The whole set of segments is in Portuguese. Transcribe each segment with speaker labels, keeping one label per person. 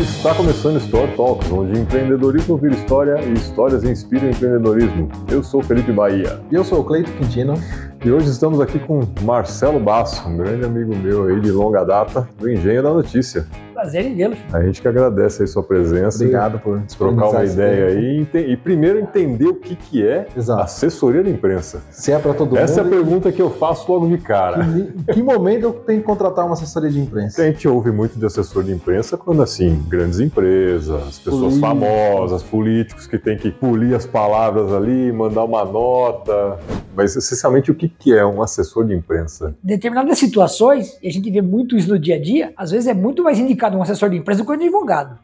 Speaker 1: Está começando Store Talks, onde empreendedorismo vira história e histórias inspiram empreendedorismo. Eu sou Felipe Bahia
Speaker 2: E eu sou o Cleito Quintino.
Speaker 1: e hoje estamos aqui com Marcelo Basso, um grande amigo meu aí de longa data do Engenho da Notícia.
Speaker 3: Prazer em vê-lo. filho.
Speaker 1: A gente que agradece aí sua presença.
Speaker 2: Obrigado por
Speaker 1: e Trocar uma
Speaker 2: disponibilizar esse
Speaker 1: ideia
Speaker 2: tempo.
Speaker 1: aí e ente- e primeiro entender o que, que é
Speaker 2: Exato.
Speaker 1: assessoria de imprensa.
Speaker 2: Se é para todo
Speaker 1: Essa é a
Speaker 2: mundo.
Speaker 1: pergunta que eu faço logo de cara.
Speaker 2: Em que momento eu tenho que contratar uma assessoria de imprensa?
Speaker 1: A gente ouve muito de assessor de imprensa quando, assim, grandes empresas, pessoas
Speaker 2: Políticos.
Speaker 1: famosas, políticos que têm que polir as palavras ali, mandar uma nota. Mas, essencialmente, o que que é um assessor de imprensa?
Speaker 3: Determinadas situações, e a gente vê muito isso no dia a dia, às vezes é muito mais indicado um assessor de empresa do que um advogado.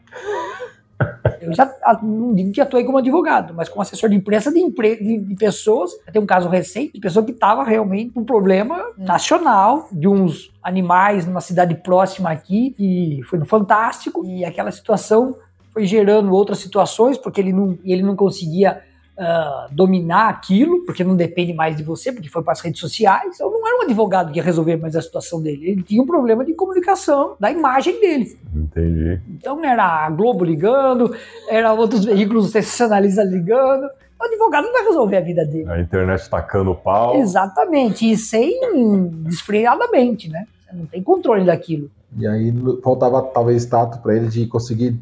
Speaker 3: Eu já a- não digo que atuei como advogado, mas como assessor de imprensa de, empre- de- de pessoas. Tem um caso recente de pessoa que estava realmente com um problema nacional de uns animais numa cidade próxima aqui, que foi no Fantástico, e aquela situação foi gerando outras situações, porque ele não, ele não conseguia ah, dominar aquilo, porque não depende mais de você, porque foi para as redes sociais. Então não era um advogado que ia resolver mais a situação dele. Ele tinha um problema de comunicação, da imagem dele.
Speaker 1: Entendi.
Speaker 3: Então era a Globo ligando, era outros veículos sensacionalistas ligando. O advogado não vai resolver a vida dele.
Speaker 1: A internet tacando o pau.
Speaker 3: Exatamente, e sem desfreadamente, né? Você não tem controle daquilo.
Speaker 2: E aí faltava talvez tato para ele de conseguir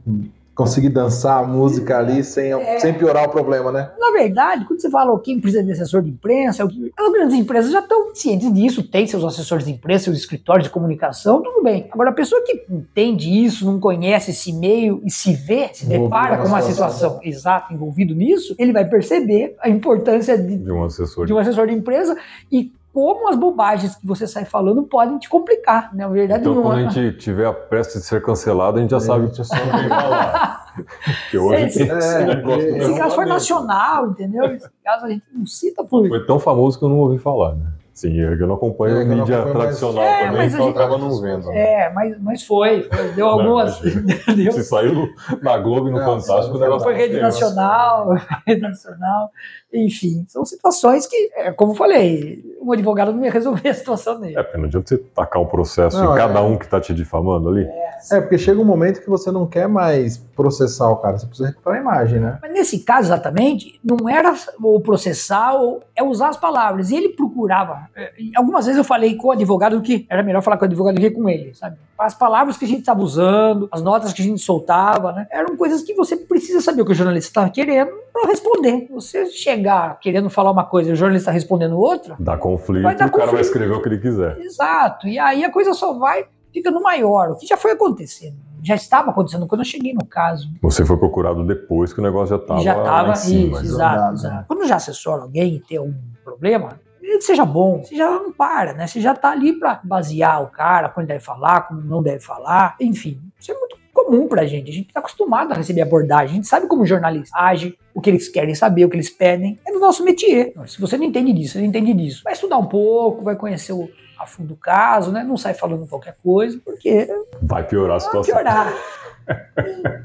Speaker 2: conseguir dançar a música
Speaker 3: É.
Speaker 2: ali sem, sem piorar o problema, né?
Speaker 3: Na verdade, quando você fala o que precisa de assessor de imprensa, o que- as grandes empresas já estão cientes disso, tem seus assessores de imprensa, seus escritórios de comunicação, tudo bem. Agora, a pessoa que entende isso, não conhece esse meio e se vê, se
Speaker 2: Envolvido
Speaker 3: depara
Speaker 2: na
Speaker 3: com uma
Speaker 2: situação.
Speaker 3: situação exata envolvido nisso, ele vai perceber a importância de,
Speaker 1: De um assessor
Speaker 3: de
Speaker 1: de
Speaker 3: um assessor de empresa e como as bobagens que você sai falando podem te complicar. Na verdade,
Speaker 1: Então,
Speaker 3: não
Speaker 1: quando
Speaker 3: é.
Speaker 1: a gente tiver a pressa de ser cancelado, a gente já
Speaker 2: Aí
Speaker 1: sabe
Speaker 2: gente É, só-
Speaker 1: quem falar. Porque hoje
Speaker 3: Esse-
Speaker 1: tem esse
Speaker 2: É,
Speaker 1: negócio.
Speaker 2: porque-
Speaker 3: Esse
Speaker 2: Eu
Speaker 3: caso foi
Speaker 2: lamento.
Speaker 3: nacional, entendeu? Esse caso a gente não cita por
Speaker 1: Foi tão famoso que eu não ouvi falar, né? Sim, eu não acompanho
Speaker 2: É,
Speaker 1: a
Speaker 2: que eu não
Speaker 1: mídia
Speaker 2: acompanho mais.
Speaker 1: tradicional
Speaker 3: É,
Speaker 1: também,
Speaker 3: mas a
Speaker 1: então eu
Speaker 3: gente-
Speaker 1: acaba não vendo.
Speaker 3: É, mas, mas foi, foi. Deu algumas. Deu.
Speaker 1: Se saiu no- na Globo e no
Speaker 2: Não,
Speaker 1: Fantástico, o
Speaker 2: não
Speaker 1: negócio assim,
Speaker 3: Foi é rede
Speaker 1: pegou.
Speaker 3: nacional, rede nacional, enfim, são situações que, é, como eu falei, um advogado não ia resolver a situação
Speaker 1: É,
Speaker 3: dele.
Speaker 1: porque não adianta você tacar um processo
Speaker 2: Não,
Speaker 1: em
Speaker 2: é.
Speaker 1: cada um que tá te difamando ali.
Speaker 2: É, porque chega um momento que você não quer mais processar o cara, você precisa recuperar a imagem, né?
Speaker 3: Mas nesse caso, exatamente, não era o processal, é usar as palavras. E ele procurava. é, e Algumas vezes eu falei com o advogado que era melhor falar com o advogado do que com ele, sabe? As palavras que a gente estava usando, as notas que a gente soltava, né? Eram coisas que você precisa saber o que o jornalista estava querendo para responder. Você chegar querendo falar uma coisa e o jornalista tá respondendo outra,
Speaker 1: Dá conflito,
Speaker 3: Vai dar
Speaker 1: o cara vai
Speaker 3: conflito.
Speaker 1: escrever o que ele quiser.
Speaker 3: Exato. E aí a coisa só vai, fica no maior, o que já foi acontecendo. Já estava acontecendo quando eu cheguei no caso.
Speaker 1: Você foi procurado depois que o negócio já tava
Speaker 3: já
Speaker 1: lá
Speaker 3: estava
Speaker 1: em cima.
Speaker 3: isso,
Speaker 1: né?
Speaker 3: exato,
Speaker 2: jogado, né?
Speaker 3: exato. Quando já assessora alguém e tem algum problema, ele seja bom, você já não para, né? Você já tá ali para basear o cara, quando deve falar, como não deve falar, enfim. Isso é muito comum pra gente. A gente tá acostumado a receber abordagem, a gente sabe como o jornalista age, o que eles querem saber, o que eles pedem. É do nosso métier. Se você não entende disso, você não entende disso. Vai estudar um pouco, vai conhecer o a fundo o caso, né? Não sai falando qualquer coisa, porque
Speaker 1: Vai piorar a
Speaker 3: vai
Speaker 1: situação.
Speaker 3: piorar.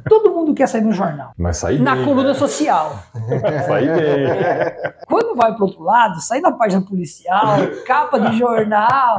Speaker 3: Todo mundo quer sair no jornal.
Speaker 1: Mas sair
Speaker 3: Na
Speaker 1: bem.
Speaker 3: coluna É. social.
Speaker 1: Sair bem.
Speaker 3: Quando vai pro outro lado, sai na página policial, capa de jornal.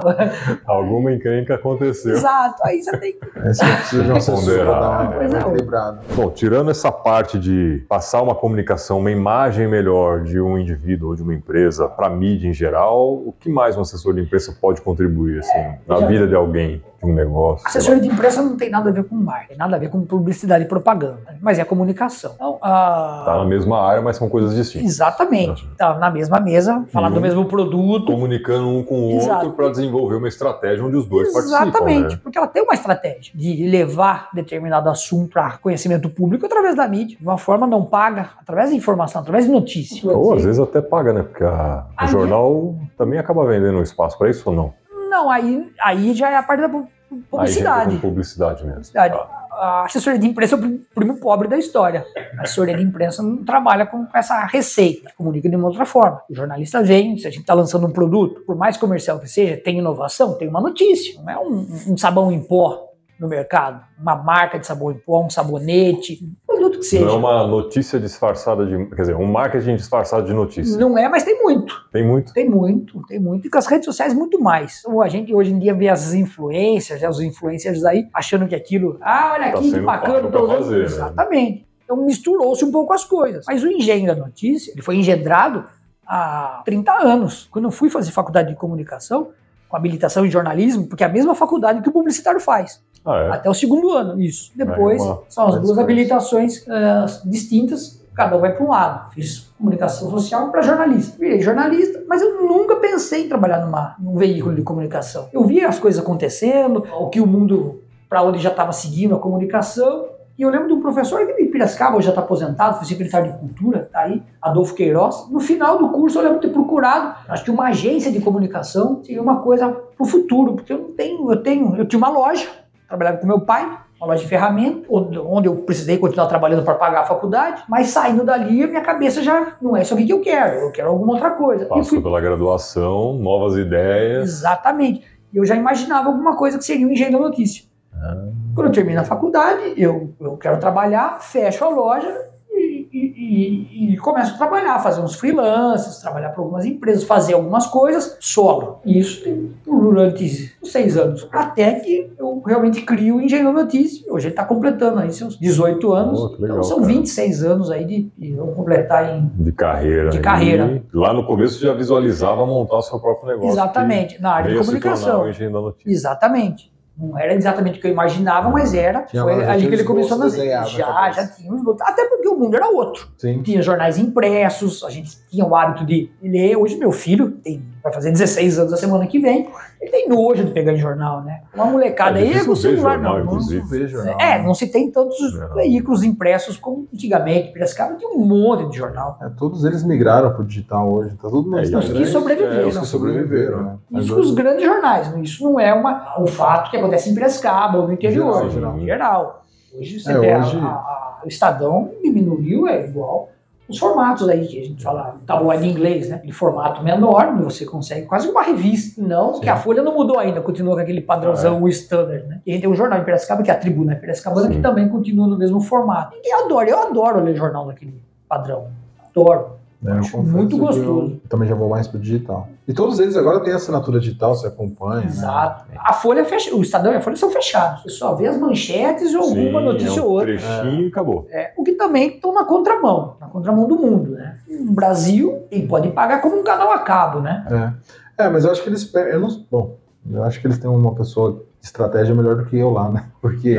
Speaker 1: Alguma encrenca aconteceu.
Speaker 3: Exato. Aí você tem que.
Speaker 2: Aí você precisa de um assessor pra dar uma-
Speaker 1: Pois
Speaker 3: é.
Speaker 2: equilibrada.
Speaker 1: Bom, tirando essa parte de passar uma comunicação, uma imagem melhor de um indivíduo ou de uma empresa para mídia em geral, o que mais um assessor de imprensa pode contribuir assim, na
Speaker 3: já-
Speaker 1: vida de alguém, de um negócio? sei lá?
Speaker 3: Assessoria de imprensa não tem nada a ver com marketing, tem nada a ver com publicidade e propaganda, mas é comunicação. Então, ah,
Speaker 1: Tá na mesma área, mas são coisas distintas.
Speaker 3: exatamente. Tá na mesma mesa, falar
Speaker 1: Uhum.
Speaker 3: do mesmo produto.
Speaker 1: Comunicando um com o
Speaker 3: Exato.
Speaker 1: outro para desenvolver uma estratégia onde os dois
Speaker 3: Exatamente,
Speaker 1: participam. né?
Speaker 3: porque ela tem uma estratégia de levar determinado assunto para conhecimento público através da mídia, de uma forma não paga, através de informação, através de notícia.
Speaker 1: Né? Ou às vezes até paga, né? Porque a- o
Speaker 3: Aí-
Speaker 1: jornal também acaba vendendo um espaço para isso ou não?
Speaker 3: Não, aí, aí já é a parte da pu-
Speaker 1: Aí
Speaker 3: publicidade.
Speaker 1: gente, com publicidade mesmo.
Speaker 3: Publicidade.
Speaker 1: Tá.
Speaker 3: a assessoria de imprensa é o prim- primo pobre da história. A assessoria de imprensa não trabalha com essa receita, comunica de uma outra forma. O jornalista vem, se a gente está lançando um produto, por mais comercial que seja, tem inovação, tem uma notícia, não é um, um sabão em pó no mercado, uma marca de sabão em pó, um sabonete, um produto que seja.
Speaker 1: Não é uma notícia disfarçada de. Quer dizer, um marketing disfarçado de notícia.
Speaker 3: Não é, mas tem muito.
Speaker 1: Tem muito.
Speaker 3: Tem muito, tem muito. E com as redes sociais, muito mais. Ou a gente hoje em dia vê as influências, né, os influencers aí, achando que aquilo. Ah, olha
Speaker 1: Tá
Speaker 3: aqui, que
Speaker 1: sendo pago
Speaker 3: bacana.
Speaker 1: pra
Speaker 3: tô usando."
Speaker 1: fazer, né?
Speaker 3: Exatamente. Então misturou-se um pouco as coisas. Mas o engenho da notícia, ele foi engendrado há 30 anos. Quando eu fui fazer faculdade de comunicação, com habilitação em jornalismo, porque é a mesma faculdade que o publicitário faz.
Speaker 1: Ah, é.
Speaker 3: Até o segundo ano, isso. Depois,
Speaker 1: Aí uma-
Speaker 3: são as
Speaker 2: uma
Speaker 3: duas
Speaker 2: diferença.
Speaker 3: habilitações ah, distintas, cada um vai para um lado. Fiz comunicação social para jornalista. Virei jornalista, mas eu nunca pensei em trabalhar numa, num veículo de comunicação. Eu via as coisas acontecendo, o que o mundo, para onde já estava seguindo a comunicação. E eu lembro de um professor aqui de Piracicaba, hoje já está aposentado, foi secretário de Cultura, tá aí, Adolfo Queiroz. No final do curso, eu lembro de ter procurado, acho que uma agência de comunicação seria uma coisa para o futuro, porque eu não tenho, eu tenho, eu tinha uma loja, trabalhava com meu pai, uma loja de ferramenta, onde onde eu precisei continuar trabalhando para pagar a faculdade, mas saindo dali, a minha cabeça já não é isso aqui que eu quero, eu quero alguma outra coisa. E
Speaker 1: Passou
Speaker 3: fui
Speaker 1: pela graduação, novas ideias.
Speaker 3: Exatamente. E Eu já imaginava alguma coisa que seria um engenho da notícia.
Speaker 1: Ah.
Speaker 3: Quando eu termino a faculdade, eu, eu quero trabalhar, fecho a loja e, e- e- e começo a trabalhar, fazer uns freelances, trabalhar para algumas empresas, fazer algumas coisas solo. E Isso durante uns seis anos. Até que eu realmente crio o engenho da notícia. Hoje ele está completando aí seus 18 anos.
Speaker 1: Pô, que legal,
Speaker 3: então são
Speaker 1: cara.
Speaker 3: 26 anos aí de, de vamos completar em
Speaker 1: De carreira.
Speaker 3: De
Speaker 1: aí.
Speaker 3: carreira.
Speaker 1: lá no começo já visualizava montar o seu próprio negócio.
Speaker 3: exatamente na
Speaker 1: que
Speaker 3: área de
Speaker 1: veio se tornar
Speaker 3: comunicação.
Speaker 1: o engenheiro da notícia.
Speaker 3: Exatamente. Não era exatamente o que eu imaginava, mas era.
Speaker 2: Tinha
Speaker 3: foi
Speaker 2: vários-
Speaker 3: ali
Speaker 2: tinha
Speaker 3: que ele
Speaker 2: os
Speaker 3: começou a
Speaker 2: bolsos
Speaker 3: nascer.
Speaker 2: desenhados na
Speaker 3: Já,
Speaker 2: cabeça.
Speaker 3: já tinha os bolsos. Até porque o mundo era outro.
Speaker 2: Sim.
Speaker 3: Tinha jornais impressos, a gente tinha o hábito de ler. Hoje, meu filho tem, vai fazer 16 anos a semana que vem, ele tem nojo de pegar em jornal, né? Uma molecada
Speaker 1: É
Speaker 3: aí é
Speaker 1: difícil
Speaker 3: com o
Speaker 1: ver
Speaker 3: celular
Speaker 1: jornal,
Speaker 3: na mão.
Speaker 1: inclusive.
Speaker 2: Não vejo, não.
Speaker 3: É, não se tem tantos
Speaker 1: Não.
Speaker 3: veículos impressos como antigamente. Piracicaba tinha um monte de jornal.
Speaker 2: É, todos eles migraram pro digital hoje, tá todo mundo
Speaker 1: É, e os
Speaker 3: que sobreviveram.
Speaker 1: é, os que sobreviveram. né?
Speaker 2: né? Mas
Speaker 3: Isso com os
Speaker 2: hoje-
Speaker 3: grandes jornais. né? Isso não é uma, um fato que acontece em Piracicaba ou no interior.
Speaker 2: Geral,
Speaker 1: geral.
Speaker 3: Em geral. Hoje você
Speaker 2: É,
Speaker 3: tem a-
Speaker 2: hoje-
Speaker 3: a- a- o Estadão diminuiu, é igual os formatos aí que a gente fala, tabloide em inglês, né? De formato menor, onde você consegue quase uma revista. Não, que a Folha não mudou ainda, continua com aquele
Speaker 2: É.
Speaker 3: padrãozão, o standard, né? E a gente tem um jornal em Piracicaba, que é a Tribuna Piracicabana,
Speaker 1: Sim.
Speaker 3: que também continua no mesmo formato. E adoro, eu adoro ler jornal daquele padrão. Adoro.
Speaker 2: É, eu
Speaker 3: acho
Speaker 2: confesso
Speaker 3: muito
Speaker 2: que eu
Speaker 3: gostoso.
Speaker 2: também já vou mais pro digital. E todos eles agora têm assinatura digital, você acompanha.
Speaker 3: Exato.
Speaker 2: Né?
Speaker 3: A Folha fecha, o Estadão e a Folha são fechados. Você só vê as manchetes ou alguma
Speaker 1: Sim,
Speaker 3: notícia
Speaker 1: é um
Speaker 3: ou outra.
Speaker 1: Trechinho e acabou.
Speaker 3: É, o que também estão na contramão, na contramão do mundo, né? O Brasil ele pode pagar como um canal a cabo, né?
Speaker 2: É. É, mas eu acho que eles. pe- Eu não, bom, eu acho que eles têm uma pessoa de estratégia melhor do que eu lá, né? Porque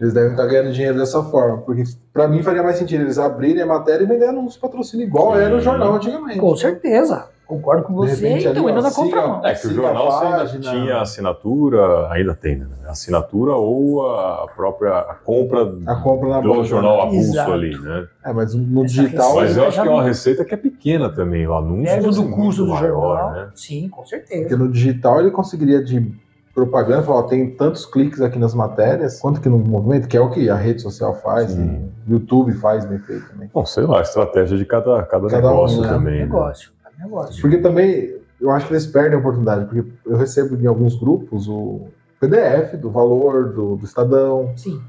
Speaker 2: eles devem estar ganhando dinheiro dessa forma. Porque pra mim faria mais sentido eles abrirem a matéria e venderem uns patrocínios igual
Speaker 1: Sim.
Speaker 2: era o jornal antigamente.
Speaker 3: Com certeza, concordo com
Speaker 2: De
Speaker 3: você.
Speaker 2: repente, ali,
Speaker 3: Então
Speaker 2: ó,
Speaker 3: indo na
Speaker 2: siga-
Speaker 3: contramão.
Speaker 1: É que o
Speaker 2: Siga
Speaker 1: jornal
Speaker 2: a
Speaker 1: você ainda
Speaker 2: página.
Speaker 1: tinha assinatura, ainda tem, né? Assinatura ou a própria compra
Speaker 2: A compra na
Speaker 1: do
Speaker 2: banca,
Speaker 1: jornal
Speaker 2: né?
Speaker 1: a pulso
Speaker 3: Exato.
Speaker 1: ali, né?
Speaker 2: É, mas no
Speaker 3: Essa
Speaker 2: digital.
Speaker 3: receita.
Speaker 1: Mas eu acho que é uma receita que é pequena também, lá
Speaker 2: um
Speaker 1: não
Speaker 3: Pega
Speaker 1: chega a ser
Speaker 3: do custo do
Speaker 1: é muito maior,
Speaker 3: jornal.
Speaker 1: né?
Speaker 3: Sim, com certeza.
Speaker 2: Porque no digital ele conseguiria de propaganda falar, ó, tem tantos cliques aqui nas matérias, quanto que no movimento, que é o que a rede social faz,
Speaker 1: Sim.
Speaker 2: né? YouTube faz bem feito também.
Speaker 1: Bom, sei lá, a estratégia de cada, cada,
Speaker 2: Cada um,
Speaker 1: negócio
Speaker 2: né?
Speaker 1: também. né?
Speaker 3: Negócio, negócio.
Speaker 2: Porque também eu acho que eles perdem a oportunidade, porque eu recebo em alguns grupos o PDF do valor, do, do Estadão.
Speaker 3: Sim.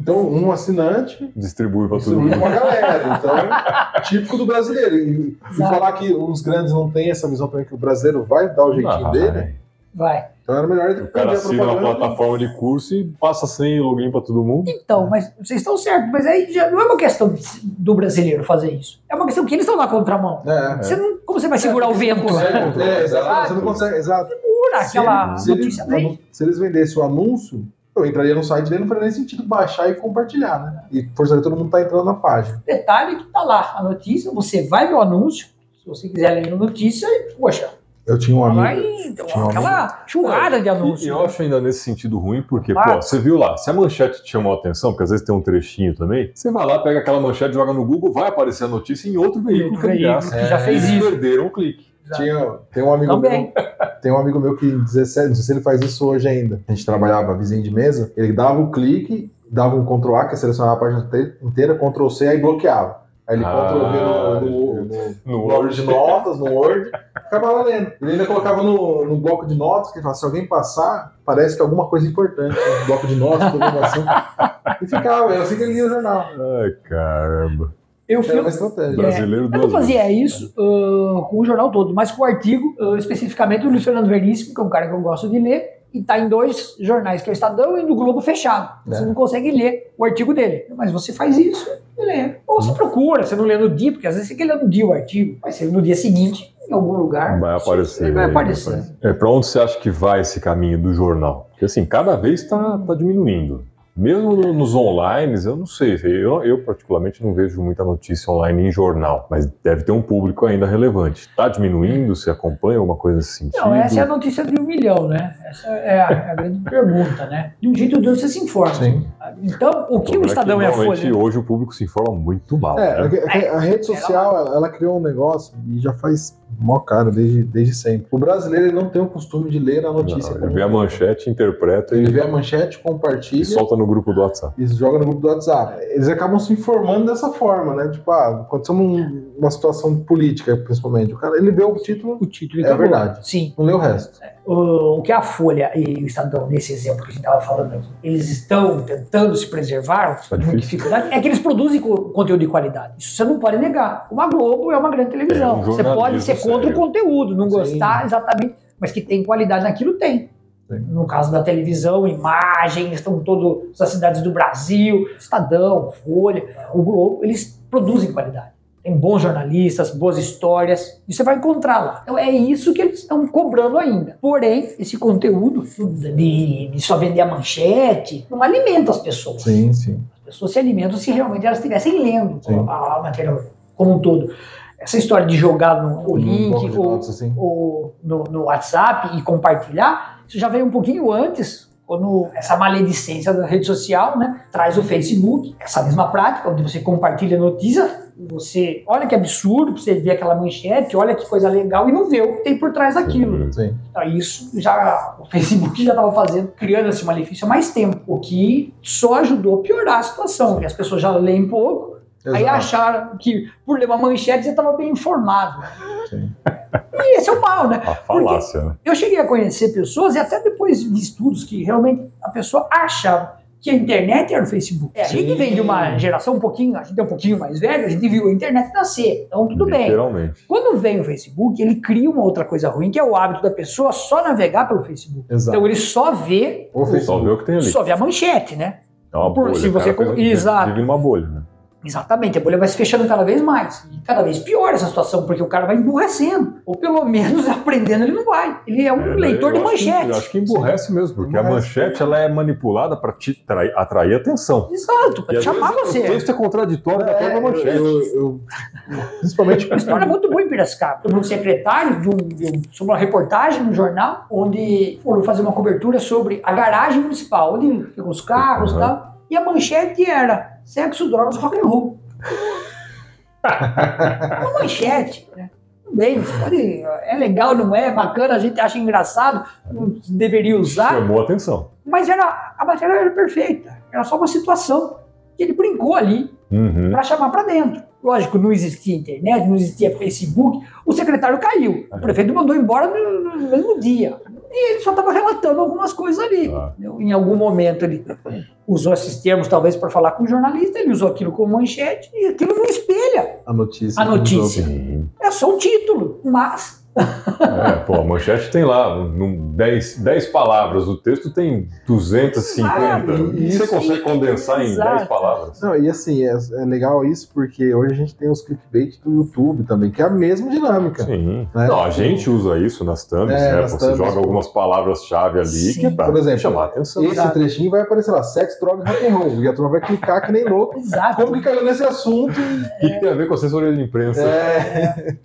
Speaker 2: Então, um assinante
Speaker 1: Distribui pra todo
Speaker 2: distribui
Speaker 1: mundo.
Speaker 2: pra uma galera. Então, típico do brasileiro. E, e
Speaker 3: Exato.
Speaker 2: falar que os grandes não têm essa visão também, que o brasileiro vai dar o jeitinho
Speaker 1: Ah,
Speaker 2: dele,
Speaker 3: Vai.
Speaker 2: então era melhor ele
Speaker 1: O cara
Speaker 2: vender
Speaker 1: assina uma plataforma de curso e passa sem login pra todo mundo.
Speaker 3: Então, mas vocês estão certos, mas aí já não é uma questão de- do brasileiro fazer isso. É uma questão que eles estão na contramão.
Speaker 2: É,
Speaker 3: Você não, como você vai segurar o vento?
Speaker 2: consegue, é, exato, você não
Speaker 1: Exato.
Speaker 2: consegue, exato.
Speaker 3: Segura tá aquela
Speaker 2: se, eles,
Speaker 3: notícia bem.
Speaker 2: se eles vendessem o anúncio, eu entraria no site dele, não faria nem sentido baixar e compartilhar, né? E forçaria todo mundo tá entrando na página.
Speaker 3: um detalhe que tá lá a notícia, você vai ver o anúncio, se você quiser ler a notícia, e, poxa,
Speaker 2: Eu tinha um
Speaker 3: vai
Speaker 2: amigo.
Speaker 3: então,
Speaker 2: tinha um
Speaker 3: aquela churrada de
Speaker 1: E, e
Speaker 3: anúncio. né?
Speaker 1: eu acho ainda nesse sentido ruim, porque,
Speaker 3: Ah.
Speaker 1: pô, você viu lá, se a manchete te chamou a atenção, porque às vezes tem um trechinho também, você vai lá, pega aquela manchete, joga no Google, vai aparecer a notícia em outro veículo que é de
Speaker 3: veículo
Speaker 1: graça.
Speaker 3: que já fez
Speaker 1: Eles
Speaker 3: isso.
Speaker 1: perderam o clique.
Speaker 2: Tinha, tem um amigo meu.
Speaker 3: Também.
Speaker 2: Tem um amigo meu que em 17, não sei se ele faz isso hoje ainda. A gente trabalhava vizinho de mesa, ele dava o clique, dava um Ctrl A, que é selecionava a página te- inteira, Ctrl C, aí bloqueava. Aí ele
Speaker 1: Ah,
Speaker 2: Ctrl V no, no, no
Speaker 1: No
Speaker 2: bloco de
Speaker 1: Word.
Speaker 2: notas, no Word, ficava lendo. Ele ainda colocava no, no bloco de notas, que ele falava, se alguém passar, parece que é alguma coisa importante. né? Bloco de notas, programação. E ficava, eu sei que ele lia o jornal.
Speaker 1: Ai, caramba.
Speaker 3: Eu
Speaker 2: Era
Speaker 3: fiz,
Speaker 2: uma estratégia.
Speaker 1: Brasileiro
Speaker 3: É. Eu não
Speaker 1: duas vezes.
Speaker 3: fazia isso ah, com o jornal todo, mas com o artigo, ah, especificamente do Luiz Fernando Veríssimo, que é um cara que eu gosto de ler, e tá em dois jornais, que é o Estadão e no Globo fechado. Você
Speaker 2: É.
Speaker 3: não consegue ler o artigo dele. Mas você faz isso e lê. Ou você procura, você não lê no dia, porque às vezes você quer ler no dia o artigo, mas você lê no dia seguinte, em algum lugar.
Speaker 1: Vai aparecer.
Speaker 3: Vai aparecer.
Speaker 1: É, pra onde você acha que vai esse caminho do jornal? Porque assim, cada vez tá, tá diminuindo. Mesmo no- nos online, eu não sei. Eu, eu, particularmente, não vejo muita notícia online em jornal, mas deve ter um público ainda relevante. Tá diminuindo? Você acompanha alguma coisa nesse sentido?
Speaker 3: Não, essa é a notícia de um milhão, né? Essa é a, é a grande pergunta, né? De um jeito ou de outro você se informa.
Speaker 2: Sim.
Speaker 3: Então, o que o
Speaker 1: Agora
Speaker 3: Estadão e a
Speaker 1: é normalmente,
Speaker 3: Folha?
Speaker 1: Hoje o público se informa muito mal.
Speaker 2: É,
Speaker 1: né?
Speaker 2: a- a- a rede social, ela, ela criou um negócio e já faz mó caro desde, desde sempre. O brasileiro ele não tem o costume de ler a notícia.
Speaker 1: Não,
Speaker 2: como-
Speaker 1: ele vê a manchete, interpreta
Speaker 2: Ele
Speaker 1: e,
Speaker 2: vê a manchete,
Speaker 1: e
Speaker 2: compartilha
Speaker 1: solta no grupo do WhatsApp.
Speaker 2: e joga no grupo do WhatsApp. Eles acabam se informando dessa forma, né? Tipo, ah, aconteceu um- uma situação política, principalmente. O cara, ele vê o título,
Speaker 3: O título e
Speaker 2: É
Speaker 3: acabou. É.
Speaker 2: verdade.
Speaker 3: Sim.
Speaker 2: não lê o resto.
Speaker 3: o o que a Folha e o Estadão, nesse exemplo que a gente estava falando aqui, eles estão tentando se preservar
Speaker 1: Tá
Speaker 3: com
Speaker 1: difícil.
Speaker 3: dificuldade, é que eles produzem co- conteúdo de qualidade. Isso você não pode negar. Uma Globo é uma grande
Speaker 1: É
Speaker 3: televisão.
Speaker 1: um
Speaker 3: você pode ser
Speaker 1: jornalismo
Speaker 3: contra
Speaker 1: sério.
Speaker 3: o conteúdo, não
Speaker 2: Sim.
Speaker 3: gostar exatamente, mas que tem qualidade naquilo, tem.
Speaker 2: Sim.
Speaker 3: No caso da televisão, imagens, estão todas as cidades do Brasil, Estadão, Folha, o Globo, eles produzem qualidade. Tem bons jornalistas, boas histórias, e você vai encontrar lá. Então é isso que eles estão cobrando ainda. Porém, esse conteúdo de, de só vender a manchete não alimenta as pessoas.
Speaker 2: Sim, sim.
Speaker 3: As pessoas se alimentam se realmente elas estivessem lendo
Speaker 2: Sim.
Speaker 3: a, a matéria como um todo. Essa história de jogar no, o link
Speaker 2: bloco um de
Speaker 3: ou,
Speaker 2: notas, assim.
Speaker 3: ou no, no WhatsApp e compartilhar, isso já veio um pouquinho antes, quando essa maledicência da rede social né, traz o Facebook, essa mesma prática, onde você compartilha notícia, você olha que absurdo, você vê aquela manchete, olha que coisa legal e não vê o que tem por trás daquilo.
Speaker 2: Sim.
Speaker 3: Então, isso já o Facebook já estava fazendo, criando esse malefício há mais tempo, o que só ajudou a piorar a situação, porque as pessoas já leem pouco, aí
Speaker 2: Exato.
Speaker 3: acharam que por ler uma manchete você estava bem informado.
Speaker 2: Sim.
Speaker 3: E esse é o mal, né?
Speaker 1: A falácia, né?
Speaker 3: Eu cheguei a conhecer pessoas, e até depois de estudos, que realmente a pessoa achava que a internet era o Facebook. É, a gente
Speaker 2: Sim.
Speaker 3: vem de uma geração um pouquinho, a gente é um pouquinho mais velho, a gente viu a internet nascer, então tudo bem.
Speaker 1: Literalmente.
Speaker 3: Quando vem o Facebook, ele cria uma outra coisa ruim, que é o hábito da pessoa só navegar pelo Facebook.
Speaker 1: Tá.
Speaker 2: Exato.
Speaker 3: Então ele só vê,
Speaker 2: Ou
Speaker 1: Só
Speaker 2: Facebook.
Speaker 1: vê o que tem ali.
Speaker 3: só vê a manchete, né?
Speaker 1: É uma
Speaker 3: Por
Speaker 1: bolha.
Speaker 3: se você
Speaker 1: o cara
Speaker 3: com-
Speaker 1: vive-
Speaker 3: Exato.
Speaker 1: Vive numa bolha, né?
Speaker 3: Exatamente, a bolha vai se fechando cada vez mais. E cada vez pior essa situação, porque o cara vai emburrecendo. Ou pelo menos aprendendo ele não vai. Ele é um
Speaker 1: É,
Speaker 3: leitor
Speaker 1: eu
Speaker 3: de
Speaker 1: acho que-
Speaker 3: manchete.
Speaker 1: eu acho que emburrece mesmo, porque a
Speaker 2: Emburrece.
Speaker 1: manchete ela é manipulada para te trai- atrair atenção. E
Speaker 3: Exato, pra
Speaker 1: às
Speaker 3: chamar
Speaker 1: vezes O
Speaker 3: você.
Speaker 1: texto é contraditório da própria manchete.
Speaker 2: eu, eu, eu- principalmente
Speaker 3: Uma história é muito boa em Piracicaba. Teve um secretário de um, de um- sobre uma reportagem no jornal, onde foram fazer uma cobertura sobre a garagem municipal, onde ficam os carros e
Speaker 1: Uhum.
Speaker 3: tal. E a manchete era sexo, drogas, rock and roll. uma manchete, né? Tudo Bem, você pode- é legal, não é? Bacana, a gente acha engraçado, não deveria usar.
Speaker 1: Chamou a atenção.
Speaker 3: Mas era, a matéria era perfeita, era só uma situação. que Ele brincou ali,
Speaker 2: Né?
Speaker 1: Uhum.
Speaker 3: para chamar para dentro. Lógico, não existia internet, não existia Facebook. O secretário caiu.
Speaker 2: É.
Speaker 3: O prefeito mandou embora no, no mesmo dia. E ele só estava relatando algumas coisas ali.
Speaker 1: Ah.
Speaker 3: Em algum momento ele usou esses termos, talvez, para falar com o jornalista. Ele usou aquilo como manchete e aquilo não espelha.
Speaker 2: a notícia.
Speaker 3: A notícia.
Speaker 1: Sim.
Speaker 3: É só um título. Mas
Speaker 1: É, pô, a manchete tem lá 10, palavras, o texto tem 250.
Speaker 3: Ah,
Speaker 1: e
Speaker 2: isso.
Speaker 1: você consegue condensar em
Speaker 3: Exato.
Speaker 1: 10 palavras?
Speaker 2: Não, e assim, é, é legal isso porque hoje a gente tem os clickbait do YouTube também, que é a mesma dinâmica.
Speaker 1: Sim.
Speaker 2: Né?
Speaker 1: Não, a gente usa isso nas thumbs,
Speaker 2: É,
Speaker 1: né?
Speaker 2: nas
Speaker 1: Você
Speaker 2: thumbs.
Speaker 1: joga algumas palavras-chave ali
Speaker 3: Sim.
Speaker 1: que é pra
Speaker 2: Por exemplo,
Speaker 1: chamar a atenção.
Speaker 2: Esse trechinho vai aparecer lá, sexo, droga e rock and roll. E a turma vai clicar que nem louco. Como é?
Speaker 3: Exato.
Speaker 2: que caiu nesse assunto?
Speaker 1: O que, que tem a ver com assessoria de imprensa?
Speaker 2: É,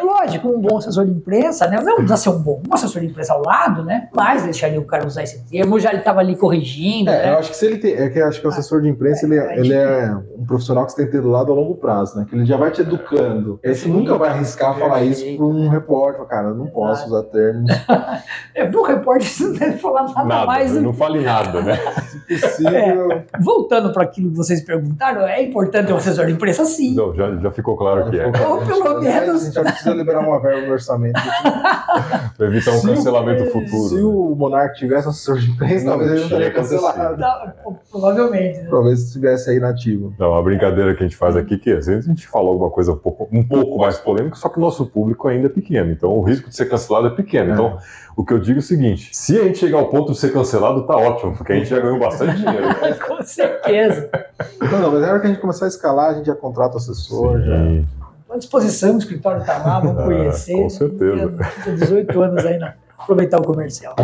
Speaker 3: Lógico, um bom assessor de imprensa, né? Não precisa ser um bom, um assessor de imprensa ao lado, né? Mas deixaria o cara usar esse termo, já ele estava ali corrigindo,
Speaker 2: é,
Speaker 3: né?
Speaker 2: eu acho que se ele tem. É que eu acho que o assessor de imprensa ele, é- ele é um profissional que você tem que ter do lado a longo prazo, né? Que ele já vai te educando. Esse nunca vai arriscar falar isso para um repórter, cara. Eu não posso usar termos
Speaker 3: É, pro repórter você não deve falar nada,
Speaker 1: Nada,
Speaker 3: mais. do
Speaker 1: não fale nada, né?
Speaker 2: é possível.
Speaker 3: É. Voltando para aquilo que vocês perguntaram, é importante o assessor um de imprensa sim.
Speaker 1: Não, já, já ficou claro que é.
Speaker 3: Ou pelo menos-
Speaker 2: A gente já precisa liberar liberar uma verba no orçamento.
Speaker 1: Pra evitar um
Speaker 2: Se o-
Speaker 1: cancelamento
Speaker 2: Se
Speaker 1: futuro. né?
Speaker 2: o Monark tivesse assessor de imprensa,
Speaker 1: Não,
Speaker 2: talvez ele não
Speaker 1: tinha
Speaker 2: teria cancelado.
Speaker 1: acontecido.
Speaker 3: Tá, Provavelmente. né?
Speaker 2: Talvez estivesse aí nativo.
Speaker 1: É uma brincadeira que a gente faz aqui, que às vezes a gente fala alguma coisa um pouco, um pouco mais polêmica, só que o nosso público ainda é pequeno. Então o risco de ser cancelado é pequeno.
Speaker 2: É.
Speaker 1: Então o que eu digo é o seguinte: se a gente chegar ao ponto de ser cancelado, tá ótimo, porque a gente já ganhou bastante dinheiro.
Speaker 3: Com certeza.
Speaker 2: Não, não, mas na hora que a gente começar a escalar, a gente já contrata o assessor. Já.
Speaker 1: Sim.
Speaker 3: À disposição, o escritório está lá, vamos
Speaker 1: Ah,
Speaker 3: conhecer.
Speaker 1: com certeza.
Speaker 3: Tem 18 anos aí, não. Aproveitar o comercial.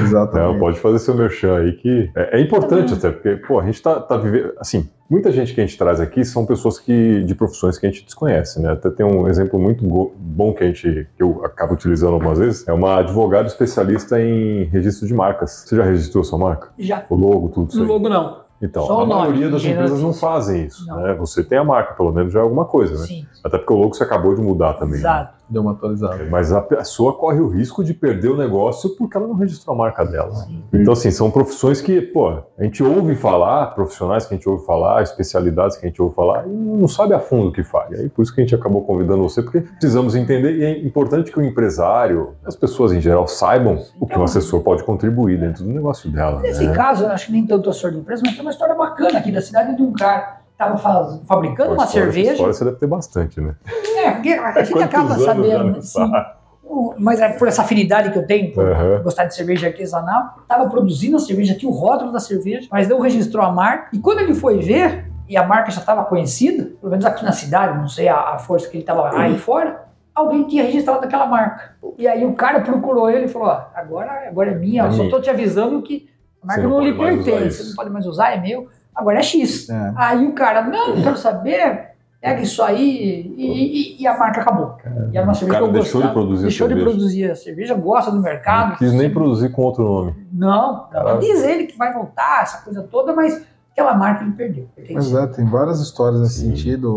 Speaker 2: Exatamente.
Speaker 1: Não, pode fazer seu merchan aí, que é, é importante até, porque, pô, a gente tá, tá vivendo. Assim, muita gente que a gente traz aqui são pessoas que, de profissões que a gente desconhece, né? Até tem um exemplo muito go- bom que a gente, que eu acabo utilizando algumas vezes, é uma advogada especialista em registro de marcas. Você já registrou sua marca?
Speaker 3: Já.
Speaker 1: O logo, tudo isso aí?
Speaker 3: Logo não.
Speaker 1: Então,
Speaker 3: Só o
Speaker 1: a
Speaker 3: nome,
Speaker 1: maioria das
Speaker 3: ninguém
Speaker 1: empresas não
Speaker 3: registra.
Speaker 1: fazem isso,
Speaker 3: Não.
Speaker 1: né? Você tem a marca, pelo menos já é alguma coisa, né?
Speaker 3: Sim.
Speaker 1: Até porque o logo você acabou de mudar também. né?
Speaker 3: Exato.
Speaker 2: Deu uma atualizada.
Speaker 1: Mas a pessoa corre o risco de perder o negócio porque ela não registrou a marca dela.
Speaker 3: Sim.
Speaker 1: Então, assim, são profissões que, pô, a gente ouve falar, profissionais que a gente ouve falar, especialidades que a gente ouve falar, e não sabe a fundo o que faz. E aí, por isso que a gente acabou convidando você, porque precisamos entender, e é importante que o empresário, as pessoas em geral, saibam o que um assessor pode contribuir dentro do negócio dela.
Speaker 3: Nesse
Speaker 1: Né?
Speaker 3: caso, eu acho que nem tanto assessor de empresa, mas tem uma história bacana aqui da cidade de um cara que estava fabricando uma
Speaker 1: Uma história-
Speaker 3: cerveja.
Speaker 1: História você deve ter bastante, né?
Speaker 3: É, porque a gente
Speaker 1: Quantos
Speaker 3: acaba
Speaker 1: anos já
Speaker 3: sabendo.
Speaker 1: não
Speaker 3: assim, o- mas é por essa afinidade que eu tenho, por
Speaker 1: Aham.
Speaker 3: gostar de cerveja artesanal, estava produzindo a cerveja, tinha o rótulo da cerveja, mas não registrou a marca. E quando ele foi ver, e a marca já estava conhecida, pelo menos aqui na cidade, não sei a, a força que ele estava
Speaker 1: Uhum.
Speaker 3: aí fora, alguém tinha registrado aquela marca. E aí o cara procurou ele e falou: ó, agora, agora é minha,
Speaker 1: É
Speaker 3: eu só
Speaker 1: minha.
Speaker 3: estou te avisando que a marca
Speaker 1: Você
Speaker 3: não,
Speaker 1: não
Speaker 3: lhe
Speaker 1: pode mais usar
Speaker 3: pertence,
Speaker 1: isso.
Speaker 3: você não pode mais usar, é meu, agora é X.
Speaker 2: É.
Speaker 3: Aí o cara, não, não quero saber, pega isso aí e, e- e a marca acabou. e era uma cerveja
Speaker 1: cara
Speaker 3: que eu
Speaker 1: deixou de
Speaker 3: gostava.
Speaker 1: produzir a
Speaker 3: Deixou de
Speaker 1: cerveja.
Speaker 3: produzir a cerveja, gosta do mercado.
Speaker 1: Não quis nem produzir com outro nome.
Speaker 3: Não,
Speaker 1: Caralho.
Speaker 3: diz ele que vai voltar, essa coisa toda, mas aquela marca ele perdeu.
Speaker 2: Mas é, tem várias histórias nesse
Speaker 1: Sim.
Speaker 2: sentido.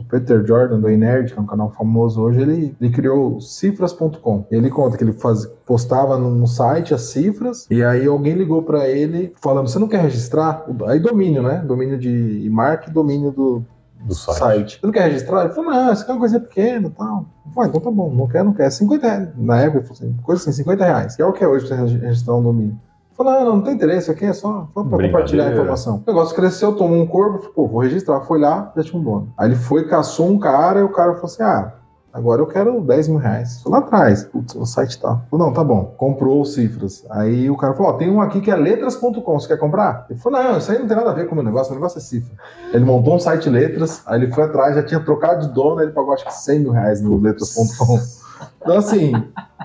Speaker 2: O Peter Jordan, do Inerd, que é um canal famoso hoje, ele, ele criou o cifras.com. Ele conta que ele faz, postava no, no site as cifras, e aí alguém ligou pra ele falando: Você não quer registrar? Aí domínio, né? Domínio de marca e domínio do
Speaker 1: Do
Speaker 2: site.
Speaker 1: site.
Speaker 2: Você não quer registrar? Ele falou: Não, isso aqui é uma coisa pequena e tal. Eu falei, "Ah, então tá bom, não quer, não quer. 50 reais. Na época, eu falei assim, coisa assim, 50 reais. Que é o que é hoje pra você regi- registrar um domínio. Falei, não, não, não tem interesse, isso aqui é só, só pra
Speaker 1: Brincadeira.
Speaker 2: compartilhar a informação. O negócio cresceu, tomou um corpo, falei, pô, vou registrar. Foi lá, já tinha um dono. Aí ele foi, caçou um cara, e o cara falou assim, ah, agora eu quero 10 mil reais. Foi lá atrás, putz, o site tá. Falei, não, tá bom, comprou os cifras. Aí o cara falou, ó, tem um aqui que é letras.com, você quer comprar? Ele falou, não, isso aí não tem nada a ver com o meu negócio, meu negócio é cifra. Ele montou um site letras, aí ele foi atrás, já tinha trocado de dono, aí ele pagou acho que 100 mil reais no letras.com. Então assim...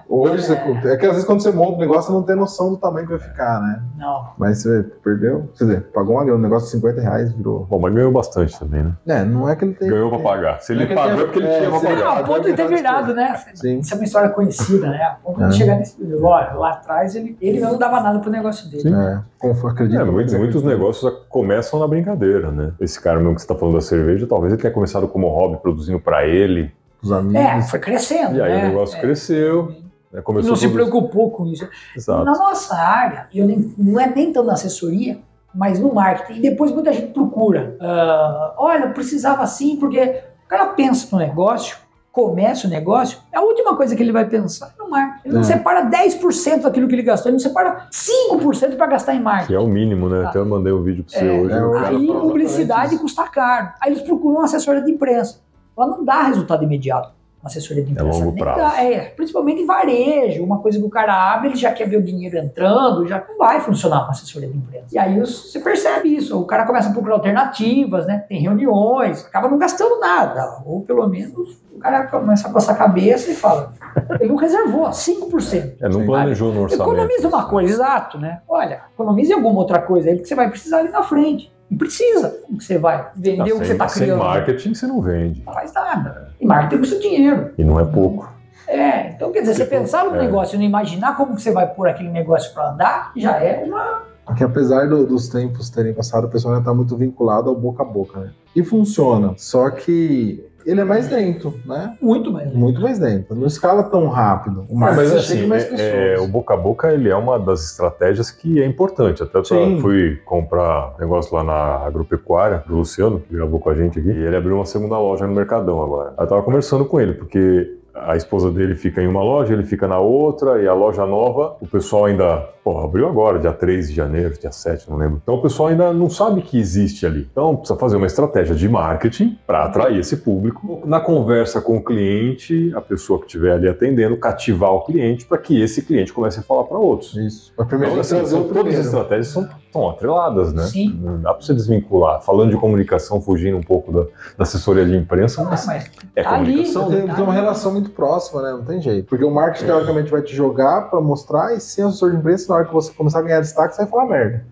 Speaker 2: Hoje, você, é que às vezes quando você monta um negócio, você não tem noção do tamanho que vai ficar, né?
Speaker 3: Não,
Speaker 2: Mas você perdeu? Quer dizer, pagou uma grana, um negócio de 50 reais virou.
Speaker 1: Bom, mas ganhou bastante também, né?
Speaker 2: É, não é que ele tem.
Speaker 1: Ganhou pra pagar. Se ele
Speaker 2: É que
Speaker 1: pagou
Speaker 2: tem-
Speaker 1: é porque ele
Speaker 2: é,
Speaker 1: tinha pra
Speaker 2: se ele-
Speaker 1: pagar.
Speaker 3: não a ponto de ter virado, né?
Speaker 2: Sim.
Speaker 3: Isso é uma história conhecida, né? A ponto
Speaker 2: É.
Speaker 3: de chegar nesse nível. Olha, lá atrás ele, ele não dava nada pro negócio dele.
Speaker 2: É, conf- acredito.
Speaker 1: É, muitos,
Speaker 2: mas
Speaker 1: muitos
Speaker 2: acredito.
Speaker 1: negócios começam na brincadeira, né? Esse cara mesmo que você tá falando da cerveja, talvez ele tenha começado como hobby, produzindo pra ele.
Speaker 2: Os amigos.
Speaker 3: É, foi crescendo.
Speaker 1: E aí
Speaker 3: né?
Speaker 1: o negócio
Speaker 3: É.
Speaker 1: cresceu, né?
Speaker 3: E
Speaker 1: começou
Speaker 3: não se
Speaker 1: a produzir-
Speaker 3: preocupou com isso.
Speaker 1: Exato.
Speaker 3: Na nossa área, eu nem, não é nem tanto na assessoria, mas no marketing. E depois muita gente procura. Ah, olha, eu precisava assim, porque o cara pensa no negócio, começa o negócio, é a última coisa que ele vai pensar é no marketing. Ele não
Speaker 2: É.
Speaker 3: separa 10% daquilo que ele gastou, ele não separa 5% para gastar em marketing.
Speaker 1: Que é o mínimo, né? Até eu mandei um vídeo pra você
Speaker 3: É.
Speaker 1: hoje.
Speaker 2: É,
Speaker 1: o
Speaker 2: o-
Speaker 1: cara
Speaker 3: Aí
Speaker 1: fala-
Speaker 3: publicidade custa caro. Aí eles procuram uma assessoria de imprensa. Ela não dá resultado imediato. Uma assessoria de imprensa.
Speaker 1: longo
Speaker 3: nem
Speaker 1: prazo.
Speaker 3: dá. É, principalmente em varejo. Uma coisa que o cara abre, ele já quer ver o dinheiro entrando, já não vai funcionar uma assessoria de imprensa. E aí os- você percebe isso. O cara começa a procurar alternativas, né? Tem reuniões, acaba não gastando nada. Ou pelo menos o cara começa a coçar a cabeça e fala: ele não reservou 5%.
Speaker 1: É, não
Speaker 2: Sim.
Speaker 1: planejou no orçamento.
Speaker 3: Economiza uma coisa, exato, né? Olha, economize alguma outra coisa aí que você vai precisar ali na frente. E precisa. Como que você vai
Speaker 1: Ah,
Speaker 3: vender o que
Speaker 1: sem-
Speaker 3: você está
Speaker 1: Sem
Speaker 3: criando?
Speaker 1: marketing você não vende.
Speaker 3: Não faz nada. E marketing custa dinheiro.
Speaker 1: E não é pouco.
Speaker 3: É, então quer dizer, você pensar no
Speaker 1: é.
Speaker 3: negócio e não imaginar como que você vai pôr aquele negócio para andar, já é uma...
Speaker 2: Que apesar do- dos tempos terem passado, o pessoal ainda tá muito vinculado ao boca a boca, né? E funciona. Só que ele é mais lento, né?
Speaker 3: muito mais.
Speaker 2: Muito mais lento. Não escala tão rápido. O
Speaker 1: mas
Speaker 2: marketing chega em
Speaker 1: assim,
Speaker 2: mais
Speaker 1: é- é, o
Speaker 2: pessoas.
Speaker 1: boca a boca ele é uma das estratégias que é importante. Até eu
Speaker 2: Sim.
Speaker 1: fui comprar negócio lá na agropecuária do Luciano, que gravou com a gente aqui, e ele abriu uma segunda loja no Mercadão agora. Eu tava conversando com ele, porque a esposa dele fica em uma loja, ele fica na outra, e a loja nova, o pessoal ainda. Pô, abriu agora, dia 3 de janeiro, dia 7, não lembro. Então o pessoal ainda não sabe que existe ali. Então precisa fazer uma estratégia de marketing para atrair esse público. Na conversa com o cliente, a pessoa que estiver ali atendendo, cativar o cliente para que esse cliente comece a falar para outros.
Speaker 2: Isso. Mas primeiro
Speaker 1: Então,
Speaker 2: tem que
Speaker 1: assim,
Speaker 2: trazer
Speaker 1: são-
Speaker 2: o
Speaker 1: todas as
Speaker 2: primeiro.
Speaker 1: estratégias são, são atreladas, né?
Speaker 3: Sim.
Speaker 1: Não dá para você desvincular. Falando de comunicação, fugindo um pouco da, da assessoria de imprensa,
Speaker 3: Ah,
Speaker 1: mas
Speaker 3: mas
Speaker 1: é
Speaker 3: tá ali,
Speaker 1: comunicação. né?
Speaker 2: Tem, tem uma relação muito próxima, né? Não tem jeito. É. Porque o marketing, teoricamente, vai te jogar pra mostrar, e sem assessor de imprensa, na hora que você começar a ganhar destaque, você vai falar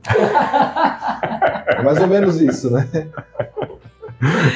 Speaker 2: merda. é mais ou menos isso, né?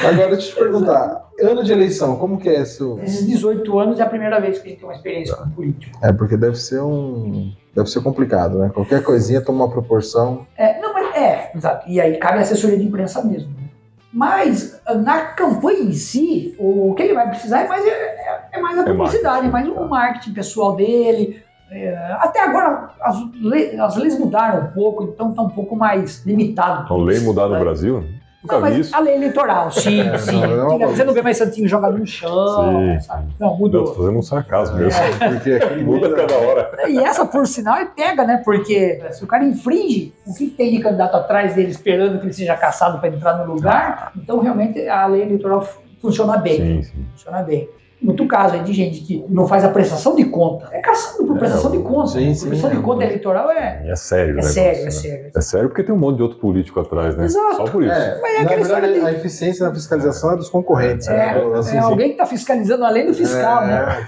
Speaker 2: Agora, deixa eu te perguntar. Ano de eleição, como que é isso?
Speaker 3: esses 18 anos é a primeira vez que a gente tem uma experiência com político.
Speaker 2: É, porque deve ser um... Deve ser complicado, né? Qualquer coisinha toma uma proporção.
Speaker 3: É, não, mas é, exato. E aí cabe a assessoria de imprensa mesmo. né? Mas na campanha em si, o que ele vai precisar é mais, é, é- é mais a
Speaker 1: É
Speaker 3: publicidade, é mais
Speaker 1: marketing,
Speaker 3: o
Speaker 1: tá.
Speaker 3: marketing pessoal dele. É, até agora as, le- as leis mudaram um pouco, então está um pouco mais limitado.
Speaker 1: Então, lei mudar no Brasil? Nunca
Speaker 3: Não, mas
Speaker 1: vi isso.
Speaker 3: A lei eleitoral, sim,
Speaker 2: É,
Speaker 3: sim.
Speaker 2: não, é uma
Speaker 3: Diga,
Speaker 2: boa.
Speaker 3: você não vê mais Santinho jogado no chão,
Speaker 1: Sim.
Speaker 3: sabe? Não,
Speaker 1: Não, tô
Speaker 3: mudou.
Speaker 1: fazendo um sarcasmo mesmo.
Speaker 2: Porque
Speaker 3: É.
Speaker 2: aqui
Speaker 1: Muda
Speaker 2: É. muda...
Speaker 1: cada hora.
Speaker 3: E essa, por sinal, é pega, né? Porque se o cara infringe, o que tem de candidato atrás dele esperando que ele seja caçado para entrar no lugar? Então, realmente, a lei eleitoral fu- funciona
Speaker 1: Sim,
Speaker 3: bem.
Speaker 1: sim.
Speaker 3: Funciona bem. Muito caso aí de gente que não faz a prestação de conta. É caçado por
Speaker 1: É,
Speaker 3: prestação de conta.
Speaker 2: sim, sim.
Speaker 3: prestação de conta eleitoral é,
Speaker 1: É sério,
Speaker 3: é
Speaker 1: o negócio,
Speaker 3: sério,
Speaker 1: né?
Speaker 3: é sério.
Speaker 1: É sério porque tem um monte de outro político atrás, né?
Speaker 3: Exato.
Speaker 1: Só por isso.
Speaker 2: É,
Speaker 3: Mas é
Speaker 2: na
Speaker 3: aquela história
Speaker 2: verdade,
Speaker 3: de-
Speaker 2: a eficiência na fiscalização é dos concorrentes.
Speaker 3: É,
Speaker 2: né? Assim,
Speaker 3: É
Speaker 2: assim,
Speaker 3: alguém que está fiscalizando além do fiscal,
Speaker 2: é,
Speaker 3: né?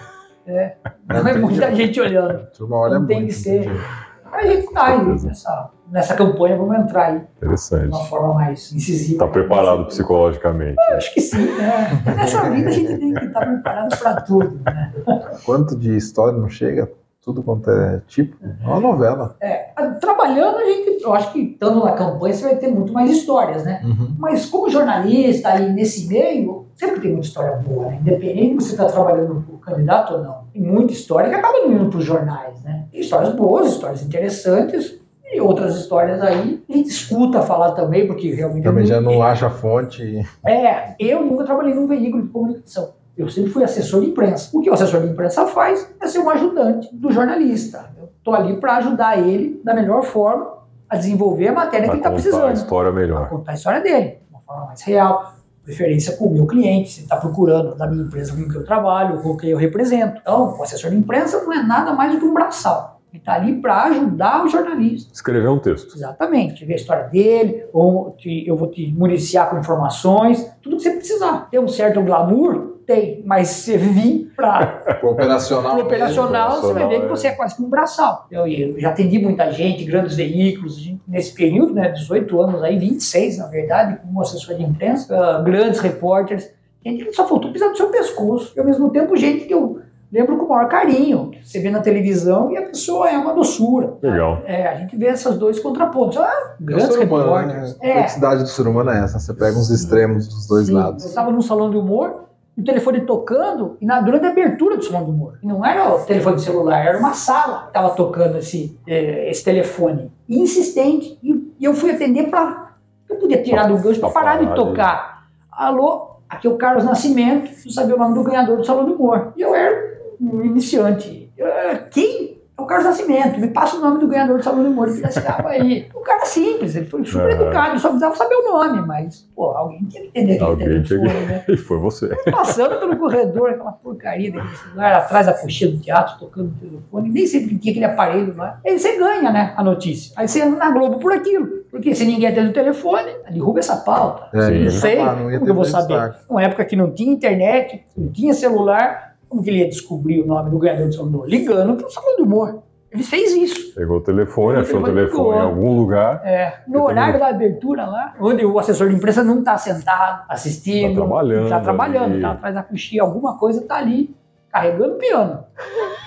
Speaker 3: Não é muita gente olhando.
Speaker 2: A turma olha
Speaker 3: Não tem
Speaker 2: é muito.
Speaker 3: que ser. A gente tá aí nessa, nessa campanha, vamos entrar aí de uma
Speaker 1: Interessante.
Speaker 3: forma mais incisiva.
Speaker 1: Tá preparado psicologicamente.
Speaker 3: Eu Acho é. que sim, né? Nessa vida a gente tem que estar preparado para tudo, né?
Speaker 2: Quanto de história não chega, tudo quanto é tipo, é uma novela.
Speaker 3: Trabalhando, a gente, eu acho que estando na campanha, você vai ter muito mais histórias, né?
Speaker 2: Uhum.
Speaker 3: Mas como jornalista aí nesse meio, sempre tem muita história boa, né? Independente de você estar trabalhando com o candidato ou não. Tem muita história que acaba indo para os jornais, né? Tem histórias boas, histórias interessantes e outras histórias aí. A gente escuta falar também, porque realmente... é
Speaker 2: Também já
Speaker 3: muito-
Speaker 2: não acha a fonte.
Speaker 3: É, eu nunca trabalhei num veículo de comunicação. Eu sempre fui assessor de imprensa. O que o assessor de imprensa faz é ser um ajudante do jornalista. Eu estou ali para ajudar ele da melhor forma a desenvolver a matéria que
Speaker 1: Pra
Speaker 3: ele está
Speaker 1: contar a
Speaker 3: tá precisando. Tá
Speaker 1: história
Speaker 3: Para
Speaker 1: melhor.
Speaker 3: contar a história dele, de uma forma mais real. Preferência com o meu cliente, se está procurando da minha empresa com que eu trabalho, com quem eu represento. Então, o assessor de imprensa não é nada mais do que um braçal. Ele está ali para ajudar o jornalista.
Speaker 1: Escrever um texto.
Speaker 3: Exatamente, ver a história dele, ou te- eu vou te municiar com informações, tudo que você precisar. Tem um certo glamour? Tem, mas se você vir para
Speaker 2: Operacional.
Speaker 3: o operacional, você vai ver que
Speaker 1: é.
Speaker 3: você é quase que um braçal. Eu, eu já atendi muita gente, grandes veículos, gente, nesse período, né, 18 anos aí, 26 na verdade, como assessor de imprensa, ah, grandes repórteres, gente que só faltou pisar no seu pescoço. E ao mesmo tempo, gente que eu lembro com o maior carinho. Você vê na televisão e a pessoa é uma doçura.
Speaker 1: Legal.
Speaker 3: É, a gente vê esses dois contrapontos. Ah,
Speaker 2: É o
Speaker 3: grandes
Speaker 2: ser humano, né?
Speaker 3: repórteres. É,
Speaker 2: A complexidade do ser humano é essa. Você pega uns extremos dos dois
Speaker 3: Sim, Eu
Speaker 2: lados.
Speaker 3: estava num salão de humor, o telefone tocando, e na, durante a abertura do salão de humor. E não era o telefone celular, era uma sala que estava tocando esse, eh, esse telefone. E insistente. E, e eu fui atender para. Eu podia tirar do gancho para
Speaker 1: Pra
Speaker 3: parar de
Speaker 2: né?
Speaker 1: parar,
Speaker 3: tocar. Alô, aqui é o Carlos Nascimento, não sabia o nome do ganhador do salão de humor. E eu era um iniciante. Eu, "Ah, quem? É o Carlos Nascimento, me passa o nome do ganhador do Salão de Humor de Piracicaba aí. O cara simples, ele foi super
Speaker 1: Aham.
Speaker 3: educado, só precisava saber o nome, mas, pô, alguém tinha que entender aquele
Speaker 1: Alguém tinha que-
Speaker 3: telefone, né?
Speaker 1: E foi você.
Speaker 3: Passando pelo corredor, aquela porcaria daquele celular atrás da coxinha do teatro, tocando o telefone, nem sempre tinha aquele aparelho lá. Aí você ganha, né, a notícia. Aí você anda na Globo por aquilo. Porque se ninguém atende o telefone, derruba essa pauta.
Speaker 2: É,
Speaker 1: Sim.
Speaker 3: Não
Speaker 2: ia
Speaker 3: sei,
Speaker 2: falar, não ia
Speaker 3: como
Speaker 2: ter
Speaker 3: eu vou
Speaker 2: muito
Speaker 3: saber?
Speaker 2: destaque.
Speaker 3: Uma época que não tinha internet, não tinha celular, como que ele ia descobrir o nome do ganhador do Salvador? Ligando pro Salão do Humor. Ele fez isso.
Speaker 1: Pegou o telefone,
Speaker 3: Ele
Speaker 1: achou o
Speaker 3: pegou e
Speaker 1: telefone em
Speaker 3: ligou.
Speaker 1: algum lugar.
Speaker 3: É, no
Speaker 1: Eu
Speaker 3: horário da abertura lá, onde o assessor de imprensa não está sentado, assistindo,
Speaker 1: Tá trabalhando
Speaker 3: tá trabalhando,
Speaker 1: ali.
Speaker 3: tá atrás da coxinha, alguma coisa tá ali carregando o piano.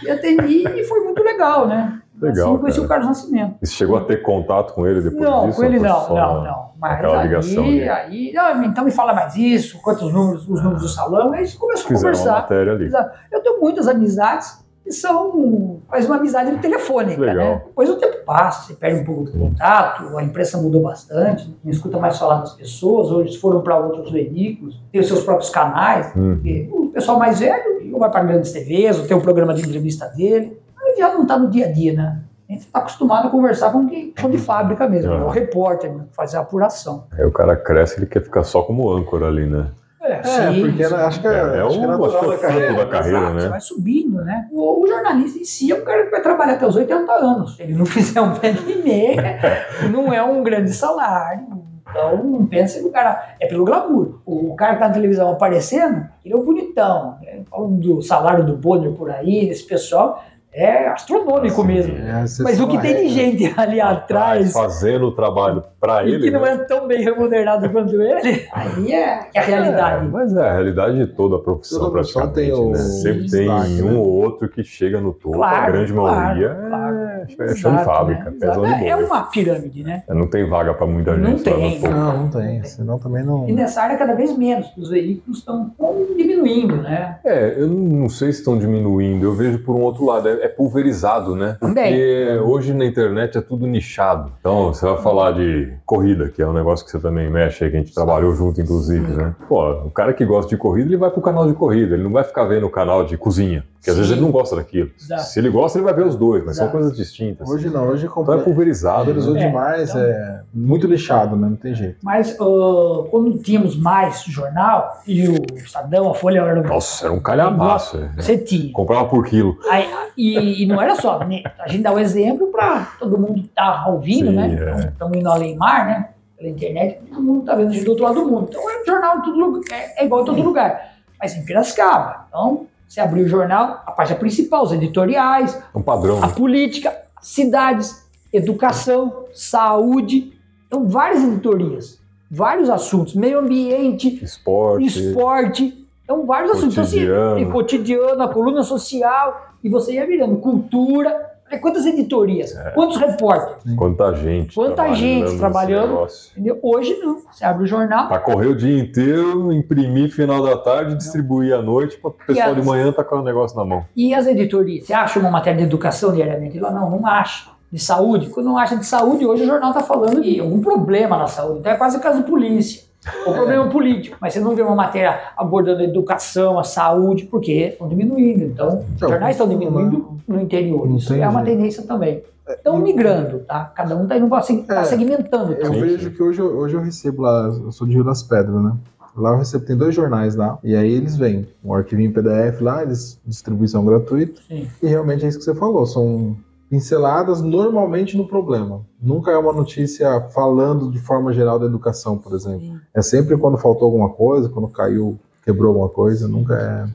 Speaker 3: E atendi e foi muito legal, né?
Speaker 1: Legal,
Speaker 3: assim eu conheci
Speaker 1: cara.
Speaker 3: o Carlos Nascimento.
Speaker 1: E você chegou a ter contato com ele depois
Speaker 3: não,
Speaker 1: disso?
Speaker 3: com ele
Speaker 1: Ou foi
Speaker 3: não,
Speaker 1: só
Speaker 3: não,
Speaker 1: na-
Speaker 3: não. Mas
Speaker 1: aquela ligação ali.
Speaker 3: aí, aí, não, então me fala mais isso, quantos números, os números do salão, aí a gente começou a
Speaker 1: Fizeram uma
Speaker 3: conversar.
Speaker 1: matéria ali.
Speaker 3: Eu tenho muitas amizades e são faz uma amizade telefônica.
Speaker 1: Legal.
Speaker 3: Né? Depois o tempo passa, você perde um pouco do contato, a imprensa mudou bastante, não escuta mais falar das pessoas, ou eles foram para outros veículos, tem os seus próprios canais.
Speaker 1: Hum.
Speaker 3: porque O pessoal mais velho ou vai para grandes TVs, ou tem um programa de entrevista dele, aí já não está no dia a dia, né? A gente está acostumado a conversar com quem com de fábrica mesmo,
Speaker 1: Ah.
Speaker 3: é o repórter, né? fazer a apuração.
Speaker 1: Aí o cara cresce, ele quer ficar só como âncora ali, né?
Speaker 2: É, porque
Speaker 3: sim.
Speaker 2: na- acho que é,
Speaker 1: É, é
Speaker 2: acho que é
Speaker 1: o- acho
Speaker 2: natural
Speaker 1: que é
Speaker 2: da
Speaker 1: o fruto
Speaker 2: carreira.
Speaker 1: da carreira,
Speaker 3: Exato, Você
Speaker 1: né?
Speaker 3: vai subindo, né? O, o jornalista em si é um cara que vai trabalhar até os 80 anos. Se ele não fizer um pé de meia, não é um grande salário. Então, não pensa que o cara. É pelo glamour. O, o cara que tá na televisão aparecendo, ele é o bonitão. né? Falando do salário do Bonner por aí, esse pessoal, é astronômico
Speaker 1: Assim,
Speaker 3: mesmo.
Speaker 2: É, a exceção
Speaker 3: Mas o que tem
Speaker 2: à
Speaker 3: de
Speaker 2: regra.
Speaker 3: gente ali atrás.
Speaker 1: Fazendo o trabalho pra
Speaker 3: E
Speaker 1: né? ele.
Speaker 3: que não
Speaker 1: né?
Speaker 3: é tão bem remunerado quanto ele, aí é, é a
Speaker 1: É,
Speaker 3: realidade.
Speaker 1: mas é a realidade de toda a profissão,
Speaker 2: Toda profissão
Speaker 1: praticamente.
Speaker 2: tem o
Speaker 1: né? Sempre tem
Speaker 2: destaque,
Speaker 1: um
Speaker 2: né?
Speaker 1: ou outro que chega no topo, a
Speaker 3: Claro,
Speaker 1: grande
Speaker 3: claro,
Speaker 1: maioria
Speaker 3: claro.
Speaker 1: é, é chão
Speaker 3: Exato,
Speaker 1: de fábrica,
Speaker 3: né?
Speaker 1: pesa
Speaker 3: Exato.
Speaker 1: no
Speaker 3: É, é
Speaker 1: boi.
Speaker 3: uma pirâmide, né?
Speaker 1: Não tem vaga pra muita
Speaker 3: Não
Speaker 1: gente lá
Speaker 3: tem, né?
Speaker 1: no topo.
Speaker 2: Não, não tem. Senão também não.
Speaker 3: E é nessa área, cada vez menos, os veículos estão diminuindo, né?
Speaker 1: É, eu não não sei se estão diminuindo, eu vejo por um outro lado, é, é pulverizado, né?
Speaker 3: Também.
Speaker 1: Porque hoje na internet é tudo nichado. Então, você vai falar de corrida, que é um negócio que você também mexe aí, que a gente trabalhou junto, inclusive, né? Pô, o cara que gosta de corrida, ele vai pro canal de corrida, ele não vai ficar vendo o canal de cozinha, porque às
Speaker 3: Sim.
Speaker 1: vezes ele não gosta daquilo.
Speaker 3: Exato.
Speaker 1: Se ele gosta, ele vai ver os dois, mas são
Speaker 3: Exato.
Speaker 1: coisas distintas.
Speaker 2: Hoje não, hoje
Speaker 1: Então é
Speaker 2: compra-
Speaker 1: pulverizado.
Speaker 2: pulverizou
Speaker 1: né?
Speaker 3: É,
Speaker 2: demais,
Speaker 3: então-
Speaker 2: é muito lixado, né? Não tem jeito.
Speaker 3: Mas ah, quando tínhamos mais jornal, e o Estadão, a Folha, era o-
Speaker 1: Nossa, era um calhamaço. é.
Speaker 3: você tinha.
Speaker 1: Comprava por quilo.
Speaker 3: Aí, e, e não era só, né? a gente dá o exemplo para todo mundo que tá ouvindo,
Speaker 1: Sim,
Speaker 3: né?
Speaker 1: é.
Speaker 3: Estamos indo além mar, né? Pela internet, todo mundo tá vendo de outro lado do mundo. Então é jornal em todo lugar, é, é igual em todo lugar. Mas em Piracicaba, então você abriu o jornal, a página principal, os editoriais,
Speaker 1: É um padrão.
Speaker 3: a
Speaker 1: né?
Speaker 3: política, cidades, educação, saúde. Então, várias editorias, vários assuntos, meio ambiente,
Speaker 1: Esporte,
Speaker 3: esporte. Então, vários assuntos. Então, assim, e
Speaker 1: cotidiano.
Speaker 3: cotidiano, a coluna social, e você ia virando cultura. Olha Quantas editorias,
Speaker 1: É.
Speaker 3: quantos repórteres,
Speaker 1: Quanta gente.
Speaker 3: Quanta
Speaker 1: trabalhando
Speaker 3: gente
Speaker 1: nesse
Speaker 3: trabalhando.
Speaker 1: negócio.
Speaker 3: entendeu? Hoje não, você abre o jornal,
Speaker 1: Pra correr o dia inteiro, imprimir final da tarde, distribuir à noite, pra o pessoal
Speaker 3: as-
Speaker 1: de manhã tá com o negócio na mão.
Speaker 3: E as editorias? Você acha uma matéria de educação diariamente? Lá não, não acha. De saúde? Quando não acha de saúde, hoje o jornal está falando de algum problema na saúde. Então é quase o caso de polícia.
Speaker 2: É.
Speaker 3: O problema político. Mas você não vê uma matéria abordando a educação, a saúde, porque estão diminuindo. Então, os jornais estão diminuindo no interior.
Speaker 2: é Não
Speaker 3: Isso
Speaker 2: tem
Speaker 3: é uma
Speaker 2: jeito.
Speaker 3: tendência também. Estão migrando, tá? Cada um está indo tá
Speaker 2: É.
Speaker 3: segmentando.
Speaker 2: Eu
Speaker 1: Sim, sim.
Speaker 2: vejo que hoje, eu- hoje eu recebo lá, eu sou de Rio das Pedras, né? Lá eu recebo, tem dois jornais lá, e aí eles vêm, um arquivinho em PDF lá, eles distribuição gratuita,
Speaker 3: Sim.
Speaker 2: e realmente é isso que você falou, são pinceladas normalmente no problema. Nunca é uma notícia falando de forma geral da educação, por exemplo.
Speaker 3: Sim.
Speaker 2: É sempre quando faltou alguma coisa, quando caiu, quebrou alguma coisa, nunca é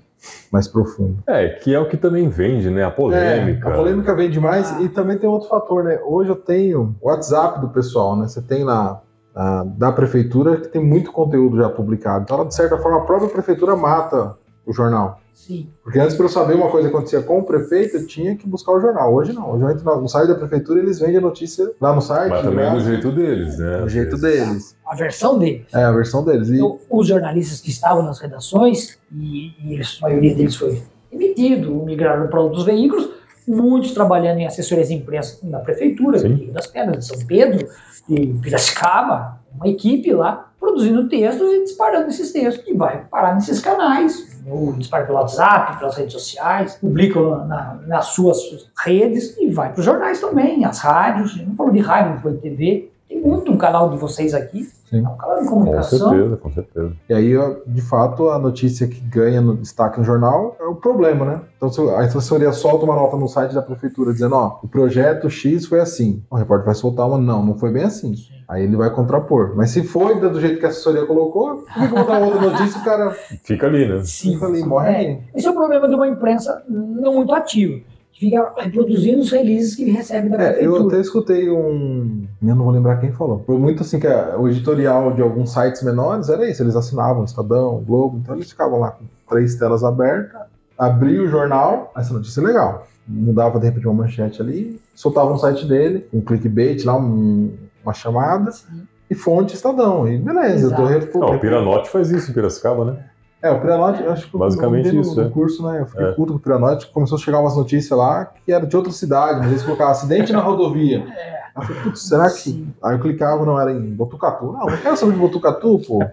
Speaker 2: mais profundo.
Speaker 1: É, que é o que também vende, né? A polêmica.
Speaker 2: É, a polêmica vem demais
Speaker 3: Ah.
Speaker 2: e também tem outro fator, né? Hoje eu tenho o WhatsApp do pessoal, né? Você tem lá ah, da prefeitura que tem muito conteúdo já publicado. Então, ela, de certa forma, a própria prefeitura mata o jornal.
Speaker 3: Sim.
Speaker 2: Porque antes, para eu saber uma coisa que acontecia com o prefeito, eu tinha que buscar o jornal. Hoje não. Hoje eu entro no site da prefeitura eles vendem a notícia lá no site.
Speaker 1: Mas também é do
Speaker 2: né?
Speaker 1: jeito deles, né?
Speaker 2: Do
Speaker 1: Às
Speaker 2: jeito
Speaker 1: vezes.
Speaker 2: deles.
Speaker 3: A versão dele.
Speaker 2: É, a versão deles. E
Speaker 3: Então, os jornalistas que estavam nas redações, e, e eles- a maioria deles foi demitido, migraram para outros veículos, muitos trabalhando em assessorias de imprensa na prefeitura,
Speaker 1: Sim.
Speaker 3: de Rio das Pedras, de São Pedro, de Piracicaba, uma equipe lá produzindo textos e disparando esses textos, que vai parar nesses canais, ou dispara pelo WhatsApp, pelas redes sociais, publicam na- na- nas suas redes e vai para os jornais também, as rádios, não falou de rádio, não foi de TV, tem muito um canal de vocês aqui,
Speaker 2: Sim.
Speaker 3: é um canal de
Speaker 1: Com
Speaker 3: comunicação,
Speaker 1: certeza, com certeza.
Speaker 2: E aí, ó, de fato, a notícia que ganha no destaque no jornal é o problema, né? Então, se a assessoria solta uma nota no site da prefeitura dizendo, ó, o projeto X foi assim. O repórter vai soltar uma, não, não foi bem assim. Aí ele vai contrapor. Mas se foi do jeito que a assessoria colocou, por que que eu vou dar outra notícia e o cara
Speaker 1: Fica ali, né?
Speaker 3: Sim.
Speaker 2: fica ali, morre
Speaker 3: É.
Speaker 2: ali.
Speaker 3: Esse é o problema de uma imprensa não muito ativa, que fica reproduzindo os releases que recebe da
Speaker 2: É, eu
Speaker 3: prefeitura.
Speaker 2: até escutei um. Eu não vou lembrar quem falou. Foi muito assim que a- o editorial de alguns sites menores era isso. Eles assinavam Estadão, Globo, então eles ficavam lá com três telas abertas, abria o jornal, essa notícia é legal. Mudava de repente uma manchete ali, soltava um site dele, um clickbait lá, um- uma chamada,
Speaker 3: Sim.
Speaker 2: e fonte Estadão. E beleza, eu tô
Speaker 3: Exato.
Speaker 2: repu-
Speaker 1: Não, o Piranote faz isso em Piracicaba, né?
Speaker 2: É, o Piranote, eu acho que
Speaker 1: Basicamente
Speaker 2: eu mudei no-
Speaker 1: isso,
Speaker 2: no
Speaker 1: é.
Speaker 2: curso, né? Eu fiquei
Speaker 1: É.
Speaker 2: puto com o Piranote, começou a chegar umas notícias lá que era de outra cidade, mas eles colocavam acidente na rodovia. Aí eu falei, putz, será que.
Speaker 3: É. Sim.
Speaker 2: Aí eu clicava, não era em Botucatu. Não, não quero saber de Botucatu, pô.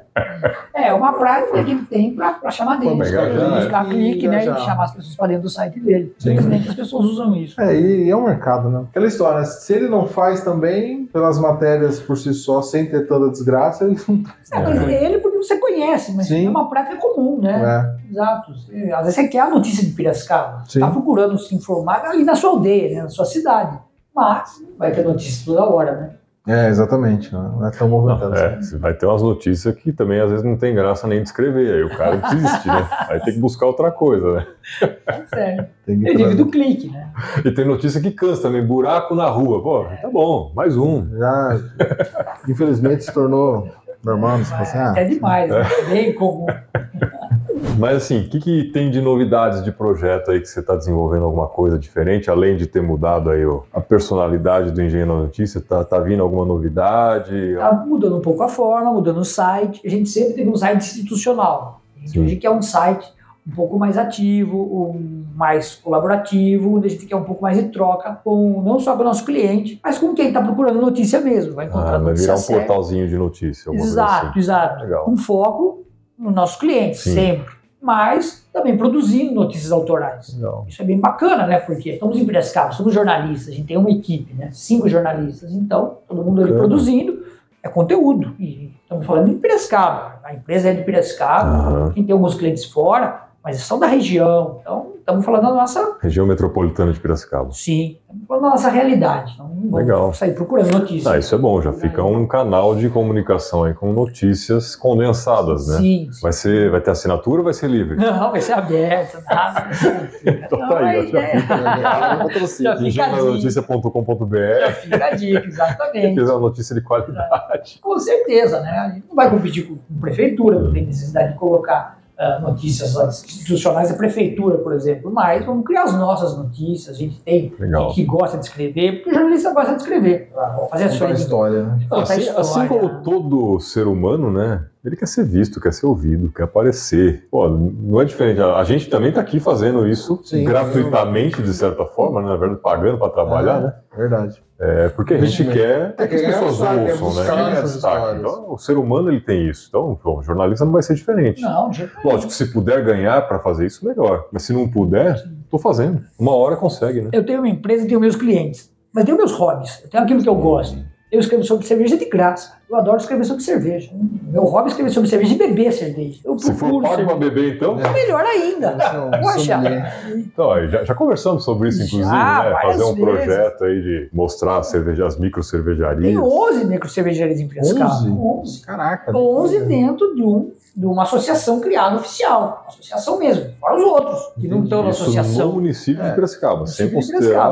Speaker 3: É, uma prática que ele tem para chamar dele.
Speaker 1: Pra
Speaker 3: Pra
Speaker 1: engajar,
Speaker 3: buscar
Speaker 2: né?
Speaker 3: clique, né? E
Speaker 2: Engajar.
Speaker 3: chamar as pessoas para dentro do site dele.
Speaker 2: Sim.
Speaker 3: Simplesmente as pessoas usam isso.
Speaker 2: É, e é um mercado, né? Aquela história, né? se ele não faz também, pelas matérias por si só, sem ter tanta desgraça, ele não
Speaker 3: É, mas ele porque você conhece, mas
Speaker 2: Sim.
Speaker 3: é uma prática comum, né?
Speaker 2: é.
Speaker 3: Exato. Às vezes você quer a notícia de Piracicaba,
Speaker 2: Sim.
Speaker 3: está procurando se informar ali na sua aldeia, né? na sua cidade. Mas vai ter notícia toda hora, né?
Speaker 2: É, exatamente, né? Não é tão movimentado.
Speaker 1: Não,
Speaker 2: assim.
Speaker 1: é, você vai ter umas notícias que também às vezes não tem graça nem de escrever, aí o cara desiste, né? Aí tem que buscar outra coisa, né?
Speaker 3: Tá certo.
Speaker 2: Tem que
Speaker 3: Ele vive
Speaker 2: trazer.
Speaker 3: do clique, né?
Speaker 1: E tem notícia que cansa também, buraco na rua. Pô, tá bom, mais um.
Speaker 2: Já, infelizmente, se tornou normal, não sei assim, ah,
Speaker 3: Até demais, né?
Speaker 1: É.
Speaker 3: bem comum.
Speaker 1: Mas assim, o que, que tem de novidades de projeto aí que você está desenvolvendo alguma coisa diferente, além de ter mudado aí ó, a personalidade do Engenheiro da Notícia? Tá, tá vindo alguma novidade?
Speaker 3: Tá mudando um pouco a forma, mudando o site. A gente sempre teve um site institucional. A gente
Speaker 1: Sim.
Speaker 3: hoje quer um site um pouco mais ativo, um mais colaborativo, onde a gente quer um pouco mais de troca com não só com o nosso cliente, mas com quem está procurando notícia mesmo. Vai encontrar
Speaker 1: Ah, vai
Speaker 3: notícia
Speaker 1: virar um
Speaker 3: certa.
Speaker 1: portalzinho de notícia. alguma coisa
Speaker 3: Exato,
Speaker 1: assim.
Speaker 3: exato.
Speaker 1: Legal.
Speaker 3: Um foco no nosso cliente,
Speaker 1: Sim.
Speaker 3: sempre. Mas também produzindo notícias autorais.
Speaker 1: Legal.
Speaker 3: Isso é bem bacana, né? Porque estamos em Piracicaba, somos jornalistas, a gente tem uma equipe, né? Cinco jornalistas, então todo mundo ali
Speaker 1: Bacana.
Speaker 3: produzindo é conteúdo. E estamos falando de Piracicaba, a empresa é de Piracicaba,
Speaker 1: Aham.
Speaker 3: a gente tem alguns clientes fora, mas são da região. Então estamos falando da nossa,
Speaker 1: Região metropolitana de Piracicaba.
Speaker 3: sim, estamos falando da nossa realidade. Então não vamos
Speaker 1: Legal.
Speaker 3: sair procurando notícias.
Speaker 1: Ah, isso é bom, já fica um canal de comunicação aí com notícias condensadas, né?
Speaker 3: Sim, sim.
Speaker 1: Vai, ser, vai ter assinatura ou vai ser livre?
Speaker 3: Não, vai ser aberto, nada.
Speaker 1: Então tá aí, ó, já
Speaker 3: é,
Speaker 2: patrocínio.
Speaker 3: Já fica a dica. Já
Speaker 1: Engenheiranoticia.com.br
Speaker 3: fica a dica, exatamente.
Speaker 1: que é uma notícia de qualidade.
Speaker 3: Com certeza, né? A gente não vai competir com com prefeitura, não tem necessidade de colocar ah, notícias institucionais da prefeitura, por exemplo, mas vamos criar as nossas notícias. A gente tem
Speaker 1: Legal.
Speaker 3: que gosta de escrever, porque o jornalista gosta de escrever. Ah, Vamos fazer a
Speaker 2: Contar
Speaker 3: sua
Speaker 2: a história, né?
Speaker 3: contar
Speaker 1: Assim,
Speaker 3: história.
Speaker 1: assim como todo ser humano, né? Ele quer ser visto, quer ser ouvido, quer aparecer. Pô, não é diferente. A a gente também tá aqui fazendo isso
Speaker 2: Sim.
Speaker 1: gratuitamente, de certa forma, né? Na verdade, pagando para trabalhar,
Speaker 2: É,
Speaker 1: né?
Speaker 2: Verdade.
Speaker 1: É porque a gente
Speaker 2: Investimento.
Speaker 1: quer
Speaker 2: É
Speaker 1: que as
Speaker 2: ganhar
Speaker 1: pessoas
Speaker 2: destaque, é
Speaker 1: ouçam, né?
Speaker 2: buscar
Speaker 1: Ganhar
Speaker 2: essas
Speaker 1: destaque.
Speaker 2: histórias.
Speaker 1: Então, o ser humano ele tem isso. Então, o jornalista não vai ser diferente.
Speaker 3: Não, de jeito nenhum.
Speaker 1: Lógico, se puder ganhar para fazer isso, melhor. Mas se não puder, tô fazendo. Uma hora consegue, né?
Speaker 3: Eu tenho uma empresa e tenho meus clientes, mas tenho meus hobbies, eu tenho aquilo que eu gosto. Eu escrevo sobre cerveja de graça. Eu adoro escrever sobre cerveja. Meu hobby é escrever sobre cerveja e beber cerveja. Eu
Speaker 1: Se for
Speaker 3: procuro
Speaker 1: pago
Speaker 3: cerveja.
Speaker 1: para beber, então.
Speaker 2: É.
Speaker 3: Melhor ainda.
Speaker 2: Você é um
Speaker 3: Poxa.
Speaker 2: sommelier.
Speaker 1: Então, aí, já, já conversamos sobre isso, inclusive,
Speaker 3: Já,
Speaker 1: né?
Speaker 3: várias
Speaker 1: Fazer um
Speaker 3: vezes.
Speaker 1: projeto aí de mostrar as, cerveja, as micro cervejarias.
Speaker 3: Tem 11 microcervejarias em Piracicaba.
Speaker 2: 11?
Speaker 3: 11.
Speaker 2: Caraca. né?
Speaker 3: 11 dentro de, um, de uma associação criada oficial. Uma associação mesmo. Fora os outros que não estão então na
Speaker 1: Isso no
Speaker 3: associação.
Speaker 1: município de
Speaker 2: É.
Speaker 1: Piracicaba, sem
Speaker 3: Município de
Speaker 1: considerar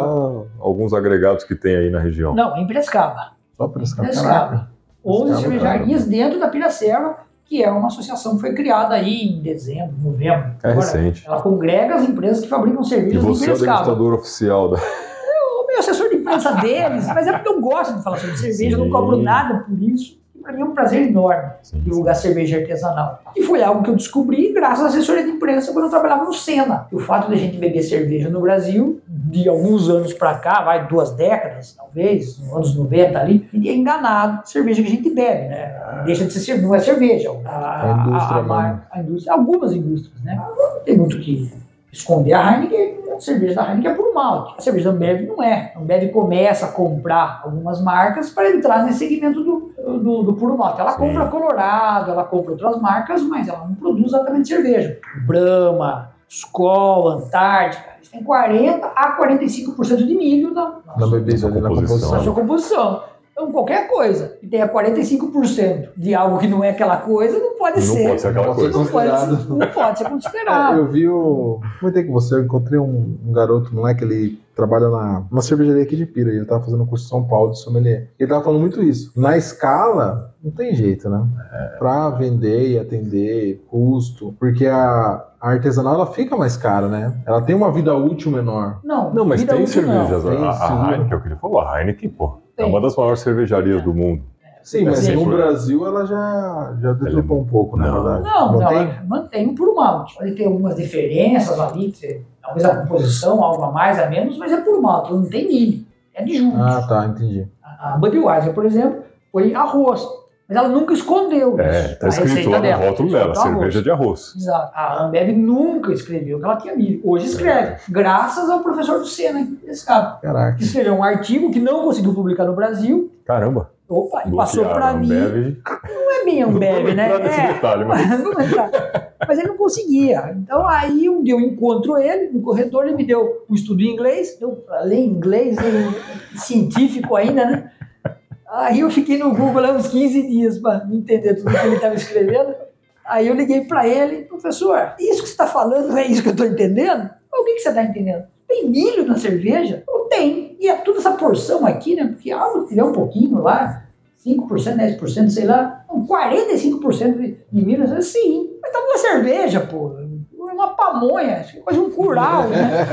Speaker 1: alguns agregados que tem aí na região.
Speaker 3: Não, em Piracicaba.
Speaker 2: Só por esse cara.
Speaker 3: Piracicaba.
Speaker 2: Caraca.
Speaker 3: 11
Speaker 2: Piracicaba,
Speaker 3: cervejarias dentro da Piracicaba, que é uma associação que foi criada aí em dezembro, novembro.
Speaker 1: É recente.
Speaker 3: ela congrega as empresas que fabricam
Speaker 1: E
Speaker 3: cervejas em
Speaker 1: você é o
Speaker 3: Piracicaba.
Speaker 1: degustador oficial da.
Speaker 3: Eu meu assessor de imprensa deles, mas é porque eu gosto de falar sobre cerveja, eu não
Speaker 1: Sim.
Speaker 3: cobro nada por isso. E Para mim é um prazer enorme.
Speaker 1: Sim.
Speaker 3: divulgar cerveja artesanal. E foi algo que eu descobri graças à assessoria de imprensa quando eu trabalhava no Sena. E o fato da gente beber cerveja no Brasil, de alguns anos pra cá, vai duas décadas, talvez, nos anos 90 ali, e é enganado a cerveja que a gente bebe, né? Deixa de ser cerveja, não é cerveja. A,
Speaker 2: Ah. A indústria,
Speaker 3: mar-
Speaker 2: mano.
Speaker 3: a indústria- algumas indústrias, né? Não tem muito o que esconder. A Heineken, a cerveja da Heineken é por malte. A cerveja da Ambev não é. A Ambev começa a comprar algumas marcas para entrar nesse segmento do, do, do puro malte. Ela
Speaker 1: Sim.
Speaker 3: compra Colorado, ela compra outras marcas, mas ela não produz exatamente cerveja. Brahma, Skol, Antártica. Eles têm 40 a 45% de milho na, na
Speaker 2: Na
Speaker 3: sua-
Speaker 2: bebida, ali, na
Speaker 1: Composição.
Speaker 3: na sua
Speaker 2: composição.
Speaker 3: composição. Então, qualquer coisa que tenha 45% de algo que não é aquela coisa, não pode
Speaker 1: Não
Speaker 3: ser.
Speaker 1: pode ser aquela
Speaker 2: Não
Speaker 1: coisa.
Speaker 3: Não pode ser,
Speaker 2: Considerado.
Speaker 3: não pode ser
Speaker 2: É,
Speaker 3: considerado.
Speaker 2: eu vi o. Comentei com você, eu encontrei um, um garoto, um moleque, ele trabalha na uma cervejaria aqui de Pira, e ele tava fazendo um curso em São Paulo de sommelier. Ele tava falando muito isso. Na escala, não tem jeito, né? Pra vender e atender, custo, porque a, a artesanal ela fica mais cara, né? Ela tem uma vida útil menor.
Speaker 3: Não,
Speaker 1: Não, mas
Speaker 3: vida
Speaker 1: tem
Speaker 3: útil, não.
Speaker 1: cervejas.
Speaker 2: Tem,
Speaker 1: a, a
Speaker 2: sim.
Speaker 1: Heineken, é o que ele falou, a Heineken, pô, é
Speaker 3: Tem.
Speaker 1: uma das maiores cervejarias do mundo.
Speaker 2: Sim, mas
Speaker 1: Sim.
Speaker 2: no Brasil ela já, já deturpou um pouco, na
Speaker 1: né? Não.
Speaker 2: verdade.
Speaker 3: Não, não,
Speaker 2: tem?
Speaker 3: ela mantém um por um áudio. Ele tem algumas diferenças ali, que você- talvez a composição, algo a mais, a menos, mas é por um áudio, não tem milho, é de juntos.
Speaker 2: Ah, tá, entendi.
Speaker 3: A Budweiser, por exemplo, põe arroz, mas ela nunca escondeu
Speaker 1: É,
Speaker 3: isso,
Speaker 1: tá
Speaker 3: a
Speaker 1: escrito
Speaker 3: receita
Speaker 1: lá
Speaker 3: dela, Tá
Speaker 1: no rótulo
Speaker 3: escondeu
Speaker 1: dela, cerveja de arroz.
Speaker 3: Exato. A Ambev nunca escreveu que ela tinha milho. Hoje escreve, graças ao professor do Senna, esse cara,
Speaker 2: Caraca.
Speaker 3: que escreveu um artigo que não conseguiu publicar no Brasil,
Speaker 1: Caramba.
Speaker 3: opa, e passou
Speaker 1: bloquearam
Speaker 3: para
Speaker 1: a
Speaker 3: mim.
Speaker 1: Ambev.
Speaker 3: Não é bem
Speaker 1: Não vou
Speaker 3: Ambev, né?
Speaker 1: entrar nesse
Speaker 3: É,
Speaker 1: detalhe, mas...
Speaker 3: mas, não entra. Mas ele não conseguia. Então aí um dia eu encontro ele no corredor, ele me deu um estudo em inglês, eu falei inglês em científico ainda, né? Aí eu fiquei no Google lá uns 15 dias para entender tudo que ele estava escrevendo. Aí eu liguei para ele, professor, isso que você está falando não é isso que eu estou entendendo? Mas o que, que você está entendendo? Tem milho na cerveja? Não tem. E é toda essa porção aqui, né? Porque algo tiver um pouquinho lá, 5%, 10%, sei lá, um 45% de, de milho, eu falei, sim. Mas tava na cerveja, pô. É uma pamonha, isso é quase um curau, né?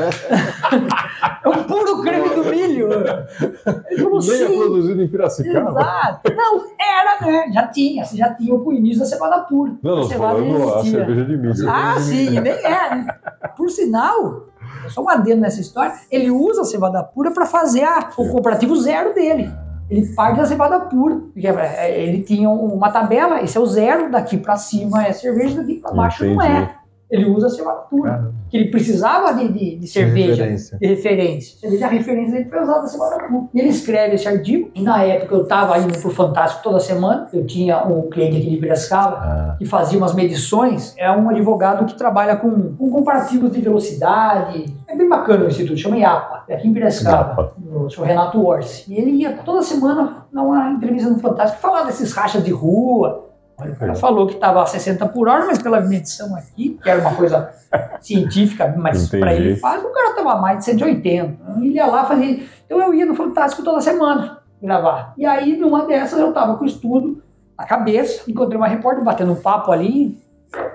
Speaker 3: É um puro creme do milho. Ele falou,
Speaker 1: Nem é
Speaker 3: sim.
Speaker 1: produzido em Piracicaba.
Speaker 3: Exato. Não, era, né? Já tinha, você já tinha o início da cevada pura.
Speaker 1: Não, não,
Speaker 3: a
Speaker 1: tô
Speaker 3: cevada
Speaker 1: falando a
Speaker 3: existia.
Speaker 1: cerveja é de milho.
Speaker 3: Ah, sim, e nem é. né? Por sinal, só um adendo nessa história, ele usa a cevada pura para fazer a- o comparativo zero dele. Ele parte da cevada pura. Porque, é, Ele tinha uma tabela, esse é o zero, daqui para cima é cerveja, daqui para baixo não é. Ele usa a cevada pura.
Speaker 2: Caramba.
Speaker 3: Que ele precisava de, de- de cerveja
Speaker 2: é Referência.
Speaker 3: de referência. Você vê a referência dele foi usada semana passada. E ele escreve esse artigo. E na época eu estava indo pro Fantástico toda semana. Eu tinha um cliente aqui de Piracicaba
Speaker 1: Ah,
Speaker 3: que fazia umas medições. É um advogado que trabalha com, com comparativos de velocidade. É bem bacana o instituto, chama IAPA. É aqui em Piracicaba.
Speaker 1: IAPA.
Speaker 3: O senhor Renato Orsi. E ele ia toda semana dar uma entrevista no Fantástico falar desses rachas de rua. Olha, O
Speaker 1: É.
Speaker 3: cara falou que estava a 60 por hora, mas pela medição aqui, que era uma coisa científica, mas
Speaker 1: Entendi.
Speaker 3: para ele faz, o cara tava mais de 180. Ele ia lá fazia. Então eu ia no Fantástico toda semana gravar. E aí, numa dessas, eu tava com o estudo na cabeça, encontrei uma repórter batendo um papo ali.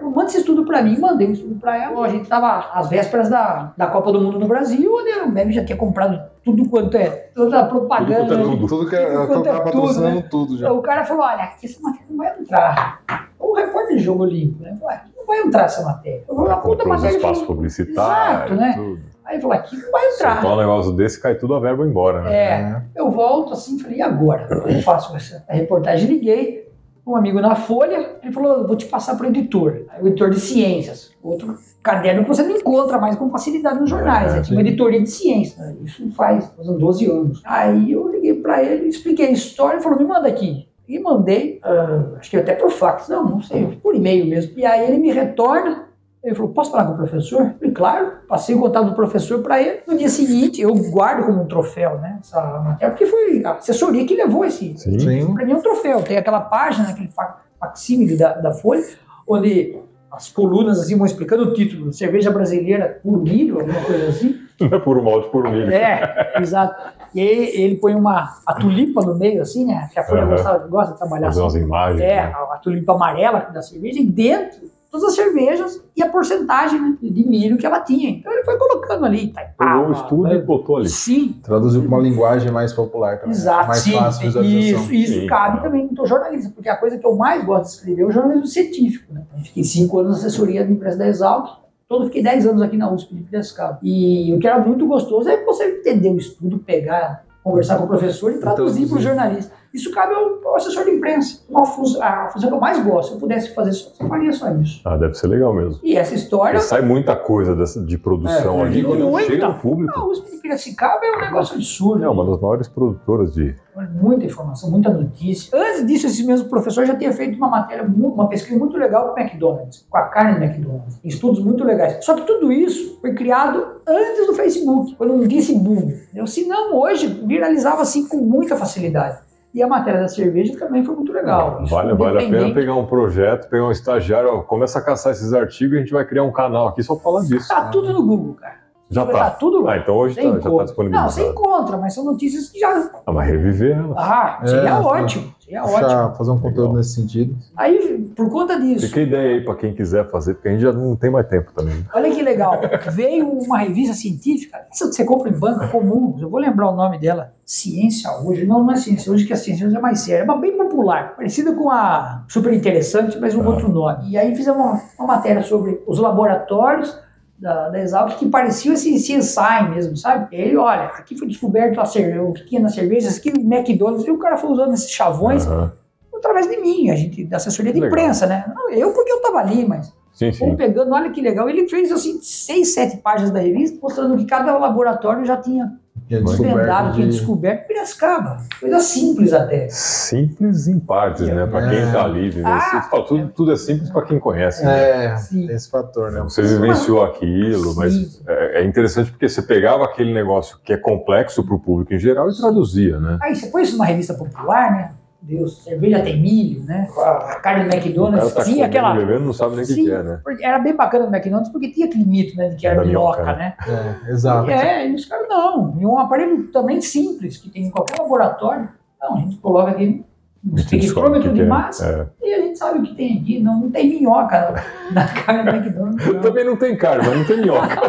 Speaker 3: Manda esse estudo para mim, mandei o estudo para ela. A gente tava às vésperas da, da Copa do Mundo no Brasil, onde a Ambev já tinha comprado tudo quanto é, toda a propaganda.
Speaker 1: Tudo quanto é
Speaker 2: Tudo, tudo que ela
Speaker 3: Tudo, é
Speaker 2: tá
Speaker 3: tudo,
Speaker 2: patrocinando tudo já.
Speaker 3: Então, o cara falou: olha, aqui essa matéria não vai entrar. O repórter de jogo limpo, né? Falou, "Aqui não vai entrar essa matéria. Eu vou lá, puta
Speaker 1: comprou os
Speaker 3: matéria.
Speaker 1: espaços
Speaker 3: falou,
Speaker 1: publicitários.
Speaker 3: Exato, né?
Speaker 1: Tudo.
Speaker 3: Aí eu falei, aqui não vai entrar.
Speaker 1: Soltar um negócio desse, cai tudo a verba embora, né?
Speaker 3: É, eu volto assim, falei, e agora? O que eu faço essa reportagem? Liguei, um amigo na Folha, ele falou, vou te passar para o editor. Aí o editor de ciências, outro caderno que você não encontra mais com facilidade nos jornais,
Speaker 1: É,
Speaker 3: é, tipo uma editoria de ciências. né? Isso faz, faz uns 12 anos. Aí eu liguei para ele, expliquei a história, ele falou, me manda aqui. E mandei, ah, acho que até por fax, não, não sei, por e-mail mesmo. E aí ele me retorna, ele falou, posso falar com o professor? Eu falei, claro, passei o contato do professor para ele. No dia seguinte, eu guardo como um troféu, né? Essa matéria, porque foi a assessoria que levou esse.
Speaker 1: Sim.
Speaker 2: Sim.
Speaker 3: Para mim é um troféu. Tem aquela página, aquele fa- facsímile da, da Folha, onde as colunas assim vão explicando o título: Cerveja Brasileira por milho, alguma coisa assim.
Speaker 1: Não é por molde, por milho.
Speaker 3: É, exato. E aí ele põe uma a tulipa no meio, assim, né? Que a Folha
Speaker 1: Aham.
Speaker 3: gostava- gosta de trabalhar
Speaker 1: Fazer
Speaker 3: assim.
Speaker 1: umas imagens.
Speaker 3: É,
Speaker 1: né?
Speaker 3: a, a tulipa amarela é da cerveja, e dentro todas as cervejas e a porcentagem né, de milho que ela tinha. Então ele foi colocando ali. Itaipava,
Speaker 1: Pegou o estúdio e
Speaker 3: né?
Speaker 1: botou ali.
Speaker 3: Sim,
Speaker 2: Traduziu pra uma linguagem mais popular também. né?
Speaker 3: exato.
Speaker 2: Mais
Speaker 3: sim,
Speaker 2: fácil de visualização.
Speaker 3: isso, isso
Speaker 1: Sim,
Speaker 3: cabe
Speaker 1: claro.
Speaker 3: também no jornalista, porque a coisa que eu mais gosto de escrever é o jornalismo científico. Né? Eu Fiquei cinco anos na assessoria da empresa da Exalc, todo fiquei dez anos aqui na USP de Piracicaba. E o que era muito gostoso é você entender o estudo, pegar, conversar com o professor e
Speaker 1: Então,
Speaker 3: traduzir
Speaker 2: traduzir.
Speaker 3: para o jornalista. Isso cabe ao, ao assessor de imprensa. Uma fus- a função que eu mais gosto, se eu pudesse fazer só, eu faria só isso.
Speaker 1: Ah, deve ser legal mesmo.
Speaker 3: E essa história,
Speaker 1: Porque sai muita coisa dessa- de produção
Speaker 2: É,
Speaker 1: ali. Quando
Speaker 3: muita.
Speaker 1: chega no público.
Speaker 3: a USP de Piracicaba é um negócio absurdo.
Speaker 1: É uma das maiores produtoras de.
Speaker 3: Então, é Muita informação, muita notícia. Antes disso, esse mesmo professor já tinha feito uma matéria, mu- uma pesquisa muito legal com o McDonald's, com a carne do McDonald's. Estudos muito legais. Só que tudo isso foi criado antes do Facebook, quando não tinha esse boom. Entendeu? Se não, hoje viralizava assim com muita facilidade. E a matéria da cerveja também foi muito legal. Isso
Speaker 1: Vale, vale a pena
Speaker 3: independente.
Speaker 1: pegar um projeto, pegar um estagiário, ó, começa a caçar esses artigos e a gente vai criar um canal aqui só falando disso.
Speaker 3: Tá tudo no Google, cara.
Speaker 1: Já
Speaker 3: Tá
Speaker 1: tá.
Speaker 3: tudo lá.
Speaker 1: Ah, então hoje
Speaker 3: Você
Speaker 1: tá, já tá
Speaker 3: encontra. Não, você
Speaker 1: disponibilizado.
Speaker 3: encontra, mas são notícias que já
Speaker 1: Ah, mas reviver ela.
Speaker 3: Ah,
Speaker 2: É,
Speaker 3: seria
Speaker 2: sim.
Speaker 3: ótimo. Seria ótimo.
Speaker 2: Achar, fazer um conteúdo
Speaker 1: Legal.
Speaker 2: nesse sentido.
Speaker 3: Aí, por conta disso,
Speaker 1: Fica a ideia aí pra quem quiser fazer, porque a gente já não tem mais tempo também.
Speaker 3: olha que legal. Veio uma revista científica, essa que você compra em banca comum, eu vou lembrar o nome dela. Ciência Hoje. Não, não é Ciência Hoje, que a Ciência Hoje é mais séria. É uma bem popular, parecida com a Super Interessante, mas um
Speaker 1: Ah.
Speaker 3: outro nome. E aí fizemos uma, uma matéria sobre os laboratórios da, da Exalc que pareciam assim, esse CSI mesmo, sabe? E aí, olha, aqui foi descoberto a cerve- o que tinha na cerveja, isso aqui no McDonald's, e o cara foi usando esses chavões
Speaker 1: Aham.
Speaker 3: através de mim, a gente, da assessoria de
Speaker 1: Ah. Legal.
Speaker 3: imprensa, né? Não, eu porque eu estava ali, mas
Speaker 1: Sim,
Speaker 3: Fomos
Speaker 1: sim.
Speaker 3: pegando, olha que legal. Ele fez assim seis, sete páginas da revista, mostrando que cada laboratório já tinha
Speaker 2: Tinha
Speaker 1: Mas-
Speaker 2: é descoberto
Speaker 3: desvendado, tinha
Speaker 2: de...
Speaker 3: descoberto Piracicaba. Coisa simples até.
Speaker 1: Simples em partes, né? Pra quem tá ali, vive.
Speaker 3: Ah!
Speaker 1: Você fala, tudo, tudo é simples pra quem conhece. né?
Speaker 2: É,
Speaker 3: Sim.
Speaker 2: tem esse fator, né?
Speaker 1: Você vivenciou aquilo, mas é, é interessante porque você pegava aquele negócio que é complexo para o público em geral e traduzia, né?
Speaker 3: Aí você põe isso numa revista popular, né? Deus, cerveja tem milho, né? A carne do
Speaker 1: O cara
Speaker 3: McDonald's
Speaker 1: tá
Speaker 3: tinha
Speaker 1: comendo,
Speaker 3: aquela.
Speaker 1: bebendo, não sabe nem o que
Speaker 3: Sim,
Speaker 1: que é, né?
Speaker 3: porque Era bem bacana no McDonald's porque tinha aquele mito, né? De que era
Speaker 1: Da minhoca,
Speaker 3: minhoca, né?
Speaker 2: É, exato.
Speaker 3: É, e os caras não. E um aparelho também simples, que tem em qualquer laboratório. Não, a gente coloca aqui um
Speaker 1: A gente descobre o
Speaker 3: espectrômetro de
Speaker 1: é.
Speaker 3: massa
Speaker 1: É.
Speaker 3: e a gente sabe o que tem aqui. Não, não tem minhoca na carne do McDonald's. não.
Speaker 1: É. Também não tem carne, mas não tem minhoca.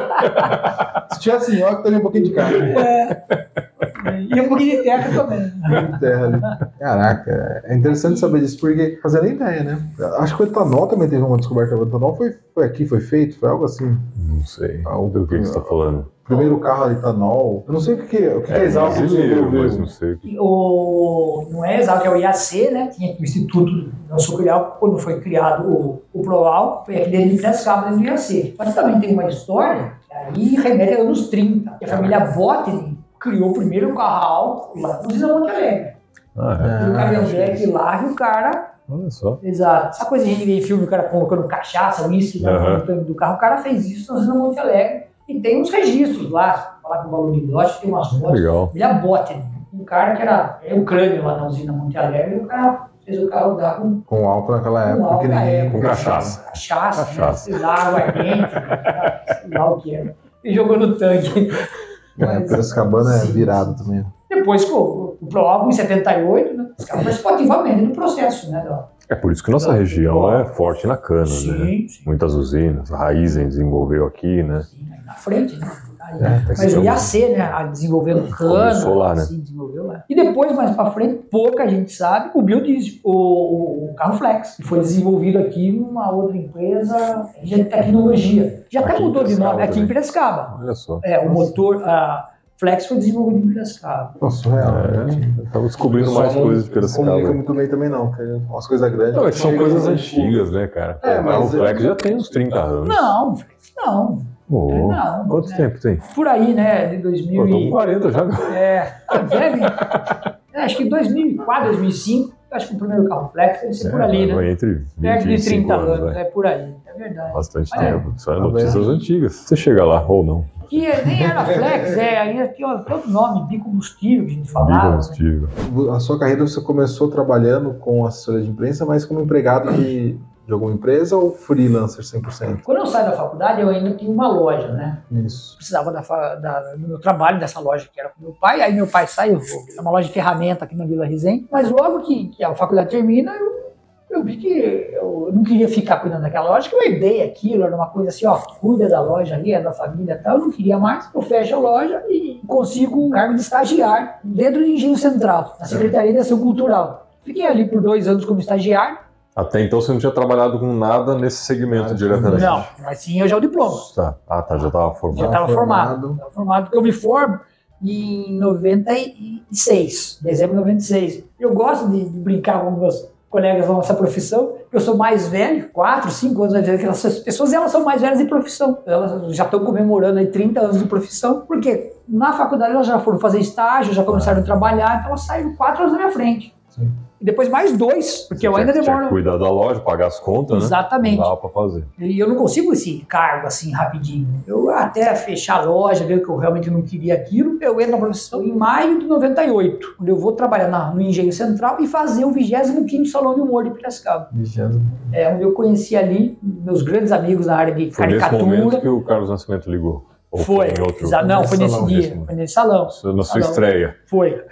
Speaker 2: Se tivesse minhoca, teria um pouquinho de carne.
Speaker 3: E um pouquinho de terra também.
Speaker 2: Muito terra ali. Caraca, é interessante saber disso, porque fazia nem ideia, né? Acho que o etanol também teve uma descoberta. O etanol foi, foi aqui, foi feito, foi algo assim.
Speaker 1: Não sei.
Speaker 2: Ah, o-
Speaker 1: Do que, que você está falando?
Speaker 2: Primeiro carro a etanol. Eu não sei o que, que é. O que, que é, exato?
Speaker 1: brasileiro, mas não sei.
Speaker 3: E O, não é exato, é o IAC, né? Tinha aqui o Instituto Nacional Crial, quando foi criado o, o PROAL, foi aqui dentro de Piracicaba, dentro do IAC. Mas também tem uma história, que aí remete aos anos 30, que a família Botini criou o primeiro carro álcool lá no Zé Monte Alegre.
Speaker 1: Ah,
Speaker 3: Tem um caminhonete
Speaker 2: Ah,
Speaker 3: lá que o cara,
Speaker 1: é. olha só.
Speaker 3: exato, essa coisa que a gente vê em filme, o cara colocando cachaça, um uísque, lá
Speaker 1: Aham.
Speaker 3: no tanque do carro, o cara fez isso no Zé Monte Alegre. E tem uns registros lá, falar com o valor de lote, tem umas fotos.
Speaker 1: Legal.
Speaker 3: Ele é Botten, um cara que era é ucrânio lá na usina Monte Alegre, e o cara fez o carro dar com
Speaker 2: com álcool naquela
Speaker 3: Com
Speaker 2: época.
Speaker 3: álcool
Speaker 2: que
Speaker 3: na
Speaker 2: ninguém
Speaker 3: época. né?
Speaker 1: Com cachaça.
Speaker 3: cachaça,
Speaker 1: Cachaça.
Speaker 3: né? Sei lá, aguardente, sei lá o que era. E jogou no tanque.
Speaker 2: É, Piracicabana é
Speaker 3: Sim.
Speaker 2: virado também.
Speaker 3: Depois que o, o Proalgo, em 78, né, os caras participam ativamente no processo, né? da-
Speaker 1: É por isso que nossa região é forte na cana, né?
Speaker 3: sim.
Speaker 1: Muitas usinas, a Raizen desenvolveu aqui, né?
Speaker 3: sim, aí na frente, né? Aí-
Speaker 2: É,
Speaker 1: Tem que
Speaker 3: Mas
Speaker 1: ser
Speaker 3: o
Speaker 1: um-
Speaker 3: IAC, né? a- Desenvolvendo cana.
Speaker 1: Começou lá, né?
Speaker 3: Sim, desenvolveu lá. E depois, mais pra frente, pouca gente sabe, o biodiesel, o, o- o carro flex, que foi desenvolvido aqui numa outra empresa de tecnologia. Já até
Speaker 1: Aqui em
Speaker 3: mudou de nome,
Speaker 1: Piracicaba
Speaker 3: aqui em
Speaker 1: também.
Speaker 3: Piracicaba.
Speaker 1: Olha só.
Speaker 3: É, o motor a flex foi desenvolvido em Piracicaba.
Speaker 2: Nossa, surreal. né?
Speaker 1: É, estamos descobrindo
Speaker 2: Só
Speaker 1: mais
Speaker 2: não-
Speaker 1: coisas de
Speaker 2: Não
Speaker 1: Piracicaba.
Speaker 2: comunica muito bem também, não. que é Umas coisas grandes.
Speaker 1: Não, é que são coisas antigas, né, cara?
Speaker 2: É, mas
Speaker 1: o Flex
Speaker 2: eu-
Speaker 1: já tem uns 30 anos.
Speaker 3: Não, flex não.
Speaker 1: Ô,
Speaker 3: não.
Speaker 1: Quanto
Speaker 3: né?
Speaker 1: tempo tem?
Speaker 3: Por aí, né? De
Speaker 1: Pô,
Speaker 3: 2000
Speaker 1: tô com
Speaker 3: e...
Speaker 1: 40 já.
Speaker 3: É, tá velho. hein? É, acho que 2004, 2005, acho que o primeiro carro flex deve ser por ali, né?
Speaker 1: É, Entre 20
Speaker 3: Perto
Speaker 1: e
Speaker 3: de
Speaker 1: 25
Speaker 3: 30 anos,
Speaker 1: anos, né?
Speaker 3: é por aí. É verdade.
Speaker 1: Bastante
Speaker 3: Olha aí.
Speaker 1: tempo. Isso é
Speaker 2: Tá
Speaker 1: notícias
Speaker 2: vendo?
Speaker 1: antigas. Você chega lá, ou não.
Speaker 3: Que nem era flex, é, ainda tinha outro nome, bicombustível, que a gente
Speaker 1: Bico
Speaker 3: falava. né?
Speaker 1: combustível.
Speaker 2: A sua carreira você começou trabalhando com assessoria de imprensa, mas como empregado de, de alguma empresa ou freelancer 100%?
Speaker 3: Quando eu saí da faculdade, eu ainda tinha uma loja, né?
Speaker 2: Isso.
Speaker 3: Precisava da, fa- da- do meu trabalho, dessa loja que era com meu pai. Aí meu pai saiu, é uma loja de ferramenta aqui na Vila Resende. Mas logo que, que a faculdade termina, eu, eu vi que eu não queria ficar cuidando daquela loja, que eu herdei aquilo, era uma coisa assim, ó, cuida da loja ali, é da família e tal. Eu não queria mais, eu fecho a loja e consigo um cargo de estagiário dentro do Engenho Central, na Secretaria de Ação Cultural. Fiquei ali por dois anos como estagiário.
Speaker 1: Até então você não tinha trabalhado com nada nesse segmento
Speaker 2: Não,
Speaker 1: diretamente.
Speaker 3: Não, mas sim, eu já o diploma.
Speaker 1: Tá. Ah, tá. Já estava
Speaker 3: Já
Speaker 1: formado.
Speaker 3: estava formado. Tava formado porque eu me formo em 96, dezembro de 96. Eu gosto de de brincar com meus colegas da nossa profissão, porque eu sou mais velho, 4, 5 anos mais velho que essas pessoas, e elas são mais velhas de profissão. Elas já estão comemorando aí 30 anos de profissão, porque na faculdade elas já foram fazer estágio, já começaram a trabalhar, então elas saíram 4 anos na minha frente.
Speaker 2: Sim.
Speaker 3: E depois mais dois, porque eu
Speaker 1: Tinha-
Speaker 3: ainda
Speaker 1: tinha que
Speaker 3: demoro.
Speaker 1: cuidar da loja, pagar as contas, né?
Speaker 3: Exatamente.
Speaker 1: Não dava pra fazer.
Speaker 3: E eu não consigo esse cargo assim rapidinho. Eu até fechar a loja, ver que eu realmente não queria aquilo, eu entro na profissão em maio de 98, onde eu vou trabalhar na- no Engenho Central e fazer o 25º Salão de Humor de Piracicaba.
Speaker 2: Vigiando.
Speaker 3: É onde eu conheci ali meus grandes amigos na área de
Speaker 1: Foi nesse
Speaker 3: caricatura.
Speaker 1: momento que o Carlos Nascimento ligou. Ou
Speaker 3: Foi.
Speaker 1: em outro-
Speaker 3: Exa- Não, foi nesse
Speaker 2: salão
Speaker 1: mesmo,
Speaker 3: dia.
Speaker 1: né?
Speaker 3: Foi nesse salão.
Speaker 1: Na sua
Speaker 3: Salão.
Speaker 1: estreia.
Speaker 3: Foi.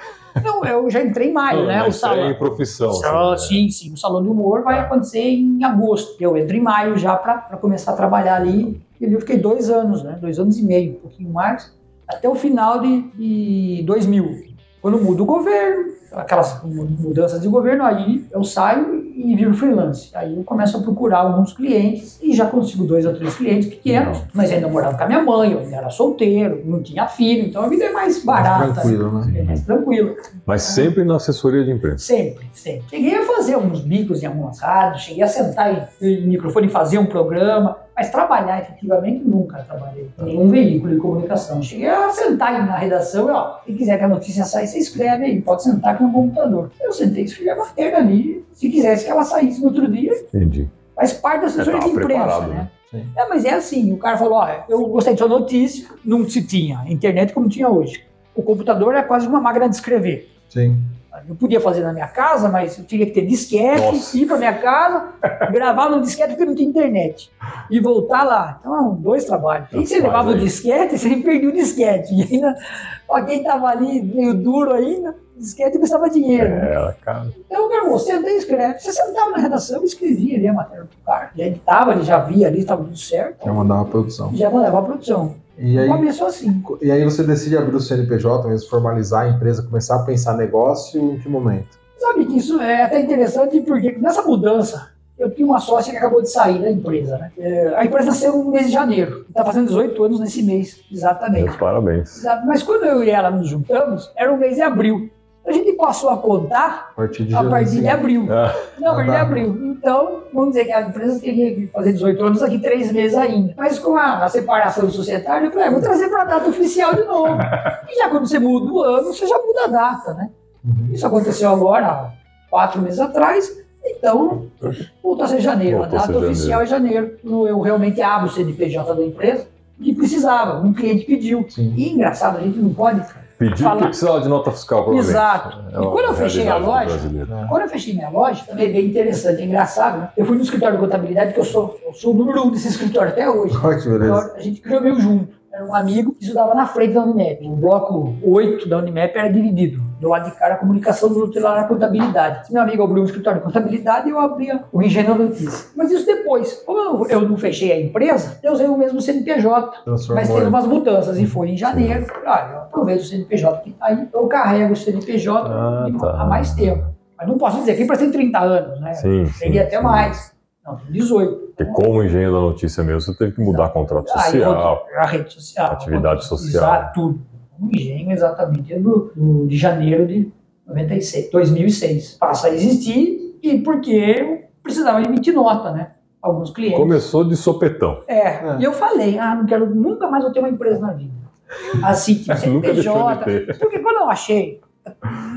Speaker 3: Não, eu já entrei em maio, né?
Speaker 1: Na
Speaker 3: O
Speaker 1: estreia
Speaker 3: salão.
Speaker 1: em profissão.
Speaker 3: O salão-
Speaker 1: assim, né?
Speaker 3: Sim, sim. O salão do humor vai
Speaker 1: Ah.
Speaker 3: acontecer em agosto. Eu entro em maio já para começar a trabalhar ali. E ali eu fiquei dois anos, né? Dois anos e meio, um pouquinho mais, até o final de, de 2000. Quando muda o governo, aquelas mu- mudanças de governo, aí eu saio e viro freelance. Aí eu começo a procurar alguns clientes e já consigo dois ou três clientes pequenos,
Speaker 1: Legal.
Speaker 3: mas ainda morava com a minha mãe, eu ainda era solteiro, não tinha filho, então a vida é mais
Speaker 2: Mais
Speaker 3: barata,
Speaker 2: Tranquilo, né?
Speaker 3: é mais tranquilo.
Speaker 1: Mas sempre na assessoria de imprensa.
Speaker 3: Sempre, sempre. Cheguei a fazer alguns bicos em algumas rádios, cheguei a sentar em, em microfone e fazer um programa, mas trabalhar efetivamente nunca trabalhei em nenhum veículo de comunicação. Cheguei a sentar em- na redação e, ó, se quiser que a notícia saia, você escreve aí, pode sentar com o computador. Eu sentei, escrevi a matéria ali, se quisesse que ela saísse no outro dia,
Speaker 1: Entendi.
Speaker 3: faz parte da assessoria de
Speaker 1: tava
Speaker 3: imprensa,
Speaker 1: preparado,
Speaker 3: né?
Speaker 1: né?
Speaker 2: Sim.
Speaker 3: É, mas é assim, o cara falou, ó, eu gostei de sua notícia, não se tinha, internet como tinha hoje. O computador é quase uma máquina de escrever.
Speaker 2: Sim.
Speaker 3: Eu podia fazer na minha casa, mas eu teria que ter disquete,
Speaker 1: Nossa.
Speaker 3: ir para minha casa, gravar no disquete porque não tinha internet. E voltar lá. Então, eram dois trabalhos. E
Speaker 1: Rapaz,
Speaker 3: você levava o
Speaker 1: aí.
Speaker 3: disquete, você perdia o disquete. E ainda, ó, quem estava ali meio duro ainda, disquete custava dinheiro. né?
Speaker 1: É, cara.
Speaker 3: Então, cara, você até escreve. Você sentava na redação e escrevia ali a matéria pro cara. Já editava, ele já via ali, estava tudo certo.
Speaker 2: Já mandava a produção.
Speaker 3: Já mandava a produção.
Speaker 2: E aí,
Speaker 3: Começou assim.
Speaker 2: e aí você decide abrir o CNPJ mesmo, formalizar a empresa, começar a pensar negócio em que momento?
Speaker 3: Sabe que isso é até interessante porque nessa mudança eu tinha uma sócia que acabou de sair da empresa, né? É, A empresa nasceu no mês de janeiro, está fazendo 18 anos nesse mês, exatamente.
Speaker 1: Meus parabéns.
Speaker 3: Sabe, Mas quando eu e ela nos juntamos, era o mês de abril. A gente passou a contar
Speaker 2: A partir de
Speaker 3: a partir de
Speaker 2: janeiro.
Speaker 3: abril.
Speaker 1: Ah,
Speaker 3: Não, a partir de
Speaker 2: tá.
Speaker 3: abril. Então, vamos dizer que a empresa teria que fazer 18 anos daqui três meses ainda. Mas com a, a separação do societário, eu falei, ah, vou trazer para a data oficial de novo. E já quando você muda o ano, você já muda a data, né?
Speaker 2: Uhum.
Speaker 3: Isso aconteceu agora, há quatro meses atrás, então voltou a ser janeiro.
Speaker 1: Voltou
Speaker 3: a
Speaker 1: a
Speaker 3: data
Speaker 1: ser janeiro.
Speaker 3: oficial é janeiro. No- Eu realmente abro o CNPJ da empresa e precisava, um cliente pediu.
Speaker 2: Sim.
Speaker 3: E engraçado, a gente não pode.
Speaker 1: Pediu
Speaker 3: Falar.
Speaker 1: que precisava de nota fiscal, provavelmente.
Speaker 3: Exato.
Speaker 1: É
Speaker 3: E
Speaker 1: uma
Speaker 3: quando eu fechei a
Speaker 1: realidade do
Speaker 3: loja,
Speaker 1: brasileiro.
Speaker 2: É.
Speaker 3: quando eu fechei minha loja, também é bem interessante, é engraçado. né? Eu fui no escritório de contabilidade, que eu sou, eu sou o número um desse escritório até hoje.
Speaker 2: Olha que beleza.
Speaker 3: A gente criou meio junto. Era um amigo que estudava na frente da Unimep. O bloco 8 da Unimep era dividido. Do lado de cá era a comunicação, do outro lado era a contabilidade. Esse Meu amigo abriu um escritório de contabilidade e eu abria o engenheiro da notícia. Mas isso depois. Como eu- eu não fechei a empresa, eu usei o mesmo CNPJ. Mas
Speaker 2: Transformou.
Speaker 1: é.
Speaker 3: teve
Speaker 2: ele.
Speaker 3: umas mudanças e foi em janeiro. Ah, eu aproveito o CNPJ que tá aí, eu carrego o CNPJ
Speaker 1: Ah, tá.
Speaker 3: há mais tempo. Mas não posso dizer que para ter 30 anos, né?
Speaker 1: Sim.
Speaker 3: Seria
Speaker 1: sim,
Speaker 3: até
Speaker 1: sim.
Speaker 3: mais. Não, tem 18.
Speaker 1: Porque como engenheiro da notícia mesmo, você teve que mudar contrato
Speaker 3: Ah, e
Speaker 1: social.
Speaker 3: outra, a rede social.
Speaker 1: atividade
Speaker 3: outra,
Speaker 1: social.
Speaker 3: Exato, tudo. Um engenho, exatamente, é do, do- de janeiro de 96, 2006. Passa a existir e porque eu precisava emitir nota, né? Alguns clientes.
Speaker 1: Começou de sopetão.
Speaker 3: É, e eu falei, ah, não quero, nunca mais vou ter uma empresa na vida. Assim, tipo,
Speaker 1: Nunca deixou de
Speaker 3: CNPJ,
Speaker 1: ter.
Speaker 3: porque quando eu achei,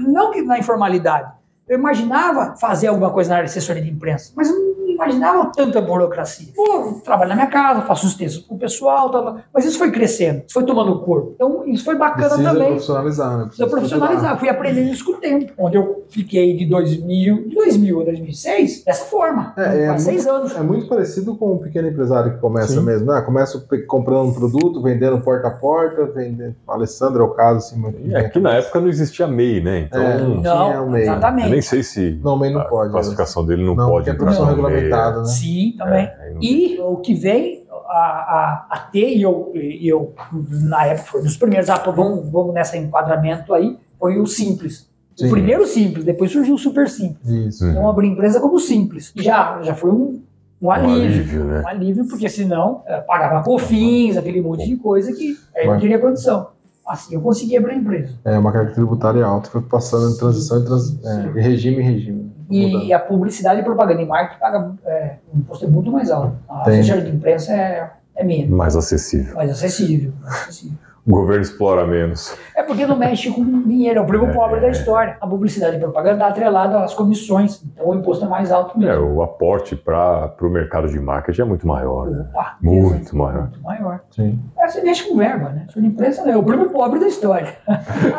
Speaker 3: não que na informalidade, eu imaginava fazer alguma coisa na área de assessoria de imprensa, mas eu não imaginava tanta burocracia. Pô, trabalho na minha casa, faço os textos pro pessoal, tal, mas isso foi crescendo, isso foi tomando corpo. Então, isso foi bacana
Speaker 2: Precisa
Speaker 3: também.
Speaker 2: profissionalizar, né?
Speaker 3: Eu
Speaker 2: Precisa
Speaker 3: profissionalizar, fui aprendendo isso com o tempo, onde eu fiquei de 2000, de 2000 a 2006, dessa forma,
Speaker 2: É, é
Speaker 3: quase seis anos.
Speaker 2: É muito parecido com o pequeno empresário que começa
Speaker 1: Sim.
Speaker 2: mesmo, né? Começa pe- comprando um produto, vendendo porta a porta, vendendo. O Alessandro é o caso, assim, muito
Speaker 1: E aqui na época não existia MEI, né? Então,
Speaker 2: É, não tinha o
Speaker 3: Não, tá-
Speaker 2: MEI.
Speaker 1: eu
Speaker 3: exatamente.
Speaker 1: nem sei se
Speaker 2: Não, mas não
Speaker 1: a
Speaker 2: pode. né?
Speaker 1: classificação dele não,
Speaker 2: Não,
Speaker 1: pode
Speaker 2: porque é
Speaker 1: entrar
Speaker 2: profissão
Speaker 1: no MEI.
Speaker 2: regulamentada, né?
Speaker 3: Sim, também.
Speaker 1: É, aí não-
Speaker 3: E o que vem a, a, a ter, e eu, e eu, na época, foi um dos primeiros, ah, pô, vamos, vamos nesse enquadramento aí, foi o simples.
Speaker 2: Sim.
Speaker 3: O primeiro simples, depois surgiu o super simples.
Speaker 2: Isso.
Speaker 1: Hum.
Speaker 3: Então eu abri a empresa como simples. Já, já foi um, um alívio. Um alívio.
Speaker 1: alívio, né?
Speaker 3: porque senão eh, pagava cofins, aquele monte de coisa que aí não
Speaker 2: Mas-
Speaker 3: teria condição. Assim eu consegui abrir a empresa.
Speaker 2: É uma carga tributária alta, foi passando de transição em trans... é, de regime em regime.
Speaker 3: E
Speaker 2: Mudando.
Speaker 3: a publicidade, propaganda e marketing paga eh, um imposto muito mais alto. A
Speaker 2: Tem.
Speaker 3: assessoria de imprensa é, é menos,
Speaker 1: Mais acessível.
Speaker 3: mais acessível. Mais acessível.
Speaker 1: O governo explora menos.
Speaker 3: É porque não mexe com dinheiro, é o primo pobre da história. A publicidade e propaganda está atrelada às comissões, então o imposto é mais alto
Speaker 1: É,
Speaker 3: mesmo.
Speaker 1: o aporte para o mercado de marketing é muito maior, né?
Speaker 3: Opa,
Speaker 1: Muito
Speaker 3: exato,
Speaker 1: maior.
Speaker 3: Muito maior.
Speaker 2: Sim.
Speaker 3: Aí você mexe com verba, né? Sua imprensa é o primo pobre da história.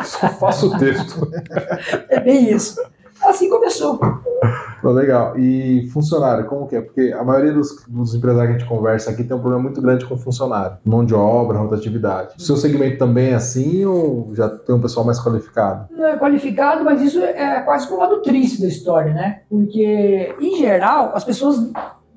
Speaker 1: Só faço o texto.
Speaker 3: É bem isso. Assim começou.
Speaker 2: Pô, legal. E funcionário, como que é? Porque a maioria dos, dos empresários que a gente conversa aqui tem um problema muito grande com funcionário. Mão de obra, rotatividade. O seu segmento também é assim ou já tem um pessoal mais qualificado?
Speaker 3: Não é qualificado, mas isso é quase que o lado triste da história, né? Porque, em geral, as pessoas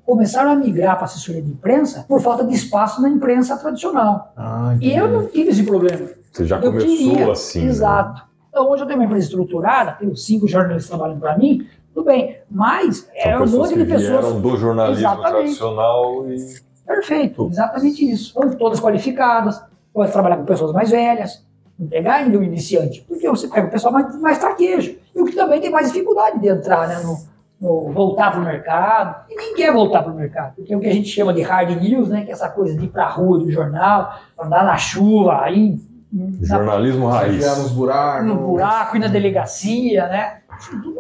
Speaker 3: começaram a migrar para assessoria de imprensa por falta de espaço na imprensa tradicional.
Speaker 2: Ah,
Speaker 3: E eu não tive esse problema.
Speaker 1: Você já
Speaker 3: eu
Speaker 1: começou
Speaker 3: queria.
Speaker 1: assim. né?
Speaker 3: Exato. Então, hoje eu tenho uma empresa estruturada, tenho cinco jornalistas trabalhando para mim, tudo bem, mas
Speaker 1: São
Speaker 3: é um
Speaker 1: pessoas
Speaker 3: monte de
Speaker 1: que vieram
Speaker 3: pessoas.
Speaker 1: do jornalismo
Speaker 3: Exatamente.
Speaker 1: tradicional e
Speaker 3: Perfeito, exatamente isso. São todas qualificadas, pode trabalhar com pessoas mais velhas, não pegar ainda o iniciante, porque você pega o pessoal mais, mais traquejo, e o que também tem mais dificuldade de entrar, né, no, no- voltar para o mercado. E ninguém quer voltar para o mercado, porque é o que a gente chama de hard news, né, que é essa coisa de ir para a rua do jornal, andar na chuva, aí na
Speaker 1: jornalismo raiz.
Speaker 2: Enfiar nos buracos.
Speaker 3: no buraco e na delegacia, né? Isso tudo,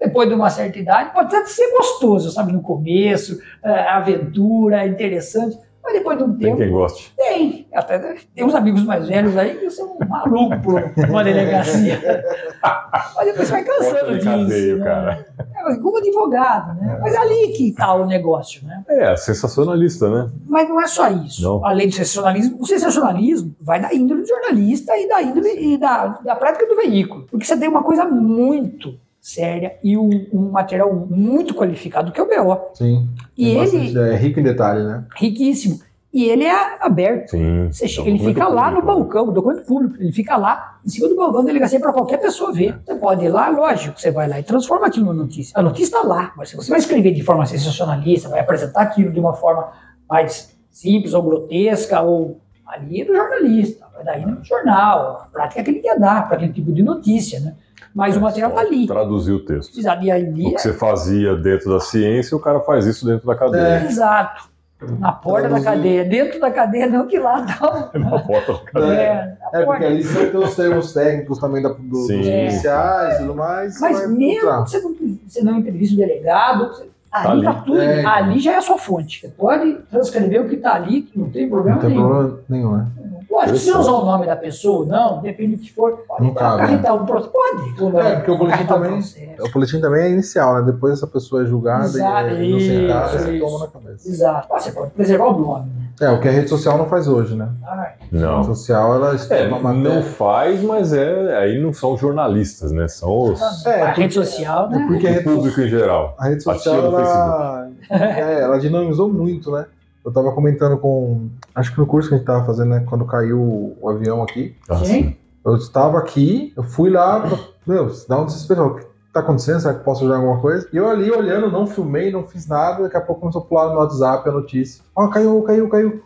Speaker 3: Depois de uma certa idade, pode até ser gostoso, sabe? No começo, é, aventura, interessante, mas depois de um
Speaker 1: Tem
Speaker 3: tempo,
Speaker 1: quem goste.
Speaker 3: tem. Até tem uns amigos mais velhos aí que são um malucos por uma delegacia. mas depois vai
Speaker 1: Porta
Speaker 3: cansando
Speaker 1: de
Speaker 3: disso.
Speaker 1: cadeio,
Speaker 3: né?
Speaker 1: cara.
Speaker 3: É, como advogado, né? Mas é ali que está o negócio, né?
Speaker 1: É, sensacionalista, né?
Speaker 3: Mas não é só isso.
Speaker 1: Não.
Speaker 3: Além do sensacionalismo, o sensacionalismo vai da índole do jornalista e da índole e da, da prática do veículo. Porque você tem uma coisa muito séria e um, um material muito qualificado que é o BO.
Speaker 2: Sim.
Speaker 3: E
Speaker 2: Tem bastante-
Speaker 3: ele,
Speaker 2: É rico em detalhe, né?
Speaker 3: riquíssimo. E ele é aberto.
Speaker 1: Sim.
Speaker 3: Você chega-
Speaker 1: É um
Speaker 3: ele
Speaker 1: documento
Speaker 3: fica lá no
Speaker 1: público, né?
Speaker 3: balcão, documento público, ele fica lá em cima do balcão da delegacia para qualquer pessoa ver. Você pode ir lá, lógico, você vai lá e transforma aquilo numa notícia. A notícia está lá, mas se você vai escrever de forma sensacionalista, vai apresentar aquilo de uma forma mais simples ou grotesca, ou ali é do jornalista, vai daí no jornal, a prática que ele quer dar para aquele tipo de notícia, né? Mas o material está ali.
Speaker 1: Traduzir o texto.
Speaker 3: Precisa de
Speaker 1: O
Speaker 3: ali, é
Speaker 1: que você fazia dentro da ciência, o cara faz isso dentro da cadeia.
Speaker 3: exato. Na porta da
Speaker 2: Traduzir.
Speaker 3: cadeia, dentro da cadeia, não que lá dá
Speaker 1: Na porta da
Speaker 3: o-
Speaker 1: cadeia.
Speaker 3: é, na
Speaker 2: É, porque
Speaker 3: porta.
Speaker 2: ali você tem os termos técnicos também da, do, dos
Speaker 1: Sim.
Speaker 2: policiais e tudo mais.
Speaker 3: É. Mas
Speaker 2: vai
Speaker 3: mesmo
Speaker 2: filtrar.
Speaker 3: que você não, você não entrevista o delegado, você- ali
Speaker 1: Ali.
Speaker 3: tá tudo,
Speaker 2: É, então.
Speaker 3: ali já é a sua fonte. Você pode transcrever o que tá ali, que não tem problema
Speaker 2: Não tem
Speaker 3: nenhum.
Speaker 2: problema nenhum, né?
Speaker 3: Pode, se você usar o nome da pessoa ou não, depende do que for, pode
Speaker 2: Não cabe,
Speaker 3: acarretar um processo. Pode. pode
Speaker 2: né? É, porque o boletim
Speaker 3: acarretar um
Speaker 2: também-
Speaker 3: processo.
Speaker 2: O boletim também é inicial, né? Depois essa pessoa é julgada
Speaker 3: Exato,
Speaker 2: e é inocentada,
Speaker 3: isso,
Speaker 2: você
Speaker 3: isso.
Speaker 2: toma na cabeça.
Speaker 3: Exato. Ah, Você pode preservar o nome. né?
Speaker 2: É, o que a rede social não faz hoje, né?
Speaker 3: Ah,
Speaker 2: A rede
Speaker 1: Não.
Speaker 2: social, ela
Speaker 1: É,
Speaker 2: estuda uma
Speaker 1: não
Speaker 2: matéria.
Speaker 1: faz, mas é, aí não são jornalistas, né? São os,
Speaker 2: É,
Speaker 3: a
Speaker 2: porque-
Speaker 3: rede social, né?
Speaker 2: Porque a
Speaker 1: o
Speaker 2: rede,
Speaker 1: público em geral.
Speaker 2: a rede
Speaker 1: Batia
Speaker 2: social,
Speaker 1: no
Speaker 2: ela, é, ela dinamizou muito, né? Eu tava comentando com. Acho que no curso que a gente tava fazendo, né? Quando caiu o avião aqui.
Speaker 1: Ah,
Speaker 3: Sim.
Speaker 1: sim.
Speaker 2: Eu estava aqui, eu fui lá, pra, meu, dá um desespero. O que tá acontecendo? Será que eu posso jogar alguma coisa? E eu ali olhando, não filmei, não fiz nada. Daqui a pouco começou a pular no WhatsApp a notícia. Ó, caiu, caiu, caiu.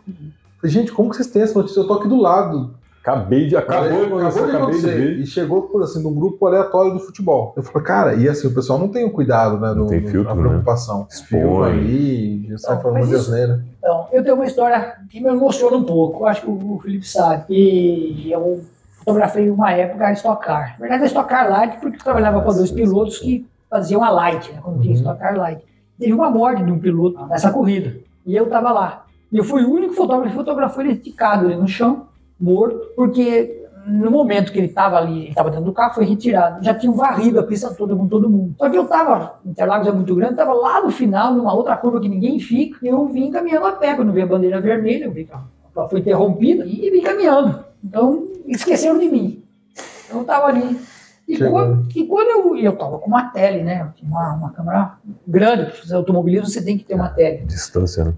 Speaker 2: Falei, Gente, como que vocês têm essa notícia? Eu tô aqui do lado.
Speaker 1: Acabei de. Acabou,
Speaker 2: Acabou, acabou de
Speaker 1: acabei de
Speaker 2: acontecer.
Speaker 1: ver.
Speaker 2: E chegou, por assim, num grupo aleatório do futebol. Eu falei, cara, e assim, o pessoal não tem o cuidado, né?
Speaker 1: Não
Speaker 2: do-
Speaker 1: tem
Speaker 2: do-
Speaker 1: filtro,
Speaker 2: da
Speaker 1: né?
Speaker 2: preocupação.
Speaker 1: Expõe.
Speaker 2: Filma ali, já sai
Speaker 3: Não,
Speaker 2: falando
Speaker 3: Ah, mas
Speaker 2: de
Speaker 3: isso-
Speaker 2: asneira.
Speaker 3: Então, eu tenho uma história que me emociona um pouco. Eu acho que o Felipe sabe. E eu fotografei uma época a Stock Car. Na verdade, a Stock Car Light, porque eu trabalhava com
Speaker 1: Ah,
Speaker 3: dois
Speaker 1: sim,
Speaker 3: pilotos
Speaker 1: sim.
Speaker 3: que faziam a Light, né, quando tinha
Speaker 2: Uhum.
Speaker 3: Stock Car Light. Teve uma morte de um piloto nessa corrida. E eu estava lá. E eu fui o único fotógrafo que fotografou ele esticado ali no chão, morto, porque no momento que ele estava ali, ele estava dentro do carro, foi retirado. Já tinham varrido a pista toda com todo mundo. Só que eu estava, Interlagos é muito grande, estava lá no final, numa outra curva que ninguém fica, e eu vim caminhando a pé, quando vi a bandeira vermelha, eu vi que ela foi interrompida, e vim caminhando. Então, esqueceram de mim. Então, Eu estava ali. E
Speaker 2: Chegou.
Speaker 3: quando, e quando eu. e Eu estava com uma tele, né? Eu tinha Uma, uma câmera grande, para fazer automobilismo você tem que ter uma tele.
Speaker 1: Distância, né?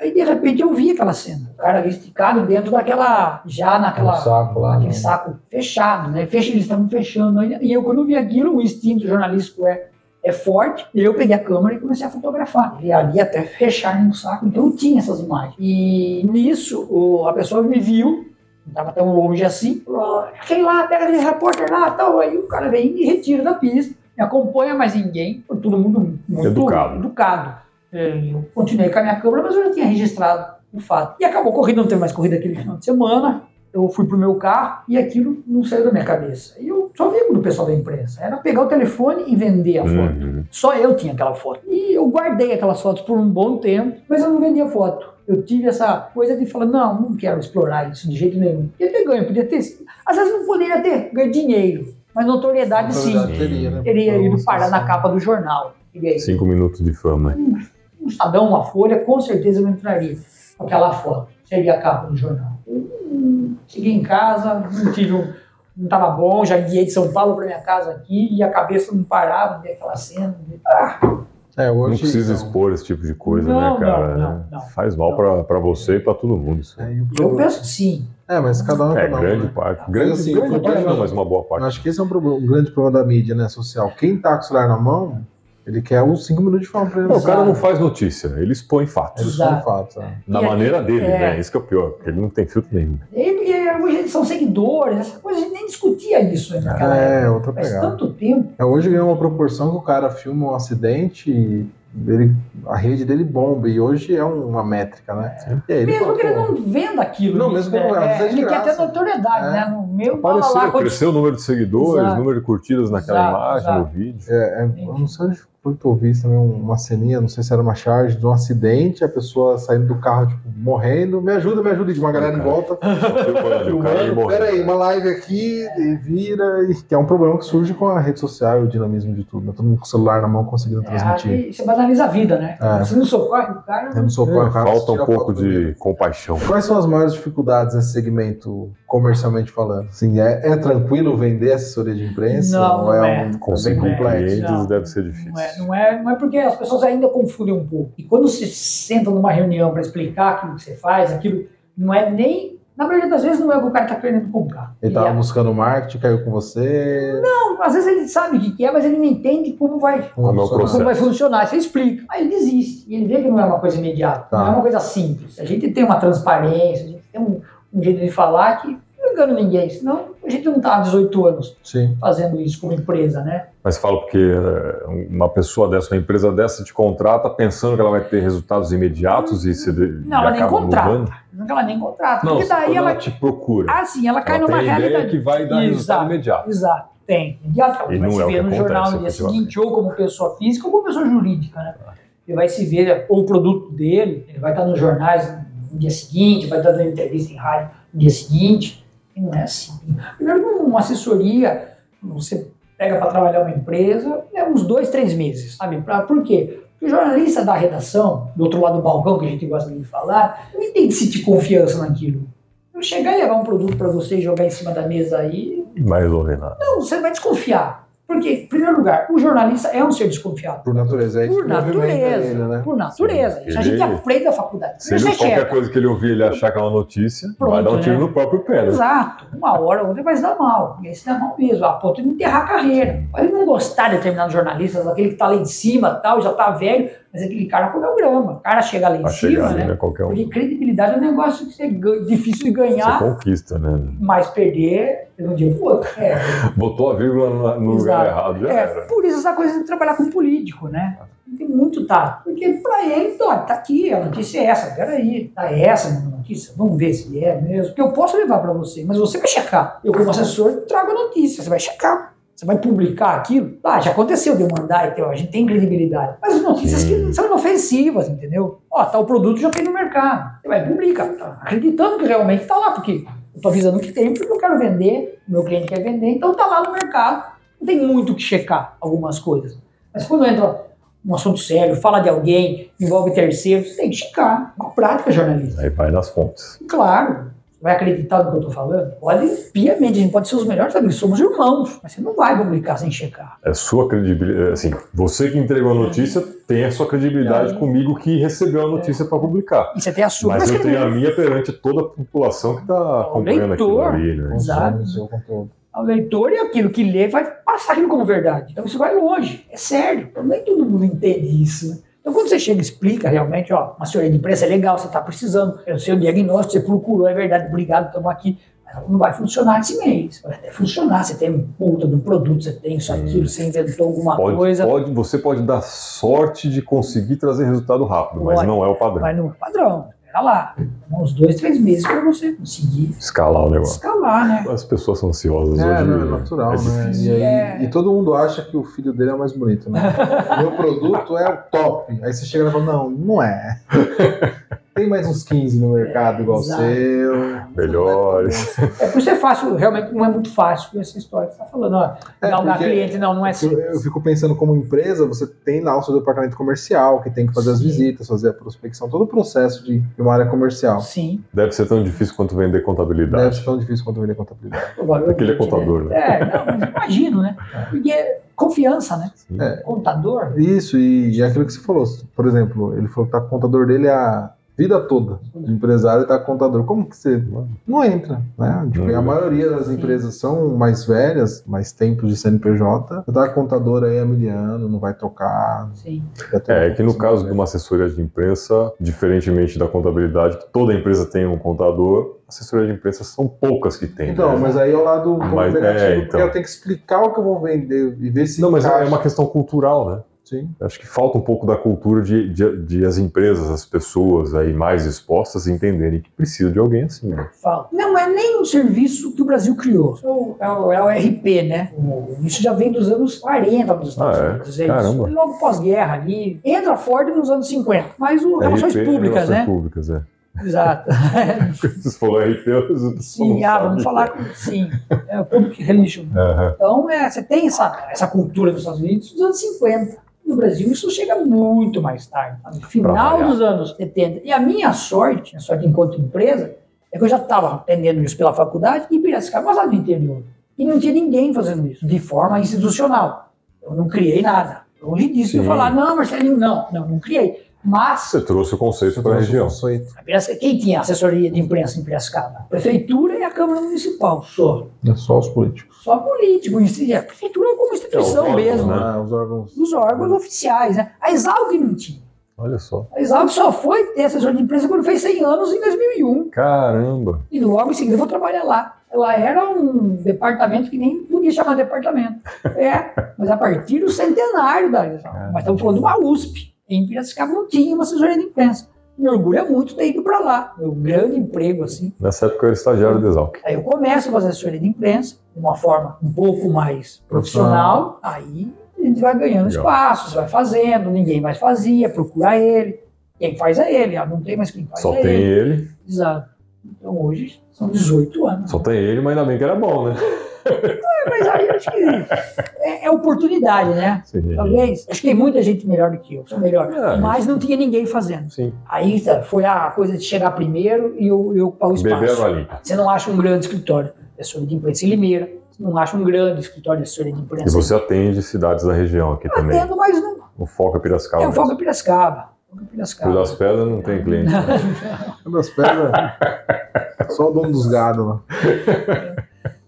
Speaker 3: Aí de repente eu vi aquela cena, o cara ali esticado dentro daquela, já
Speaker 2: Um
Speaker 3: naquela,
Speaker 2: saco lá.
Speaker 3: tá aquele
Speaker 2: né?
Speaker 3: saco fechado, né? Fecha, eles estavam fechando ainda. E eu quando vi aquilo, o instinto jornalístico é, é forte, e eu peguei a câmera e comecei a fotografar. E ali até fecharem o saco, então eu tinha essas imagens. E nisso, o- a pessoa me viu, não estava tão longe assim, falou, aquele lá, pega aquele repórter lá, tal, aí o cara vem e me retira da pista, me acompanha mais ninguém, todo mundo muito
Speaker 1: Educado.
Speaker 3: educado. É, Eu continuei com a minha câmera, mas eu já tinha registrado o um fato. E acabou a corrida, não teve mais corrida aquele final de semana. Eu fui pro meu carro e aquilo não saiu da minha cabeça. E eu só vi do pessoal da imprensa. Era pegar o telefone e vender a foto.
Speaker 1: Uhum.
Speaker 3: Só eu tinha aquela foto. E eu guardei aquelas fotos por um bom tempo, mas eu não vendia foto. Eu tive essa coisa de falar, não, não quero explorar isso de jeito nenhum. Podia ter ganho, podia ter... Às vezes não poderia ter ganho dinheiro, mas notoriedade sim.
Speaker 2: Autoridade teria, né?
Speaker 3: Teria
Speaker 2: Por
Speaker 3: ido
Speaker 2: alguma
Speaker 3: parar na
Speaker 2: situação.
Speaker 3: capa do jornal. E aí?
Speaker 1: Cinco minutos de fama.
Speaker 3: Um Estadão, uma Folha, com certeza eu entraria com aquela foto. Seria a capa do jornal. Hum, Cheguei em casa, não tive um. Não estava bom, já guiei de São Paulo para minha casa aqui e a cabeça não parava de ver aquela cena. Ah,
Speaker 2: É, hoje,
Speaker 1: Não precisa
Speaker 2: então,
Speaker 1: expor esse tipo de coisa,
Speaker 3: Não,
Speaker 1: né, cara?
Speaker 3: não, não,
Speaker 1: né?
Speaker 3: não.
Speaker 1: Faz mal
Speaker 3: Não.
Speaker 1: pra pra você e pra todo mundo. Isso.
Speaker 2: aí É, o
Speaker 3: eu
Speaker 2: problema-
Speaker 3: penso que sim.
Speaker 2: É, mas cada um
Speaker 1: É,
Speaker 2: cada um,
Speaker 1: grande
Speaker 2: né?
Speaker 1: parte. Grande,
Speaker 2: assim,
Speaker 1: grande
Speaker 2: o
Speaker 1: parte
Speaker 2: problema-
Speaker 1: não, mas uma boa
Speaker 2: Eu
Speaker 1: parte.
Speaker 2: acho que esse é um, problema- um grande problema da mídia, né, social. Quem tá com o celular na mão, ele quer uns 5 minutos de fama pra ele.
Speaker 1: Não, o cara
Speaker 3: Exato.
Speaker 1: não faz notícia, ele expõe fatos.
Speaker 2: Eles são fatos, né?
Speaker 1: Da
Speaker 3: assim, E aí-
Speaker 1: maneira dele,
Speaker 3: é.
Speaker 1: né? Isso que é o pior, porque ele não tem filtro nenhum.
Speaker 3: E porque hoje eles são seguidores, essa coisa a gente nem discutia isso né, naquela época.
Speaker 2: É, outra
Speaker 3: Faz
Speaker 2: pegada.
Speaker 3: tanto tempo.
Speaker 2: É, hoje ganhou uma proporção que o cara filma um acidente e ele- a rede dele bomba. E hoje é uma métrica, né?
Speaker 1: É.
Speaker 2: E aí ele
Speaker 3: mesmo
Speaker 2: fala,
Speaker 3: que ele
Speaker 2: pô,
Speaker 3: não venda aquilo.
Speaker 2: Não, mesmo que
Speaker 3: né?
Speaker 2: ele não- mas é de
Speaker 3: Ele quer ter
Speaker 2: graça.
Speaker 3: notoriedade,
Speaker 2: É.
Speaker 3: né? No meu fala
Speaker 1: Apareceu,
Speaker 3: lá, quando-
Speaker 1: cresceu o número de seguidores,
Speaker 3: Exato.
Speaker 1: o número de curtidas naquela
Speaker 3: Exato,
Speaker 1: imagem,
Speaker 3: exato.
Speaker 1: no vídeo.
Speaker 2: é, é, eu não sei onde foi que eu vi isso também, um, uma ceninha, não sei se era uma charge de um acidente, a pessoa saindo do carro, tipo, morrendo. Me ajuda, me ajuda. E uma galera em volta.
Speaker 1: O cara
Speaker 2: Filmando,
Speaker 1: morreu.
Speaker 2: peraí, uma live aqui, e vira, e que é um problema que surge com a rede social e o dinamismo de tudo, né? Todo mundo com o celular na mão conseguindo
Speaker 3: É, acho
Speaker 2: transmitir.
Speaker 3: que você banaliza a vida, né?
Speaker 2: É.
Speaker 3: Você não socorre o cara.
Speaker 2: Eu não sou
Speaker 1: É,
Speaker 2: o cara,
Speaker 1: Falta
Speaker 2: tira
Speaker 1: um pouco
Speaker 2: foto do
Speaker 1: de compaixão.
Speaker 2: Quais são as maiores dificuldades nesse segmento, comercialmente falando? Assim, é, é tranquilo vender assessoria de imprensa?
Speaker 3: Não,
Speaker 2: Ou
Speaker 3: não
Speaker 2: é,
Speaker 3: é.
Speaker 2: um é
Speaker 1: Conseguir
Speaker 2: bem complexo?
Speaker 1: clientes
Speaker 3: não.
Speaker 1: deve ser difícil.
Speaker 3: Não é, não, é, não é porque as pessoas ainda confundem um pouco. E quando se sentam numa reunião para explicar aquilo que você faz, aquilo não é nem. Na maioria das vezes não é o que o cara está querendo comprar.
Speaker 2: Ele
Speaker 3: Ele
Speaker 1: tá
Speaker 2: estava
Speaker 3: é-
Speaker 2: buscando marketing, caiu com você.
Speaker 3: não, às vezes ele sabe o que que é, mas ele não entende como vai,
Speaker 2: Não,
Speaker 1: Como é o processo?
Speaker 3: como vai funcionar. Você explica. Aí ele desiste. E ele vê que não é uma coisa imediata,
Speaker 2: Tá.
Speaker 3: não é uma coisa simples. A gente tem uma transparência, a gente tem um, um jeito de falar que não engana ninguém. Senão a gente não está há 18 anos
Speaker 2: Sim.
Speaker 3: fazendo isso como empresa, né?
Speaker 1: Mas falo porque é, uma pessoa dessa, uma empresa dessa te contrata pensando que ela vai ter resultados imediatos e se
Speaker 3: Não, ela nem contrata. Não que ela nem contrata.
Speaker 1: Não, é
Speaker 3: porque daí é
Speaker 1: quando ela
Speaker 3: ela.
Speaker 1: te procura.
Speaker 3: Ah, sim, ela cai
Speaker 1: ela tem
Speaker 3: numa
Speaker 1: a ideia
Speaker 3: realidade. Tá.
Speaker 1: que vai dar resultado
Speaker 3: Exato.
Speaker 1: imediato.
Speaker 3: Exato, tem. E ela vai
Speaker 1: E não
Speaker 3: se
Speaker 1: é o que
Speaker 3: ver no
Speaker 1: acontece,
Speaker 3: jornal no dia
Speaker 1: efetivamente.
Speaker 3: seguinte, ou como pessoa física, ou como pessoa jurídica, né? Ele vai se ver, né, ou o produto dele, ele vai estar nos jornais no dia seguinte, vai estar dando entrevista em rádio no dia seguinte. E não é assim. Primeiro, uma assessoria, você pega para trabalhar uma empresa, é uns dois, três meses, sabe? Pra, por quê? Porque o jornalista da redação, do outro lado do balcão, que a gente gosta de falar, ele tem que sentir confiança naquilo. Eu chegar e levar um produto para você e jogar em cima da mesa aí,
Speaker 1: Não resolver nada.
Speaker 3: não, você vai desconfiar. Porque, em primeiro lugar, o jornalista é um ser desconfiado.
Speaker 2: Por natureza. É isso
Speaker 3: Por
Speaker 2: que movimenta
Speaker 3: natureza.
Speaker 2: Ele, né?
Speaker 3: Por natureza. Isso a
Speaker 1: Ele-
Speaker 3: gente aprende na faculdade. é
Speaker 1: Se
Speaker 3: Primeiro
Speaker 1: ele,
Speaker 3: você
Speaker 1: qualquer
Speaker 3: checa.
Speaker 1: coisa que ele ouvir, ele achar que é uma notícia, vai
Speaker 3: Pronto,
Speaker 1: dar um tiro
Speaker 3: né?
Speaker 1: no próprio pé. né?
Speaker 3: Exato. Uma hora ou outra vai se dar mal. E aí se dá mal mesmo. A ponto de enterrar a carreira. Pode não gostar de determinados jornalistas, aquele que está lá em cima tal, já está velho, mas aquele cara comeu grama. O cara chega lá em
Speaker 1: Pra
Speaker 3: cima,
Speaker 1: chegar ali,
Speaker 3: né?
Speaker 1: né? Qualquer um.
Speaker 3: Porque credibilidade é um negócio que você ganha- difícil
Speaker 1: Você
Speaker 3: de ganhar,
Speaker 1: conquista, né?
Speaker 3: mas perder de um dia pro outro. É,
Speaker 1: Botou a vírgula no, no lugar
Speaker 3: Exato.
Speaker 1: errado, já
Speaker 3: É,
Speaker 1: era.
Speaker 3: por isso essa coisa de trabalhar com político, né? Tem muito tato. Porque pra ele, ó, tá aqui, a notícia é essa, peraí, tá essa a notícia, vamos ver se é mesmo. Porque eu posso levar pra você, mas você vai checar. Eu, como assessor, trago a notícia, você vai checar. Você vai publicar aquilo? Ah, já aconteceu de eu mandar, então a gente tem credibilidade. Mas notícias
Speaker 1: Sim.
Speaker 3: que são inofensivas, entendeu? Ó, tal produto já tem no mercado. Você vai publicar, tá? acreditando que realmente tá lá, porque eu tô avisando que tem, porque eu quero vender, meu cliente quer vender, então tá lá no mercado não tem muito o que checar algumas coisas. Mas quando entra um assunto sério, fala de alguém, envolve terceiros, tem que checar. Uma prática jornalista.
Speaker 1: Aí vai nas fontes.
Speaker 3: E Claro, você vai acreditar no que eu estou falando? Pode, piamente, a gente pode ser os melhores amigos, somos irmãos, mas você não vai publicar sem checar.
Speaker 1: É sua credibilidade. Assim, você que entregou a notícia tem a sua credibilidade
Speaker 3: É.
Speaker 1: comigo que recebeu a notícia para publicar.
Speaker 3: E você tem a sua.
Speaker 1: Mas eu
Speaker 3: que-
Speaker 1: tenho a minha perante toda a população que está acompanhando aquilo
Speaker 3: leitor.
Speaker 1: ali, né?
Speaker 3: Exato.
Speaker 2: Consome o seu conteúdo.
Speaker 3: O leitor e aquilo que lê vai passar aquilo como verdade. Então isso vai longe. É sério. Nem todo mundo entende isso. né? Então quando você chega e explica realmente, ó, uma senhora de imprensa é legal, você está precisando, é o seu diagnóstico, você procurou, é verdade, obrigado, estamos aqui. Mas Não vai funcionar esse mês. Vai até funcionar. Você tem um puta do produto, você tem isso, aquilo, você inventou alguma
Speaker 1: Pode-
Speaker 3: coisa.
Speaker 1: pode- você pode dar sorte de conseguir trazer resultado rápido, mas
Speaker 3: Pode.
Speaker 1: não é o padrão.
Speaker 3: Mas não é padrão. Espera lá. Demora Uns dois, três meses para você conseguir
Speaker 1: Escalar o negócio.
Speaker 3: escalar, né?
Speaker 1: As pessoas são ansiosas
Speaker 2: É,
Speaker 1: hoje.
Speaker 2: não, é natural,
Speaker 1: é
Speaker 2: né?
Speaker 1: difícil.
Speaker 2: E, aí-
Speaker 3: É.
Speaker 2: e todo mundo acha que o filho dele é o mais bonito, né? Meu produto é o top. Aí você chega lá e fala, não, não é. tem mais uns 15 no mercado igual o
Speaker 3: exato.
Speaker 2: seu.
Speaker 1: Melhores.
Speaker 3: É por isso é fácil, realmente não é muito fácil com essa história que você está falando. Ó,
Speaker 2: É,
Speaker 3: galgar
Speaker 2: porque-
Speaker 3: cliente não, não é
Speaker 2: Eu, eu
Speaker 3: simples.
Speaker 2: fico pensando como empresa, você tem lá o seu departamento comercial, que tem que fazer as visitas, fazer a prospecção, todo o processo de, de uma área comercial.
Speaker 3: Sim.
Speaker 1: Deve ser tão difícil quanto vender contabilidade.
Speaker 2: Deve ser tão difícil quanto vender contabilidade.
Speaker 3: Agora,
Speaker 1: Aquele é
Speaker 3: eu-
Speaker 1: contador, né? É.
Speaker 3: É, não, mas imagino, né? Porque confiança, né?
Speaker 1: Sim.
Speaker 2: É.
Speaker 3: Contador,
Speaker 2: Isso, e, e é aquilo que você falou. Por exemplo, ele falou que tá com o contador dele a vida toda. De empresário tá com contador. Como que você não entra, né? Tipo,
Speaker 1: Não
Speaker 2: e a
Speaker 1: entra.
Speaker 2: maioria das
Speaker 3: Sim.
Speaker 2: empresas são mais velhas, mais tempos de CNPJ. Você tá com contador aí há mil anos, não vai trocar.
Speaker 3: sim.
Speaker 2: já tem
Speaker 1: É, é
Speaker 2: uma
Speaker 1: que no
Speaker 2: profissional
Speaker 1: caso de
Speaker 2: velha.
Speaker 1: uma assessoria de imprensa, diferentemente da contabilidade, que toda empresa tem um contador, assessoria de imprensa são poucas que tem.
Speaker 2: Então,
Speaker 1: né?
Speaker 2: mas aí é o lado
Speaker 1: Mas,
Speaker 2: como negativo,
Speaker 1: é,
Speaker 2: porque
Speaker 1: então.
Speaker 2: eu tenho que explicar o que eu vou vender e ver se
Speaker 1: Não, mas é
Speaker 2: encaixa.
Speaker 1: uma questão cultural, né?
Speaker 2: Sim.
Speaker 1: Acho que falta um pouco da cultura de, de- de as empresas, as pessoas aí mais expostas entenderem que precisa de alguém assim. Né?
Speaker 3: Fala. Não é nem um serviço que o Brasil criou. É o, é o- é o RP, né? O- Isso já vem dos anos 40 nos Estados
Speaker 1: Ah, é?
Speaker 3: Unidos. É
Speaker 1: Caramba.
Speaker 3: isso. Logo pós-guerra ali. Entra a Ford nos anos 50. Mas
Speaker 1: é
Speaker 3: o, relações
Speaker 1: RP,
Speaker 3: públicas,
Speaker 1: relações
Speaker 3: né?
Speaker 1: públicas, é.
Speaker 3: Exato.
Speaker 1: Vocês falaram RP, eu
Speaker 3: Sim, ah, vamos falar com. Sim. É o Public Religion. Então, é, você tem essa, essa cultura dos Estados Unidos dos anos 50. No Brasil, isso chega muito mais tarde, sabe?
Speaker 1: Pra
Speaker 3: final
Speaker 1: variar.
Speaker 3: dos anos 70. E a minha sorte, a sorte enquanto empresa, é que eu já estava aprendendo isso pela faculdade e Piracicaba, mas lá no interior. E não tinha ninguém fazendo isso, de forma institucional. Eu não criei nada. Longe disso, eu
Speaker 1: Sim.
Speaker 3: falar, não, Marcelinho, não, não, não criei. Mas
Speaker 1: Você trouxe o conceito para a região.
Speaker 3: a Piracicaba- quem tinha assessoria de imprensa em Piracicaba? A prefeitura e a Câmara Municipal, só.
Speaker 2: É só os políticos.
Speaker 3: Só político, insti- a prefeitura como instituição
Speaker 1: órgão,
Speaker 3: mesmo
Speaker 1: né?
Speaker 2: Ah, os órgãos.
Speaker 3: dos órgãos oficiais, né? A Exalc não tinha.
Speaker 1: Olha só.
Speaker 3: A Exalc só foi ter assessor de imprensa quando fez 100 anos em 2001.
Speaker 1: Caramba!
Speaker 3: E logo em seguida eu vou trabalhar lá. Ela era um departamento que nem podia chamar de departamento. É, mas a partir do centenário da Exalc. Mas estamos falando de uma USP. Em Piracicaba não tinha uma assessoria de imprensa. Me orgulha muito ter ido para lá. Meu grande emprego, assim.
Speaker 1: Nessa época eu era estagiário da Exalc.
Speaker 3: Aí eu começo a fazer assessoria de imprensa de uma forma um pouco mais profissional, aí a gente vai ganhando
Speaker 1: Legal.
Speaker 3: espaço, você vai fazendo, ninguém mais fazia, procura ele, quem faz é ele, ah, não tem mais quem faz
Speaker 1: Só
Speaker 3: é
Speaker 1: tem
Speaker 3: ele.
Speaker 1: ele,
Speaker 3: Exato. Então hoje são 18 anos.
Speaker 1: só tem ele, mas ainda bem que era bom, né?
Speaker 3: É, mas aí eu acho que é, é oportunidade, né?
Speaker 1: Sim.
Speaker 3: Talvez. Acho que tem muita gente melhor do que eu, sou melhor.
Speaker 1: É.
Speaker 3: Mas não tinha ninguém fazendo.
Speaker 1: Sim.
Speaker 3: Aí tá, foi a coisa de chegar primeiro e eu, eu ocupar o espaço.
Speaker 1: Beber a limpa.
Speaker 3: Você não acha um grande escritório de assessoria de imprensa em Limeira, você não acha um grande escritório de assessoria de
Speaker 1: E
Speaker 3: imprensa.
Speaker 1: você atende cidades da região aqui
Speaker 3: em
Speaker 1: também.
Speaker 3: Atendo, mas não.
Speaker 1: O foco é Piracicaba.
Speaker 3: é o
Speaker 1: mesmo.
Speaker 3: foco em Piracicaba. Foco em
Speaker 1: Cruz das
Speaker 3: Piracicaba.
Speaker 1: Pedras não tem cliente.
Speaker 2: Uma das pedras. só o dono dos gados lá.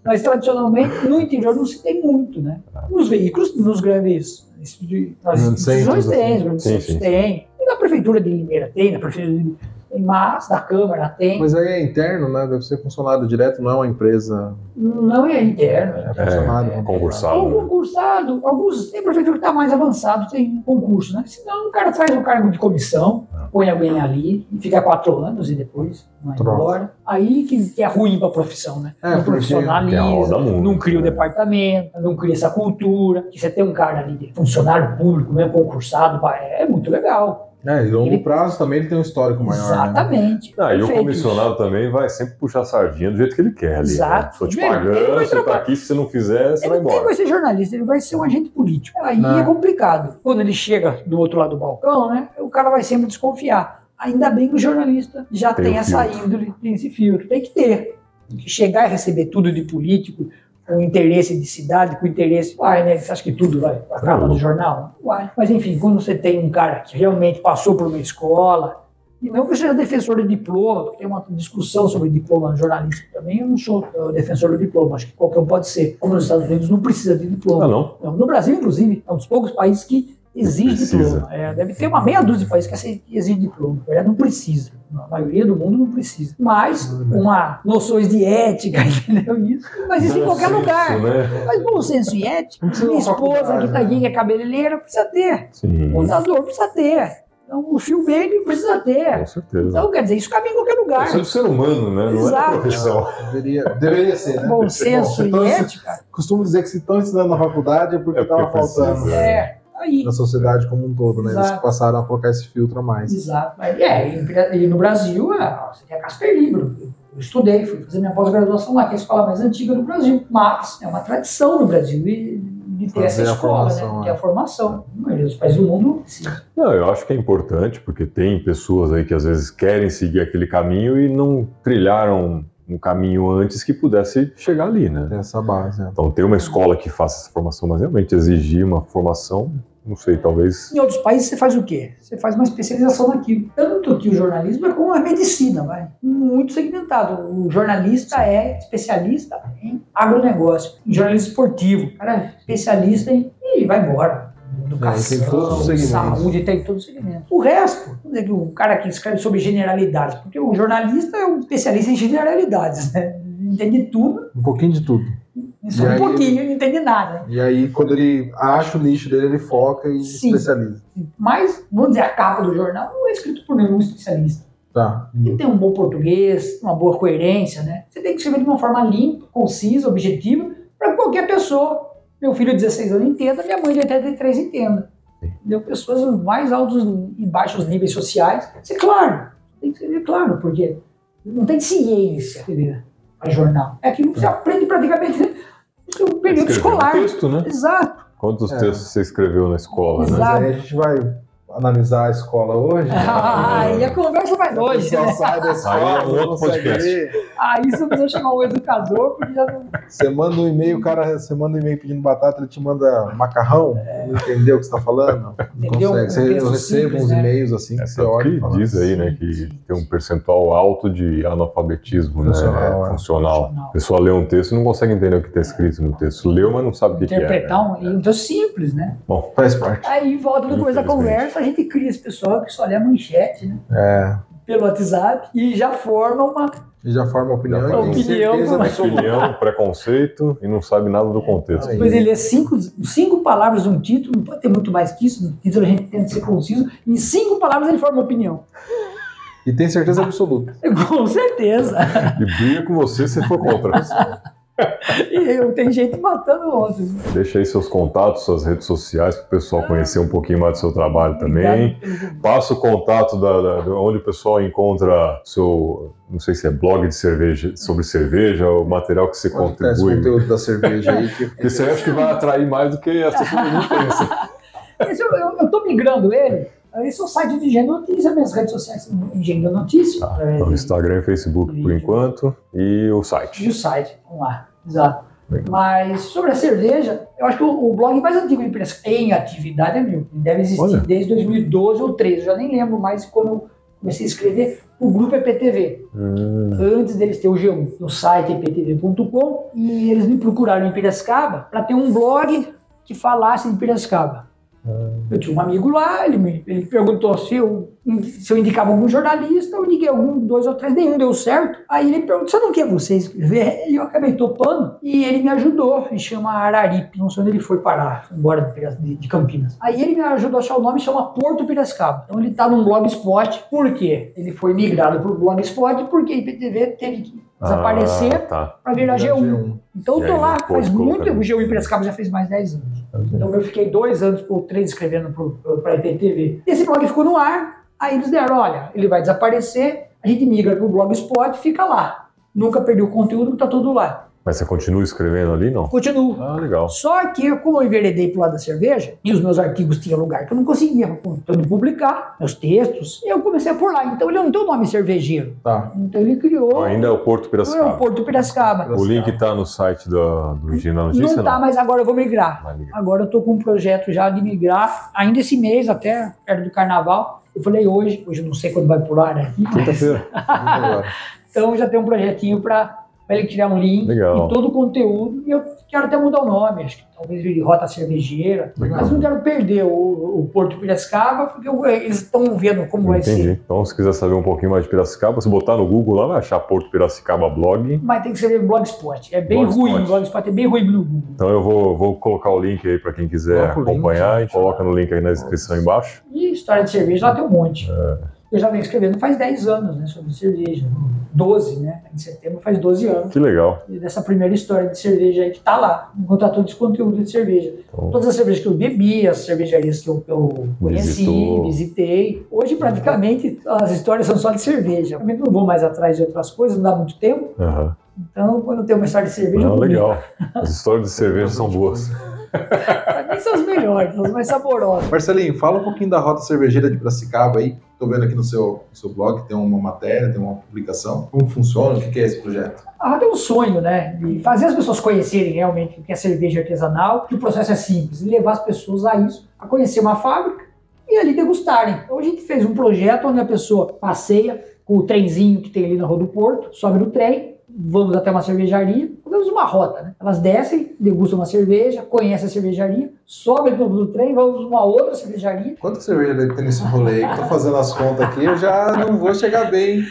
Speaker 3: Mas tradicionalmente no interior não se tem muito, né? Nos veículos, nos grandes. Nas
Speaker 2: Grandes
Speaker 3: instituições
Speaker 2: centros,
Speaker 3: tem,
Speaker 2: assim.
Speaker 3: nos grandes
Speaker 1: Sim,
Speaker 3: centros
Speaker 1: sim.
Speaker 3: tem. E na prefeitura de Limeira tem, na prefeitura de tem, mas na Câmara tem.
Speaker 2: Mas aí é interno, né? Deve ser funcionário direto, não é uma empresa.
Speaker 3: Não é interno.
Speaker 2: É funcionário.
Speaker 1: É,
Speaker 2: né?
Speaker 1: concursado.
Speaker 3: Ou
Speaker 1: Né?
Speaker 3: um concursado, alguns tem prefeitura que está mais avançado, tem concurso, né? Senão o cara faz um cargo de comissão,
Speaker 1: Ah.
Speaker 3: põe alguém ali, fica quatro anos e depois vai
Speaker 2: Troca.
Speaker 3: embora. Aí que, que é ruim para a profissão, né?
Speaker 2: É,
Speaker 3: não
Speaker 2: porque-
Speaker 1: Que é a roda
Speaker 3: profissionaliza,
Speaker 1: muito,
Speaker 3: não cria o
Speaker 1: né?
Speaker 3: departamento, não cria essa cultura. Que você tem um cara ali de funcionário público, mesmo concursado, pá, é muito legal.
Speaker 2: É, e longo
Speaker 3: Ele-
Speaker 2: prazo também ele tem um histórico maior. Né?
Speaker 3: Exatamente.
Speaker 1: Ah, e o
Speaker 3: Perfeito.
Speaker 1: comissionado também vai sempre puxar a sardinha do jeito que ele quer ali. Né?
Speaker 3: Exato.
Speaker 1: Estou te
Speaker 3: Ele
Speaker 1: pagando, você
Speaker 3: vai
Speaker 1: tá
Speaker 3: trabalhar.
Speaker 1: aqui, se você não fizer, você vai
Speaker 3: Ele não tem que
Speaker 1: embora.
Speaker 3: vai ser jornalista, ele vai ser um agente político. Aí
Speaker 2: Ah.
Speaker 3: é complicado. Quando ele chega do outro lado do balcão, né, o cara vai sempre desconfiar. Ainda bem que o jornalista já
Speaker 1: Tem
Speaker 3: tem,
Speaker 1: o
Speaker 3: essa
Speaker 1: filtro.
Speaker 3: índole, tem esse filtro. Tem que ter. Tem que Chegar e receber tudo de político, com interesse de cidade, com interesse. Uai, né? Você acha que tudo vai acaba no jornal? Uai. Mas enfim, quando você tem um cara que realmente passou por uma escola, e não que eu seja Então, é defensor do diploma, porque tem uma discussão sobre diploma no jornalismo também, eu não sou eh, defensor do diploma, acho que qualquer um pode ser. Como nos Estados Unidos não precisa de diploma.
Speaker 1: Ah, não.
Speaker 3: Não, No Brasil, inclusive, é um dos poucos países que exige
Speaker 1: Precisa.
Speaker 3: diploma. É, deve ter uma meia dúzia de países que acei- que exige diploma. Na verdade, não precisa. A maioria do mundo não precisa. Mas,
Speaker 1: é.
Speaker 3: uma noções de ética, entendeu? Isso, mas isso em qualquer
Speaker 1: Bom
Speaker 3: lugar.
Speaker 1: senso, é né?
Speaker 3: Mas bom senso e ética,
Speaker 2: precisa
Speaker 3: minha
Speaker 2: de uma
Speaker 3: esposa que
Speaker 2: faculdade,
Speaker 3: está aqui, que é cabeleireira, precisa ter.
Speaker 1: Sim,
Speaker 3: Contador precisa ter. Então, o fio baby precisa
Speaker 1: com
Speaker 3: ter.
Speaker 1: certeza.
Speaker 3: Então, quer dizer, isso cabe em qualquer lugar.
Speaker 1: Isso é do ser humano, né? Não é da
Speaker 3: Então, Exato.
Speaker 1: profissão.
Speaker 2: Deveria, deveria ser, né?
Speaker 3: Bom
Speaker 2: Bom,
Speaker 3: senso e
Speaker 2: então,
Speaker 3: ética.
Speaker 2: Costumo dizer que se estão ensinando na faculdade é porque
Speaker 1: É porque
Speaker 2: estava faltando.
Speaker 1: precisa.
Speaker 3: É. aí.
Speaker 2: na sociedade como um todo, né? Eles
Speaker 3: Exato.
Speaker 2: passaram a colocar esse filtro a mais.
Speaker 3: Exato. Mas, é, e, e no Brasil, é, você tem a Casper Libro. Eu estudei, fui fazer minha pós-graduação lá, que é a escola mais antiga do Brasil. Mas é uma tradição no Brasil e de ter
Speaker 2: Fazer
Speaker 3: essa
Speaker 2: a
Speaker 3: escola,
Speaker 2: formação,
Speaker 3: né?
Speaker 2: é.
Speaker 3: Ter a formação. A maioria dos países do mundo, sim.
Speaker 1: Não, eu acho que é importante, porque tem pessoas aí que às vezes querem seguir aquele caminho e não trilharam um caminho antes que pudesse chegar ali, né?
Speaker 2: Tem essa base. é.
Speaker 1: Então, ter uma escola que faça essa formação, mas realmente exigir uma formação, não sei, talvez.
Speaker 3: Em outros países você faz o quê? Você faz uma especialização naquilo. Tanto que o jornalismo é como a medicina, vai. Muito segmentado. O jornalista é especialista em agronegócio, em jornalismo esportivo. O cara é especialista em. e vai embora. Educação,
Speaker 2: É, tem todos os segmentos.
Speaker 3: saúde, tem todo o segmento. O resto, vamos dizer que o cara que escreve sobre generalidades, porque o jornalista é um especialista em generalidades, né? Entende tudo,
Speaker 2: Um pouquinho de tudo.
Speaker 3: só
Speaker 2: E
Speaker 3: um
Speaker 2: aí-
Speaker 3: pouquinho, não entende nada. né?
Speaker 2: E aí, quando ele acha o nicho dele, ele foca e
Speaker 3: Sim.
Speaker 2: especializa.
Speaker 3: Mas, vamos dizer, a capa do jornal não é escrito por nenhum especialista.
Speaker 2: Tá.
Speaker 3: que tem um bom português, uma boa coerência, né? Você tem que escrever de uma forma limpa, concisa, objetiva, para qualquer pessoa. Meu filho de 16 anos entenda, minha mãe é de 83 entenda. Entendeu? Pessoas dos mais altos e baixos níveis sociais. Isso é claro, tem que ser claro, porque não tem ciência entendeu? a jornal. É aquilo que você aprende praticamente no seu período
Speaker 1: Escrever
Speaker 3: escolar.
Speaker 1: Um texto, né?
Speaker 3: Exato.
Speaker 1: Quantos
Speaker 2: É.
Speaker 1: textos você escreveu na escola,
Speaker 2: Mas
Speaker 1: né?
Speaker 3: Exato.
Speaker 2: aí a gente vai analisar a escola hoje.
Speaker 1: É.
Speaker 3: Aí a conversa vai
Speaker 2: O
Speaker 3: longe,
Speaker 2: pessoal
Speaker 3: né?
Speaker 2: sai da escola,
Speaker 1: Aí é um outro
Speaker 2: não consegue
Speaker 1: podcast.
Speaker 2: ler.
Speaker 3: Aí você precisa chamar um educador, porque já não
Speaker 2: Você manda um e-mail, o cara, você manda um e-mail pedindo batata, ele te manda macarrão, não entendeu o que você está falando? Não
Speaker 3: É. Entendeu?
Speaker 2: consegue.
Speaker 3: Um
Speaker 2: Você, eu
Speaker 3: texto
Speaker 2: recebo
Speaker 3: simples,
Speaker 2: uns
Speaker 3: né?
Speaker 2: e-mails assim que
Speaker 1: É
Speaker 2: você
Speaker 1: tanto
Speaker 2: olha e
Speaker 1: que
Speaker 2: fala.
Speaker 1: diz aí, né, que
Speaker 3: Sim.
Speaker 1: tem um percentual alto de analfabetismo,
Speaker 2: Funcional,
Speaker 1: né?
Speaker 2: é.
Speaker 1: Funcional.
Speaker 3: Funcional.
Speaker 1: A pessoa lê um texto e não consegue entender o que está escrito no texto. Leu, mas não sabe o que, que é. né?
Speaker 3: interpretar um. Então, simples, né?
Speaker 1: Bom,
Speaker 2: Faz parte.
Speaker 3: Aí volta no começo da
Speaker 1: Infelizmente.
Speaker 3: conversa, a gente cria esse pessoal que só lê a manchete, né?
Speaker 2: É.
Speaker 3: Pelo WhatsApp e já forma uma.
Speaker 2: E já forma opinião
Speaker 1: Já
Speaker 2: e
Speaker 1: forma
Speaker 2: tem
Speaker 3: opinião,
Speaker 2: certeza
Speaker 3: mas-
Speaker 2: absoluta.
Speaker 1: opinião, preconceito e não sabe nada do contexto.
Speaker 2: Aí.
Speaker 3: Depois ele lê cinco, cinco palavras de um título, não pode ter muito mais que isso, no título a gente tenta ser conciso, em cinco palavras ele forma uma opinião.
Speaker 2: E tem certeza absoluta.
Speaker 3: Com certeza.
Speaker 1: E briga com você se for contra.
Speaker 3: E eu- tem gente matando outros.
Speaker 1: Deixa aí seus contatos, suas redes sociais, para o pessoal conhecer um pouquinho mais do seu trabalho também.
Speaker 3: Obrigado pelo convite.
Speaker 1: Passa o contato da, da- de onde o pessoal encontra seu, não sei se é blog de cerveja, sobre cerveja, o material que você
Speaker 2: Esse
Speaker 1: contribui.
Speaker 2: conteúdo da cerveja aí que
Speaker 1: Porque você acha que vai atrair mais do que as pessoas não pensam.
Speaker 3: Esse eu, eu, eu tô migrando ele. Esse é o site do Engenho Notícia, minhas redes sociais são Engenho Notícia. É,
Speaker 1: Então, Instagram e Facebook por enquanto e o
Speaker 3: e o
Speaker 1: site.
Speaker 3: um site, vamos lá, exato. Mas sobre a cerveja, eu acho que o, o blog mais antigo de imprensa em atividade é meu. Deve existir
Speaker 1: Olha.
Speaker 3: desde 2012 ou 13, eu já nem lembro mais quando eu comecei a escrever o grupo EPTV.
Speaker 1: Hum,
Speaker 3: Antes deles ter é o G1, no site eptv.com, e eles me procuraram em Piracicaba para ter um blog que falasse de Piracicaba. Eu tinha um amigo lá, ele me ele perguntou se eu, um, se eu indicava algum jornalista, eu indiquei algum, dois ou três, nenhum deu certo. Aí ele perguntou, você não quer você escrever? E eu acabei topando, e ele me ajudou, ele chama Araripe, não sei onde ele foi parar, foi embora de, Pira- de- de Campinas. Aí ele me ajudou a achar o nome, chama Porto Piracicaba. Então ele tá num Blogspot, por quê? Ele foi migrado pro Blogspot porque a IPTV teve que desaparecer
Speaker 1: Ah, tá.
Speaker 3: para virar G1. Então eu
Speaker 1: E
Speaker 3: tô
Speaker 1: aí
Speaker 3: lá,
Speaker 1: não
Speaker 3: faz
Speaker 1: pôde
Speaker 3: muito
Speaker 1: colocar.
Speaker 3: tempo. O G1 em Piracicaba já fez mais 10 anos. Então eu fiquei dois anos ou três escrevendo para a IPTV. Esse blog ficou no ar, aí eles deram, olha, ele vai desaparecer, a gente migra pro Blogspot fica lá. Nunca perdi o conteúdo, tá tudo lá.
Speaker 1: Mas você continua escrevendo ali, não?
Speaker 3: Continuo.
Speaker 1: Ah, legal.
Speaker 3: Só que, como eu enveredei pro lado da cerveja, e os meus artigos tinham lugar que eu não conseguia então, de publicar, meus textos, eu comecei a por lá. Então ele não tem o nome cervejeiro.
Speaker 2: Tá.
Speaker 3: Então ele criou
Speaker 1: Ainda é o Porto
Speaker 3: o
Speaker 1: Piracicaba.
Speaker 3: Porto Piracicaba.
Speaker 1: O link tá no site da- do Engenho da Notícia,
Speaker 3: Não tá, mas agora eu vou migrar.
Speaker 1: Vai ligar.
Speaker 3: Agora eu tô com um projeto já de migrar, ainda esse mês, até perto do carnaval. Eu falei hoje, hoje eu não sei quando vai pular, né?
Speaker 1: Quinta-feira.
Speaker 2: Muito agora.
Speaker 3: Então já tem um projetinho para ele criar um link
Speaker 1: Legal.
Speaker 3: e todo o conteúdo. E eu quero até mudar o nome, acho que talvez vire Rota Cervejeira.
Speaker 1: Legal.
Speaker 3: Mas não quero perder o, o Porto Piracicaba, porque eu- eles estão vendo como vai
Speaker 1: Entendi.
Speaker 3: ser.
Speaker 1: Então, se quiser saber um pouquinho mais de Piracicaba, se botar no Google lá, vai achar Porto Piracicaba Blog.
Speaker 3: Mas tem que ser Blogspot. É bem
Speaker 1: Blogspot.
Speaker 3: ruim, Blogspot é bem ruim no Google.
Speaker 1: Então, eu vou, vou colocar o link aí para quem quiser
Speaker 2: Coloca o link,
Speaker 1: acompanhar.
Speaker 2: né?
Speaker 1: a gente coloca no link aí na descrição embaixo. É.
Speaker 3: E história de cerveja lá tem um monte. Eu já venho escrevendo faz 10 anos, né, sobre cerveja. 12, né? Em setembro faz 12 anos
Speaker 1: Que legal.
Speaker 3: dessa primeira história de cerveja aí que tá lá. Encontrar todo esse conteúdo de cerveja.
Speaker 1: Então,
Speaker 3: Todas as cervejas que eu bebi, as cervejarias que eu, que eu conheci,
Speaker 1: Visitou.
Speaker 3: visitei. Hoje, praticamente, as histórias são só de cerveja. Eu não vou mais atrás de outras coisas, não dá muito tempo.
Speaker 1: aham.
Speaker 3: Então, quando eu tenho uma história de cerveja,
Speaker 1: Não,
Speaker 3: eu publico.
Speaker 1: legal. As histórias de cerveja são boas.
Speaker 3: Pra mim são as melhores, são as mais saborosas.
Speaker 2: Marcelinho, fala um pouquinho da rota cervejeira de Piracicaba aí. Tô vendo aqui no seu, no seu blog, tem uma matéria, tem uma publicação. Como funciona? O que que é esse projeto?
Speaker 3: A rádio é um sonho, né? De fazer as pessoas conhecerem realmente o que é cerveja artesanal, que o processo é simples, e levar as pessoas a isso, a conhecer uma fábrica e ali degustarem. Então a gente fez um projeto onde a pessoa passeia com o trenzinho que tem ali na Rua do Porto, sobe no trem, vamos até uma cervejaria, fazemos uma rota, né? Elas descem, degustam uma cerveja, conhecem a cervejaria, sobem no do trem, vamos a uma outra cervejaria,
Speaker 2: Quanto cerveja deve ter nesse rolê aí? Tô fazendo as contas aqui, eu já não vou chegar bem.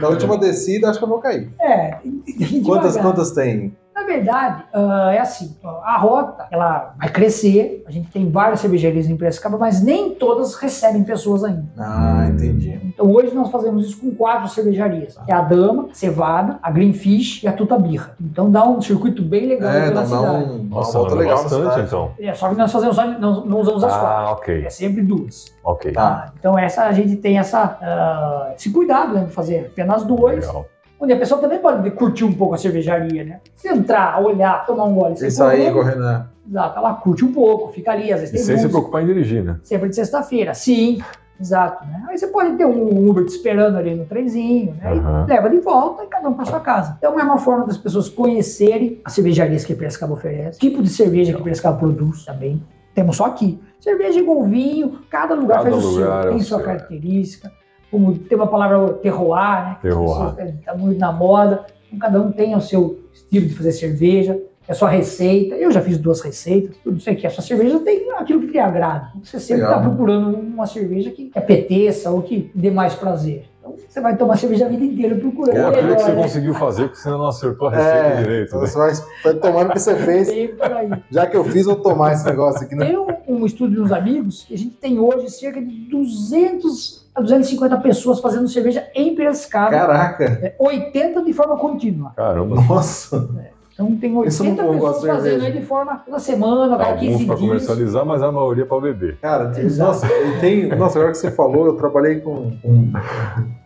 Speaker 2: Na última descida, acho que eu vou cair.
Speaker 3: é... devagar.
Speaker 2: Quantas, quantas tem?
Speaker 3: Na verdade, ah, é assim, a rota ela vai crescer, a gente tem várias cervejarias em Piracicaba, mas nem todas recebem pessoas ainda.
Speaker 2: Ah, entendi.
Speaker 3: Então hoje nós fazemos isso com quatro cervejarias, que é a Dama, a Cevada, a Greenfish e a Tuta Birra. Então dá um circuito bem legal
Speaker 2: É, não
Speaker 3: pela
Speaker 2: dá
Speaker 3: cidade.
Speaker 2: um, uma um-
Speaker 1: Nossa,
Speaker 2: volta
Speaker 1: mano,
Speaker 2: legal na
Speaker 1: bastante
Speaker 2: cidade.
Speaker 1: então.
Speaker 3: É, só que nós fazemos só, não, não usamos as
Speaker 1: Ah,
Speaker 3: quatro.
Speaker 1: ok,
Speaker 3: É sempre duas.
Speaker 1: ok.
Speaker 2: Tá.
Speaker 3: Então essa a gente tem essa, ah, esse cuidado né, de fazer apenas duas,
Speaker 1: Legal.
Speaker 3: onde a pessoa também pode curtir um pouco a cervejaria, né? Se entrar, olhar, tomar um gole,
Speaker 2: Isso aí,
Speaker 3: correr,
Speaker 2: correndo. né?
Speaker 3: Exato, ela curte um pouco, fica ali, às vezes
Speaker 1: E
Speaker 3: tem
Speaker 1: sem se
Speaker 3: música,
Speaker 1: preocupar em dirigir, né?
Speaker 3: sempre de sexta-feira, sim, exato. Né? Aí você pode ter um Uber te esperando ali no trenzinho, né?
Speaker 1: Aham.
Speaker 3: E leva de volta e cada um para sua casa. Então é uma forma das pessoas conhecerem as cervejarias que Piracicaba oferece, tipo de cerveja que Piracicaba produz também, temos só aqui. Cerveja igual vinho, cada lugar
Speaker 1: Cada
Speaker 3: faz o
Speaker 1: lugar é
Speaker 3: seu,
Speaker 1: o
Speaker 3: tem sua
Speaker 1: seu.
Speaker 3: característica, como tem uma palavra terroir, né?
Speaker 1: Terroir.
Speaker 3: Está muito na moda, então cada um tem o seu estilo de fazer cerveja, é sua receita. Eu já fiz duas receitas, tudo isso aqui. A sua cerveja tem aquilo que lhe agrada. Você sempre
Speaker 2: Legal.
Speaker 3: está procurando uma cerveja que apeteça ou que dê mais prazer. Então você vai tomar cerveja a vida inteira procurando.
Speaker 1: Ou
Speaker 3: o
Speaker 1: aquilo que você
Speaker 2: é
Speaker 3: melhor, né?
Speaker 1: conseguiu fazer, porque você não acertou a receita
Speaker 3: É.
Speaker 1: direito, né?
Speaker 2: você vai, vai tomando o que você fez.
Speaker 3: Bem por aí.
Speaker 2: Já que eu fiz, eu vou tomar esse negócio aqui. Né?
Speaker 3: Tem um, um estudo de uns amigos que a gente tem hoje cerca de 200 a 250 pessoas fazendo cerveja em Piracicaba,
Speaker 2: Caraca,
Speaker 3: né? 80 de forma contínua.
Speaker 1: Caramba.
Speaker 2: nossa.
Speaker 3: Então tem
Speaker 2: Isso eu não
Speaker 3: 80
Speaker 2: vou
Speaker 3: pessoas
Speaker 2: gostar de
Speaker 3: fazendo aí
Speaker 2: cerveja.
Speaker 3: de forma toda semana, a cada 15
Speaker 1: Alguns para
Speaker 3: dias.
Speaker 1: comercializar, mas a maioria para beber.
Speaker 2: Cara, tem-
Speaker 3: Exato.
Speaker 2: nossa, eu tenho, nossa, agora que você falou, eu trabalhei com, com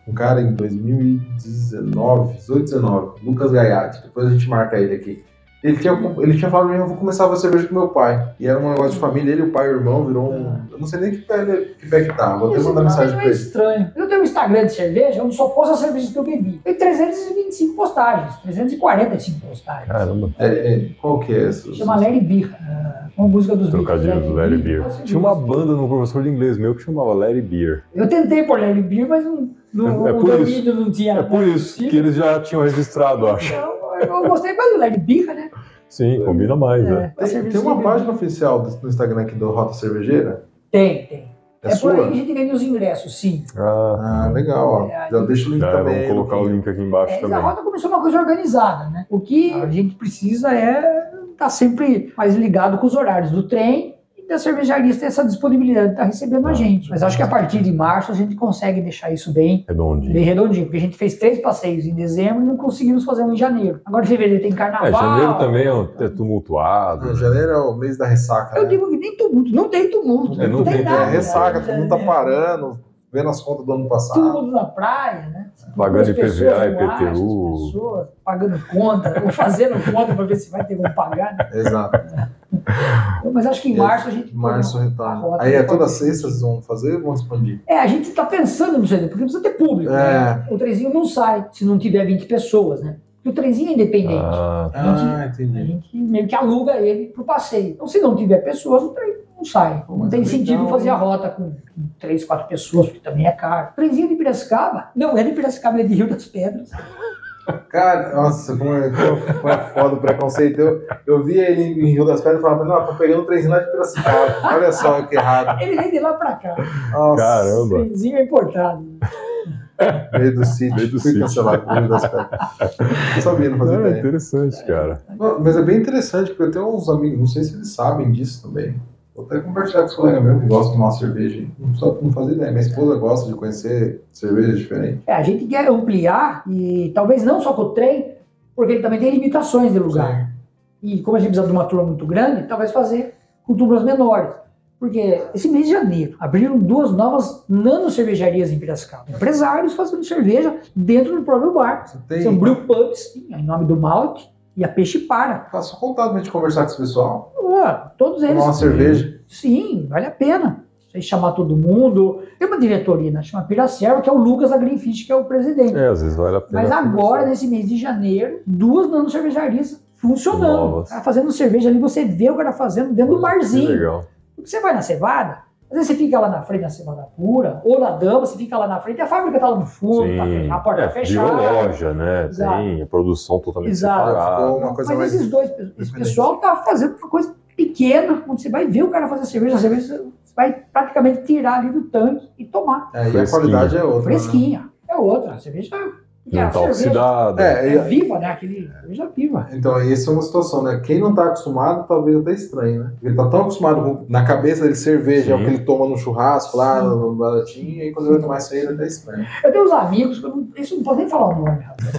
Speaker 2: um cara em 2019, 18, 19, Lucas Gaiati. Depois a gente marca ele aqui. Ele tinha, ele tinha falado pra mim, eu vou começar a fazer cerveja com meu pai. E era um negócio de família, ele, o pai e o irmão, virou um. Eu não sei nem que pé, ele- que pé que tá, vou até
Speaker 3: Ah. Isso
Speaker 2: mandar
Speaker 3: não,
Speaker 2: mensagem
Speaker 3: não
Speaker 2: pra
Speaker 3: é
Speaker 2: ele.
Speaker 3: estranho. Eu tenho um Instagram de cerveja onde só posto as cervejas que eu bebi. Tem 325 postagens, 345 postagens.
Speaker 1: Caramba.
Speaker 2: É, é, qual que é essa?
Speaker 3: Chama Larry Birra, ah, uma música dos
Speaker 1: Trocadilho
Speaker 3: né?
Speaker 1: do Larry Beer. Tinha uma banda no professor de inglês meu que chamava Larry Beer.
Speaker 3: Eu tentei pôr Larry Birra, mas não, não,
Speaker 1: É
Speaker 3: o
Speaker 1: por isso.
Speaker 3: domínio não tinha.
Speaker 1: É por isso que eles já tinham registrado, acho.
Speaker 3: Então, eu gostei mais do Larry Birra, né? É,
Speaker 1: Sim, combina mais, né?
Speaker 3: a
Speaker 2: Tem,
Speaker 3: cerveja
Speaker 2: tem uma
Speaker 3: que-
Speaker 2: página oficial do- no Instagram aqui do Rota Cervejeira?
Speaker 3: Tem, tem.
Speaker 2: É,
Speaker 3: É, por aí que
Speaker 2: sua?
Speaker 3: a gente ganha os ingressos, sim.
Speaker 1: Ah,
Speaker 2: Ah, legal, ó.
Speaker 3: É,
Speaker 2: Já deixa o link
Speaker 1: já era,
Speaker 2: também.
Speaker 1: vamos colocar o link aqui embaixo
Speaker 3: É, a
Speaker 1: também.
Speaker 3: rota começou uma coisa organizada, né? O que a gente precisa é estar sempre mais ligado com os horários do trem e da cervejaria ter essa disponibilidade de estar recebendo a gente. Mas acho que a partir de março a gente consegue deixar isso bem, bem
Speaker 1: Redondinho.
Speaker 3: redondinho, porque a gente fez três passeios em dezembro e não conseguimos fazer um em janeiro. Agora em fevereiro tem
Speaker 1: É,
Speaker 3: carnaval.
Speaker 1: janeiro também é um- é
Speaker 2: Ah,
Speaker 1: tumultuado.
Speaker 2: janeiro é o mês da ressaca.
Speaker 3: Eu
Speaker 2: né?
Speaker 3: digo que nem tumulto, não tem tumulto,
Speaker 1: É,
Speaker 3: não,
Speaker 1: não
Speaker 3: tem,
Speaker 1: tem,
Speaker 2: É,
Speaker 3: nada.
Speaker 2: ressaca, todo mundo tá
Speaker 3: Janeiro,
Speaker 2: parando, vendo as contas do ano
Speaker 3: Todo
Speaker 2: passado.
Speaker 3: mundo na praia, né?
Speaker 1: Pagando
Speaker 3: As pessoas
Speaker 1: IPVA,
Speaker 3: no ar, as
Speaker 1: IPTU.
Speaker 3: pessoas pagando conta, ou fazendo conta para ver se vai ter como pagar. né?
Speaker 2: Exato.
Speaker 3: Então, Mas acho que em
Speaker 2: É,
Speaker 3: março a gente.
Speaker 2: Março
Speaker 3: a
Speaker 2: retorna.
Speaker 3: rota
Speaker 2: Aí é
Speaker 3: pode-
Speaker 2: toda sexta vocês vão fazer ou vão expandir?
Speaker 3: É, a gente tá pensando nisso ainda, porque precisa ter público. né?
Speaker 2: É.
Speaker 3: O trenzinho não sai se não tiver 20 pessoas, né? Porque o trenzinho é independente.
Speaker 1: Ah,
Speaker 2: Ah,
Speaker 3: A
Speaker 2: entendi.
Speaker 3: gente meio que aluga ele pro passeio. Então, se não tiver pessoas, o trem não sai.
Speaker 2: Pô,
Speaker 3: não
Speaker 2: mas
Speaker 3: tem
Speaker 2: é
Speaker 3: sentido
Speaker 2: legal,
Speaker 3: fazer
Speaker 2: hein?
Speaker 3: a rota com três, quatro pessoas, porque também é caro. O trenzinho de Piracicaba não é de Piracicaba, ele é de Rio das Pedras.
Speaker 2: Cara, nossa, como é, como é foda o preconceito. Eu, eu vi ele em Rio das Pedras e falava, não, tô pegando o trenzinho lá de Piracicaba. Olha só que errado.
Speaker 3: Ele vem de lá pra cá.
Speaker 2: Nossa,
Speaker 3: O
Speaker 1: caramba.
Speaker 3: trenzinho é importado.
Speaker 2: meio do sítio.
Speaker 1: Meio do
Speaker 2: Fui
Speaker 1: sítio.
Speaker 2: cancelado por Rio das Pedras. Não sabia, não fazia
Speaker 1: Ah,
Speaker 2: ideia.
Speaker 1: interessante, cara.
Speaker 2: Não, Mas é bem interessante, porque eu tenho uns amigos, não sei se eles sabem disso também. Vou até conversar com os colegas meus que gostam de tomar uma cerveja. hein? Não sabe não fazer ideia. Minha esposa gosta de conhecer cervejas diferentes.
Speaker 3: É, a gente quer ampliar e talvez não só com o trem, porque ele também tem limitações de lugar. E como a gente precisa de uma turma muito grande, talvez fazer com turmas menores. Porque esse mês de janeiro abriram duas novas nano cervejarias em Piracicaba. Empresários fazendo cerveja dentro do próprio bar.
Speaker 2: Você
Speaker 3: São
Speaker 2: tem.
Speaker 3: Brew Pubs, em nome do Malte, e a Peixe Para.
Speaker 2: Faço contato pra gente conversar com esse pessoal.
Speaker 3: Ah, todos
Speaker 2: Tomar
Speaker 3: eles
Speaker 2: uma cerveja.
Speaker 3: Sim, vale a pena. Você chamar todo mundo. Tem uma diretoria, né? Chama Piracicaba, que é o Lucas da Greenfish, que é o presidente.
Speaker 1: É, às vezes vale a pena.
Speaker 3: Mas agora, nesse mês de janeiro, duas nano cervejarias funcionando. O
Speaker 1: Novas.
Speaker 3: cara fazendo cerveja ali, você vê o cara fazendo dentro do
Speaker 1: Que
Speaker 3: barzinho.
Speaker 1: legal.
Speaker 3: Porque você vai na cevada, às vezes você fica lá na frente na cevada pura, ou na dama, você fica lá na frente, a fábrica tá lá no fundo, tá
Speaker 1: Sim.
Speaker 3: fechada, a porta
Speaker 1: é, virou
Speaker 3: fechada.
Speaker 1: loja, né?
Speaker 3: Exato.
Speaker 1: Tem a produção totalmente
Speaker 3: Exato.
Speaker 1: separada.
Speaker 2: Ficou uma coisa
Speaker 3: Mas
Speaker 2: mais.
Speaker 3: esses dois, esse
Speaker 2: diferente.
Speaker 3: pessoal tá fazendo uma coisa pequena, quando você vai ver o cara fazer cerveja, a cerveja você vai praticamente tirar ali do tanque e tomar.
Speaker 2: É, e a
Speaker 1: Fresquinha.
Speaker 2: qualidade é outra. né?
Speaker 3: Fresquinha. É outra, a cerveja é
Speaker 1: Não
Speaker 3: a
Speaker 1: tá
Speaker 3: cerveja.
Speaker 1: oxidada.
Speaker 2: É,
Speaker 3: É
Speaker 2: e-
Speaker 3: viva, né? Aquele cerveja viva.
Speaker 2: Então, aí essa é uma situação, né? Quem não tá acostumado, talvez até estranhe, né? Ele tá tão acostumado com, na cabeça dele cerveja, é o
Speaker 1: Sim.
Speaker 2: que ele toma no churrasco lá,
Speaker 3: Sim.
Speaker 2: no baratinho, e aí quando ele vai tomar isso aí, ele até estranha.
Speaker 3: Eu tenho uns amigos, que eu não, isso eu não posso nem falar o nome, rapaz.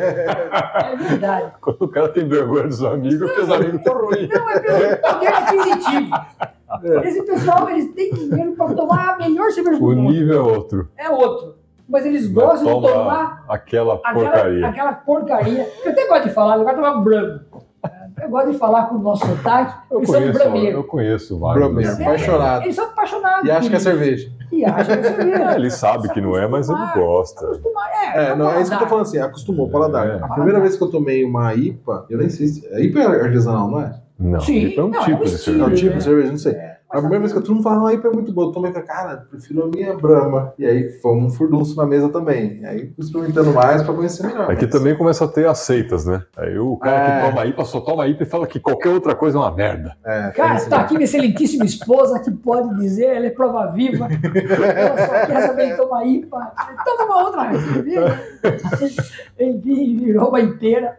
Speaker 3: É verdade.
Speaker 1: Quando o cara tem vergonha dos amigos, porque os amigos estão ruins.
Speaker 3: Não, é pelo poder aquisitivo.
Speaker 1: É.
Speaker 3: Esse pessoal, eles têm dinheiro para tomar a melhor cerveja do
Speaker 1: O
Speaker 3: mundo.
Speaker 1: nível é outro.
Speaker 3: É outro. Mas eles
Speaker 1: Mas
Speaker 3: gostam
Speaker 1: toma
Speaker 3: de tomar
Speaker 1: Aquela
Speaker 3: aquela,
Speaker 1: porcaria.
Speaker 3: aquela porcaria. Eu até gosto de falar, eu gosto de tomar branco. É, Eu gosto de falar com o nosso sotaque.
Speaker 1: Eu
Speaker 3: eles são
Speaker 1: conheço,
Speaker 3: brameiros.
Speaker 1: eu conheço vários.
Speaker 2: Problema,
Speaker 1: assim.
Speaker 2: apaixonado.
Speaker 3: Eles são apaixonados.
Speaker 2: E acha que é
Speaker 3: querido.
Speaker 2: cerveja.
Speaker 3: E acha que é cerveja.
Speaker 1: É, ele sabe que não é, mas ele gosta.
Speaker 3: Acostumar, É,
Speaker 2: É, não, é isso que eu tô falando assim, acostumou o paladar.
Speaker 1: É.
Speaker 2: A primeira vez que eu tomei uma IPA, eu nem sei se. A IPA é artesanal, não é?
Speaker 1: Não,
Speaker 3: Sim,
Speaker 1: ele é um
Speaker 3: não, é um
Speaker 1: tipo de
Speaker 3: estilo,
Speaker 2: É
Speaker 1: cerveja.
Speaker 2: o tipo
Speaker 3: né?
Speaker 2: de cerveja, não sei. A primeira vez que eu todo mundo falava, não, a IPA é muito boa. Eu tomei e falei, cara, prefiro a minha Brahma. E aí foi um furdunço na mesa também. E aí fui experimentando mais pra conhecer melhor.
Speaker 1: Aqui
Speaker 2: Mas-
Speaker 1: É também começa a ter aceitas, né? Aí o cara
Speaker 2: É.
Speaker 1: que toma IPA só toma IPA e fala que qualquer outra coisa é uma merda.
Speaker 2: É,
Speaker 3: Cara, tá,
Speaker 2: tem isso
Speaker 3: está
Speaker 2: mesmo.
Speaker 3: aqui minha excelentíssima esposa que pode dizer, ela é prova viva. Ela só quer saber de tomar IPA. Então, Toma uma outra cerveja. Enfim, virou uma inteira.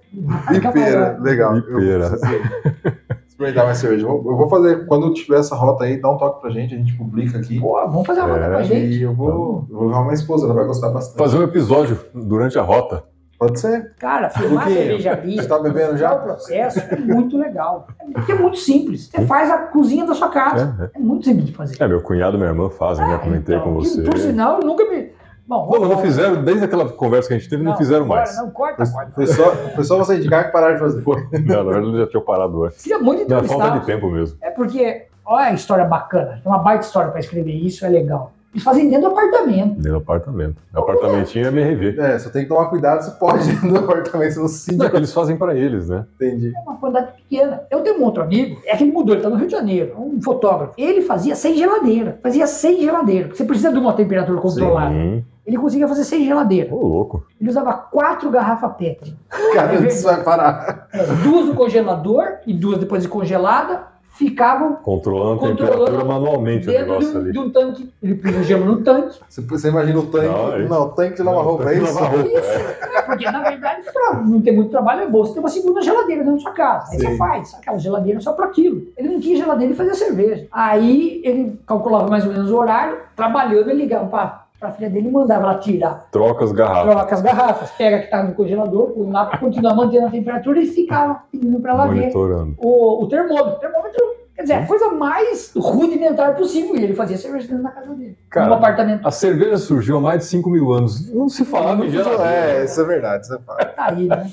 Speaker 3: é
Speaker 2: E pera, legal.
Speaker 1: E pera.
Speaker 2: Eu preciso experimentar mais cerveja. Eu vou- eu vou fazer, quando eu tiver essa rota aí, dá um toque pra gente, a gente publica aqui.
Speaker 3: Pô, vamos fazer uma
Speaker 1: É,
Speaker 3: roda com a gente.
Speaker 2: E eu vou, eu vou levar minha esposa, ela vai gostar bastante.
Speaker 1: Fazer um episódio durante a rota.
Speaker 2: Pode ser?
Speaker 3: Cara, filmar a
Speaker 2: Luquinha,
Speaker 3: cervejaria.
Speaker 2: você tá bebendo
Speaker 3: filmar
Speaker 2: já?
Speaker 3: O processo é muito legal. É Porque é muito simples. Você faz a cozinha da sua casa.
Speaker 1: É,
Speaker 3: É muito simples de fazer.
Speaker 1: é. É, meu cunhado e minha irmã fazem, né? Comentei
Speaker 3: Então,
Speaker 1: com
Speaker 3: que,
Speaker 1: você.
Speaker 3: Por sinal, eu nunca me. Bom,
Speaker 1: Não, mas não fizeram, desde aquela conversa que a gente teve, não, fizeram
Speaker 3: agora
Speaker 1: mais.
Speaker 3: Não, corta, corta.
Speaker 2: Foi só, foi só você indicar que pararam de fazer.
Speaker 1: Não, na verdade, já tinha parado antes.
Speaker 3: Seria muito
Speaker 1: Não, é
Speaker 3: entrevistado.
Speaker 1: falta de tempo mesmo.
Speaker 3: É porque, olha a história bacana, tem uma baita história pra escrever, isso é legal. Eles fazem dentro do apartamento.
Speaker 1: Dentro do apartamento. Apartamentinho é MRV.
Speaker 2: É, só tem que tomar cuidado, você pode ir no apartamento, se você
Speaker 1: Não,
Speaker 2: não
Speaker 1: é que eles fazem pra eles, né?
Speaker 2: entende.
Speaker 3: É uma quantidade pequena. Eu tenho um outro amigo, é que ele mudou, ele tá no Rio de Janeiro, um fotógrafo. Ele fazia sem geladeira, fazia sem geladeira. Você precisa de uma temperatura controlada.
Speaker 1: Sim.
Speaker 3: Ele conseguia fazer sem geladeira.
Speaker 1: Ô, louco.
Speaker 3: Ele usava quatro garrafas PET.
Speaker 2: Cara,
Speaker 3: É
Speaker 2: isso vai parar.
Speaker 3: É, duas no congelador e duas depois descongelada, ficavam
Speaker 1: Controlando a
Speaker 3: Controlando
Speaker 1: temperatura manualmente o
Speaker 3: dentro de
Speaker 1: negócio
Speaker 3: um,
Speaker 1: ali.
Speaker 3: de um tanque. Ele punha gelo no tanque.
Speaker 2: Você, você imagina o tanque.
Speaker 1: Não,
Speaker 2: Não,
Speaker 1: é isso.
Speaker 2: o tanque de lavar roupa, é
Speaker 1: Tem que
Speaker 2: isso?
Speaker 1: lavar roupa, é.
Speaker 3: É, Porque, na verdade, pra não ter muito trabalho, é bom você ter uma segunda geladeira dentro da sua casa. Aí você
Speaker 2: Sim.
Speaker 3: faz aquela geladeira só para aquilo. Ele não tinha geladeira e fazia cerveja. Aí ele calculava mais ou menos o horário, trabalhando, ele ligava para a filha dele e mandava ela tirar.
Speaker 1: Troca as garrafas.
Speaker 3: Coloca as garrafas, pega a que tá no congelador, põe lá pra continuar mantendo a temperatura e ficava pedindo para ela ver
Speaker 1: Monitorando.
Speaker 3: o, o termômetro. O termômetro, quer dizer, a coisa mais rudimentar possível. E ele fazia cerveja dentro da casa dele,
Speaker 1: Cara,
Speaker 3: no apartamento.
Speaker 1: A cerveja surgiu há mais de 5 mil anos. Não se falava em geladeira.
Speaker 2: É, isso é verdade, isso é fato.
Speaker 3: Tá aí, né?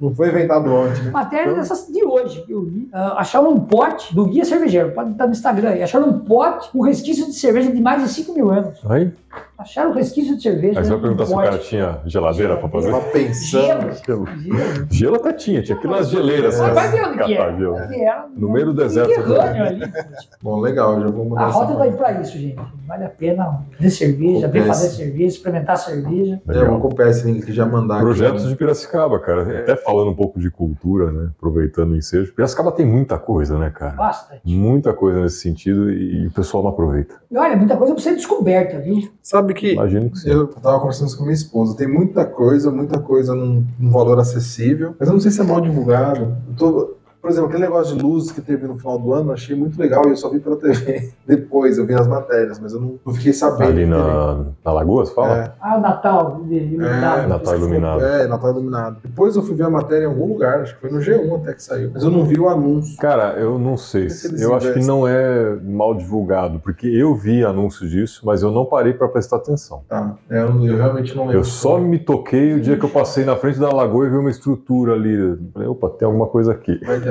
Speaker 2: Não foi inventado ontem, né?
Speaker 3: Matéria
Speaker 1: Então-
Speaker 3: dessas de hoje que eu vi. Ah, acharam um pote do Guia Cervejeiro, pode estar no Instagram aí. Acharam um pote com resquício de cerveja de mais de 5 mil
Speaker 2: é.
Speaker 3: anos.
Speaker 1: Aí,
Speaker 3: Acharam resquício de cerveja.
Speaker 1: aí você vai
Speaker 3: dentro
Speaker 1: perguntar
Speaker 3: de um
Speaker 1: se o
Speaker 3: pote.
Speaker 1: cara tinha geladeira pra fazer.
Speaker 2: Tava pensando.
Speaker 1: Gelo.
Speaker 3: Gelo.
Speaker 1: Gelo até tinha, tinha aquelas geleiras.
Speaker 2: Mas
Speaker 1: essas
Speaker 3: vai ver onde que é.
Speaker 1: catagelo.
Speaker 3: Que era
Speaker 1: No meio do deserto.
Speaker 3: Mediterrâneo ali.
Speaker 2: Bom, legal, já vou mudar
Speaker 3: A
Speaker 2: essa
Speaker 3: rota tá aí
Speaker 2: parte.
Speaker 3: pra isso, gente. Vale a pena ver cerveja, ver
Speaker 2: Compensa.
Speaker 3: fazer cerveja, experimentar cerveja.
Speaker 2: É, eu vou
Speaker 1: Legal.
Speaker 2: copiar esse link que já mandar aqui,
Speaker 1: Projetos
Speaker 2: né? É.
Speaker 1: de Piracicaba, cara. Até falando um pouco de cultura, né? Aproveitando o ensejo. Piracicaba tem muita coisa, né, cara?
Speaker 3: Bastante.
Speaker 1: Muita coisa nesse sentido e o pessoal não aproveita.
Speaker 3: E olha, muita coisa pra ser descoberta, viu?
Speaker 2: Sabe que
Speaker 1: Imagino que sim.
Speaker 2: eu tava conversando isso com minha esposa, tem muita coisa, muita coisa num, num valor acessível, mas eu não sei se é mal divulgado. Eu tô- Por exemplo, aquele negócio de luzes que teve no final do ano, eu achei muito legal e eu só vi pela TV. Depois eu vi as matérias, mas eu não, não fiquei sabendo.
Speaker 1: Ali
Speaker 2: entendeu?
Speaker 1: na, na Lagoa, você fala?
Speaker 2: É,
Speaker 3: Ah, o Natal de- iluminado.
Speaker 2: É,
Speaker 1: Natal iluminado.
Speaker 2: é, Natal Iluminado. Depois eu fui ver a matéria em algum lugar, acho que foi no G1 até que saiu. Mas eu não vi o anúncio.
Speaker 1: Cara, eu não sei.
Speaker 2: Por que eles
Speaker 1: Eu acho que
Speaker 2: investem?
Speaker 1: não é mal divulgado, porque eu vi anúncio disso, mas eu não parei pra prestar atenção.
Speaker 2: Tá, é, eu, não- eu realmente não lembro.
Speaker 1: Eu só me toquei o dia que eu passei na frente da lagoa e vi uma estrutura ali. Falei, opa, tem alguma coisa aqui.
Speaker 2: Vai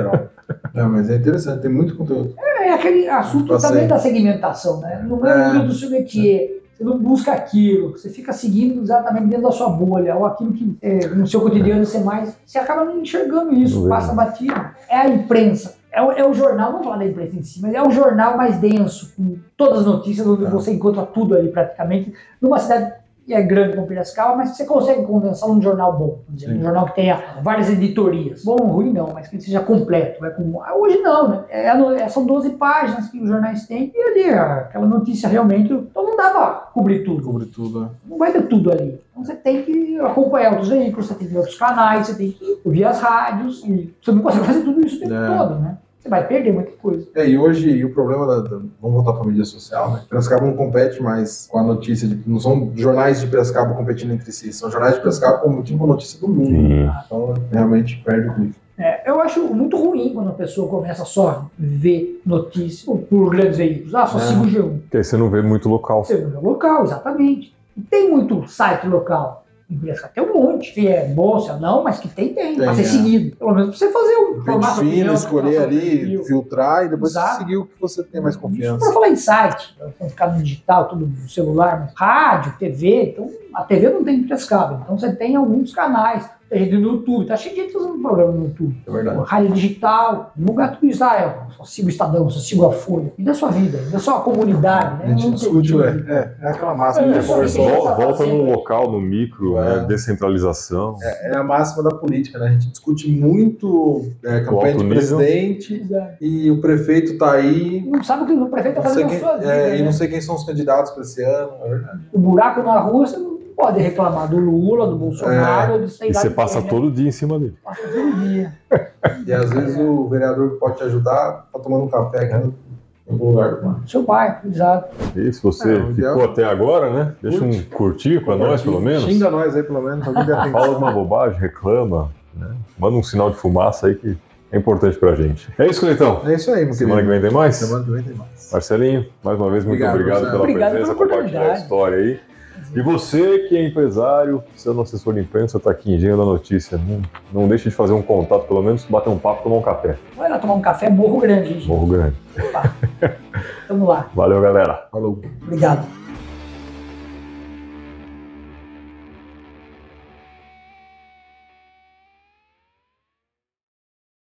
Speaker 2: geral. É, mas é interessante, tem muito conteúdo.
Speaker 3: É aquele assunto
Speaker 2: Passei.
Speaker 3: também da segmentação, né? Não é o
Speaker 2: É.
Speaker 3: mundo do seu métier. Você não busca aquilo, você fica seguindo exatamente dentro da sua bolha, ou aquilo que é, no seu cotidiano você mais. Você acaba não enxergando
Speaker 1: Não
Speaker 3: isso,
Speaker 1: vê,
Speaker 3: passa batido. É a imprensa. É o, é o jornal, vamos falar da imprensa em si, mas é o jornal mais denso, com todas as notícias, onde
Speaker 2: É.
Speaker 3: você encontra tudo ali praticamente. Numa cidade que é grande como Piracicaba, mas você consegue condensar num jornal bom. vamos dizer,
Speaker 2: Sim.
Speaker 3: Um jornal que tenha várias editorias. Bom ou ruim, não, mas que ele seja completo. Vai com... Ah, Hoje não, né? É, no- é- são 12 páginas que os jornais têm, e ali ah, aquela notícia realmente. Então não dá pra cobrir tudo.
Speaker 2: Cobre tudo, né?
Speaker 3: Não vai ter tudo ali. Então você tem que acompanhar outros veículos, você tem que ver outros canais, você tem que ouvir as rádios, e você não consegue fazer tudo isso o tempo
Speaker 2: É.
Speaker 3: todo, né? Você vai perder muita coisa.
Speaker 2: É, e hoje e o problema da, da- Vamos voltar para a mídia social, né? Piracicaba não compete mais com a notícia de. Não são jornais de Piracicaba competindo entre si, são jornais de Piracicaba competindo com a notícia do mundo.
Speaker 1: Sim.
Speaker 2: Então realmente perde o clique.
Speaker 3: É, eu acho muito ruim quando a pessoa começa só a ver notícias por grandes veículos. Ah, só
Speaker 2: É.
Speaker 3: sigo o G1.
Speaker 1: Porque aí você não vê muito local.
Speaker 3: Cerveja um local, exatamente. E tem muito site local. Em Piracicaba Tem um monte, que é bolsa, não, mas que tem,
Speaker 2: Tem,
Speaker 3: tem, pra ser
Speaker 2: é.
Speaker 3: seguido. Pelo menos pra você fazer um
Speaker 2: Gente
Speaker 3: formato
Speaker 2: fina, escolher ali, filtrar e depois
Speaker 3: Exato.
Speaker 2: seguir o que você tem mais
Speaker 3: um Pra
Speaker 2: confiança.
Speaker 3: falar em site, pra ficar no digital, tudo no celular, mas rádio, TV, então a TV não tem em Piracicaba, então você tem alguns canais, tem gente no YouTube, tá cheio de gente fazendo programa no YouTube.
Speaker 2: É verdade.
Speaker 3: Rádio digital, divulgar tudo isso, ah, eu só sigo o Estadão, só sigo a Folha, e da sua vida, e da sua comunidade, né?
Speaker 2: A gente
Speaker 3: Não
Speaker 2: discute,
Speaker 3: tem-
Speaker 2: é, é, é aquela máxima que a gente
Speaker 3: É,
Speaker 2: conversou.
Speaker 1: Vol- Volta num local, no micro, né? Descentralização.
Speaker 2: É a máxima da política, né? A gente discute muito é, campanha
Speaker 1: alto
Speaker 2: de
Speaker 1: nível.
Speaker 2: presidente e o prefeito tá aí.
Speaker 3: não sabe o que o prefeito está
Speaker 2: Não sei
Speaker 3: Tá fazendo na
Speaker 2: quem,
Speaker 3: sua vida.
Speaker 2: é, E
Speaker 3: né?
Speaker 2: não sei quem são os candidatos para esse ano. É verdade.
Speaker 3: O buraco na rua, você não pode reclamar do Lula, do Bolsonaro,
Speaker 2: É.
Speaker 3: ou do sei
Speaker 1: E
Speaker 3: lá
Speaker 1: você
Speaker 3: de
Speaker 1: passa
Speaker 3: quem, né?
Speaker 1: todo dia em cima dele.
Speaker 3: Passa todo dia.
Speaker 2: E às vezes o vereador que pode te ajudar tá tomando um café aqui no- em algum lugar do mar.
Speaker 3: Seu pai, exato.
Speaker 1: E se você
Speaker 2: É, o ideal-
Speaker 1: ficou até agora, né? Deixa um curtir pra nós, pelo menos.
Speaker 2: Xinga nós aí, pelo menos. Alguém deve
Speaker 1: Fala alguma bobagem, reclama, né? Manda um sinal de fumaça aí que é importante pra gente. É isso, Cleitão.
Speaker 2: É isso aí, meu
Speaker 1: Semana que
Speaker 2: querido.
Speaker 1: vem tem mais?
Speaker 2: Semana que vem tem mais.
Speaker 1: Marcelinho, mais uma vez, muito
Speaker 2: Obrigado,
Speaker 1: obrigado,
Speaker 2: Marcelo.
Speaker 1: pela
Speaker 3: Obrigado
Speaker 1: presença,
Speaker 3: pela
Speaker 1: compartilhar a
Speaker 3: oportunidade.
Speaker 1: história aí. E você que é empresário, seu assessor de imprensa, está aqui em Engenho da Notícia. Não, não deixe de fazer um contato, pelo menos bater um papo, tomar um café.
Speaker 3: Vai lá tomar um café, morro grande, gente.
Speaker 1: Morro Grande.
Speaker 3: Tamo lá.
Speaker 1: Valeu, galera.
Speaker 2: Falou.
Speaker 3: Obrigado.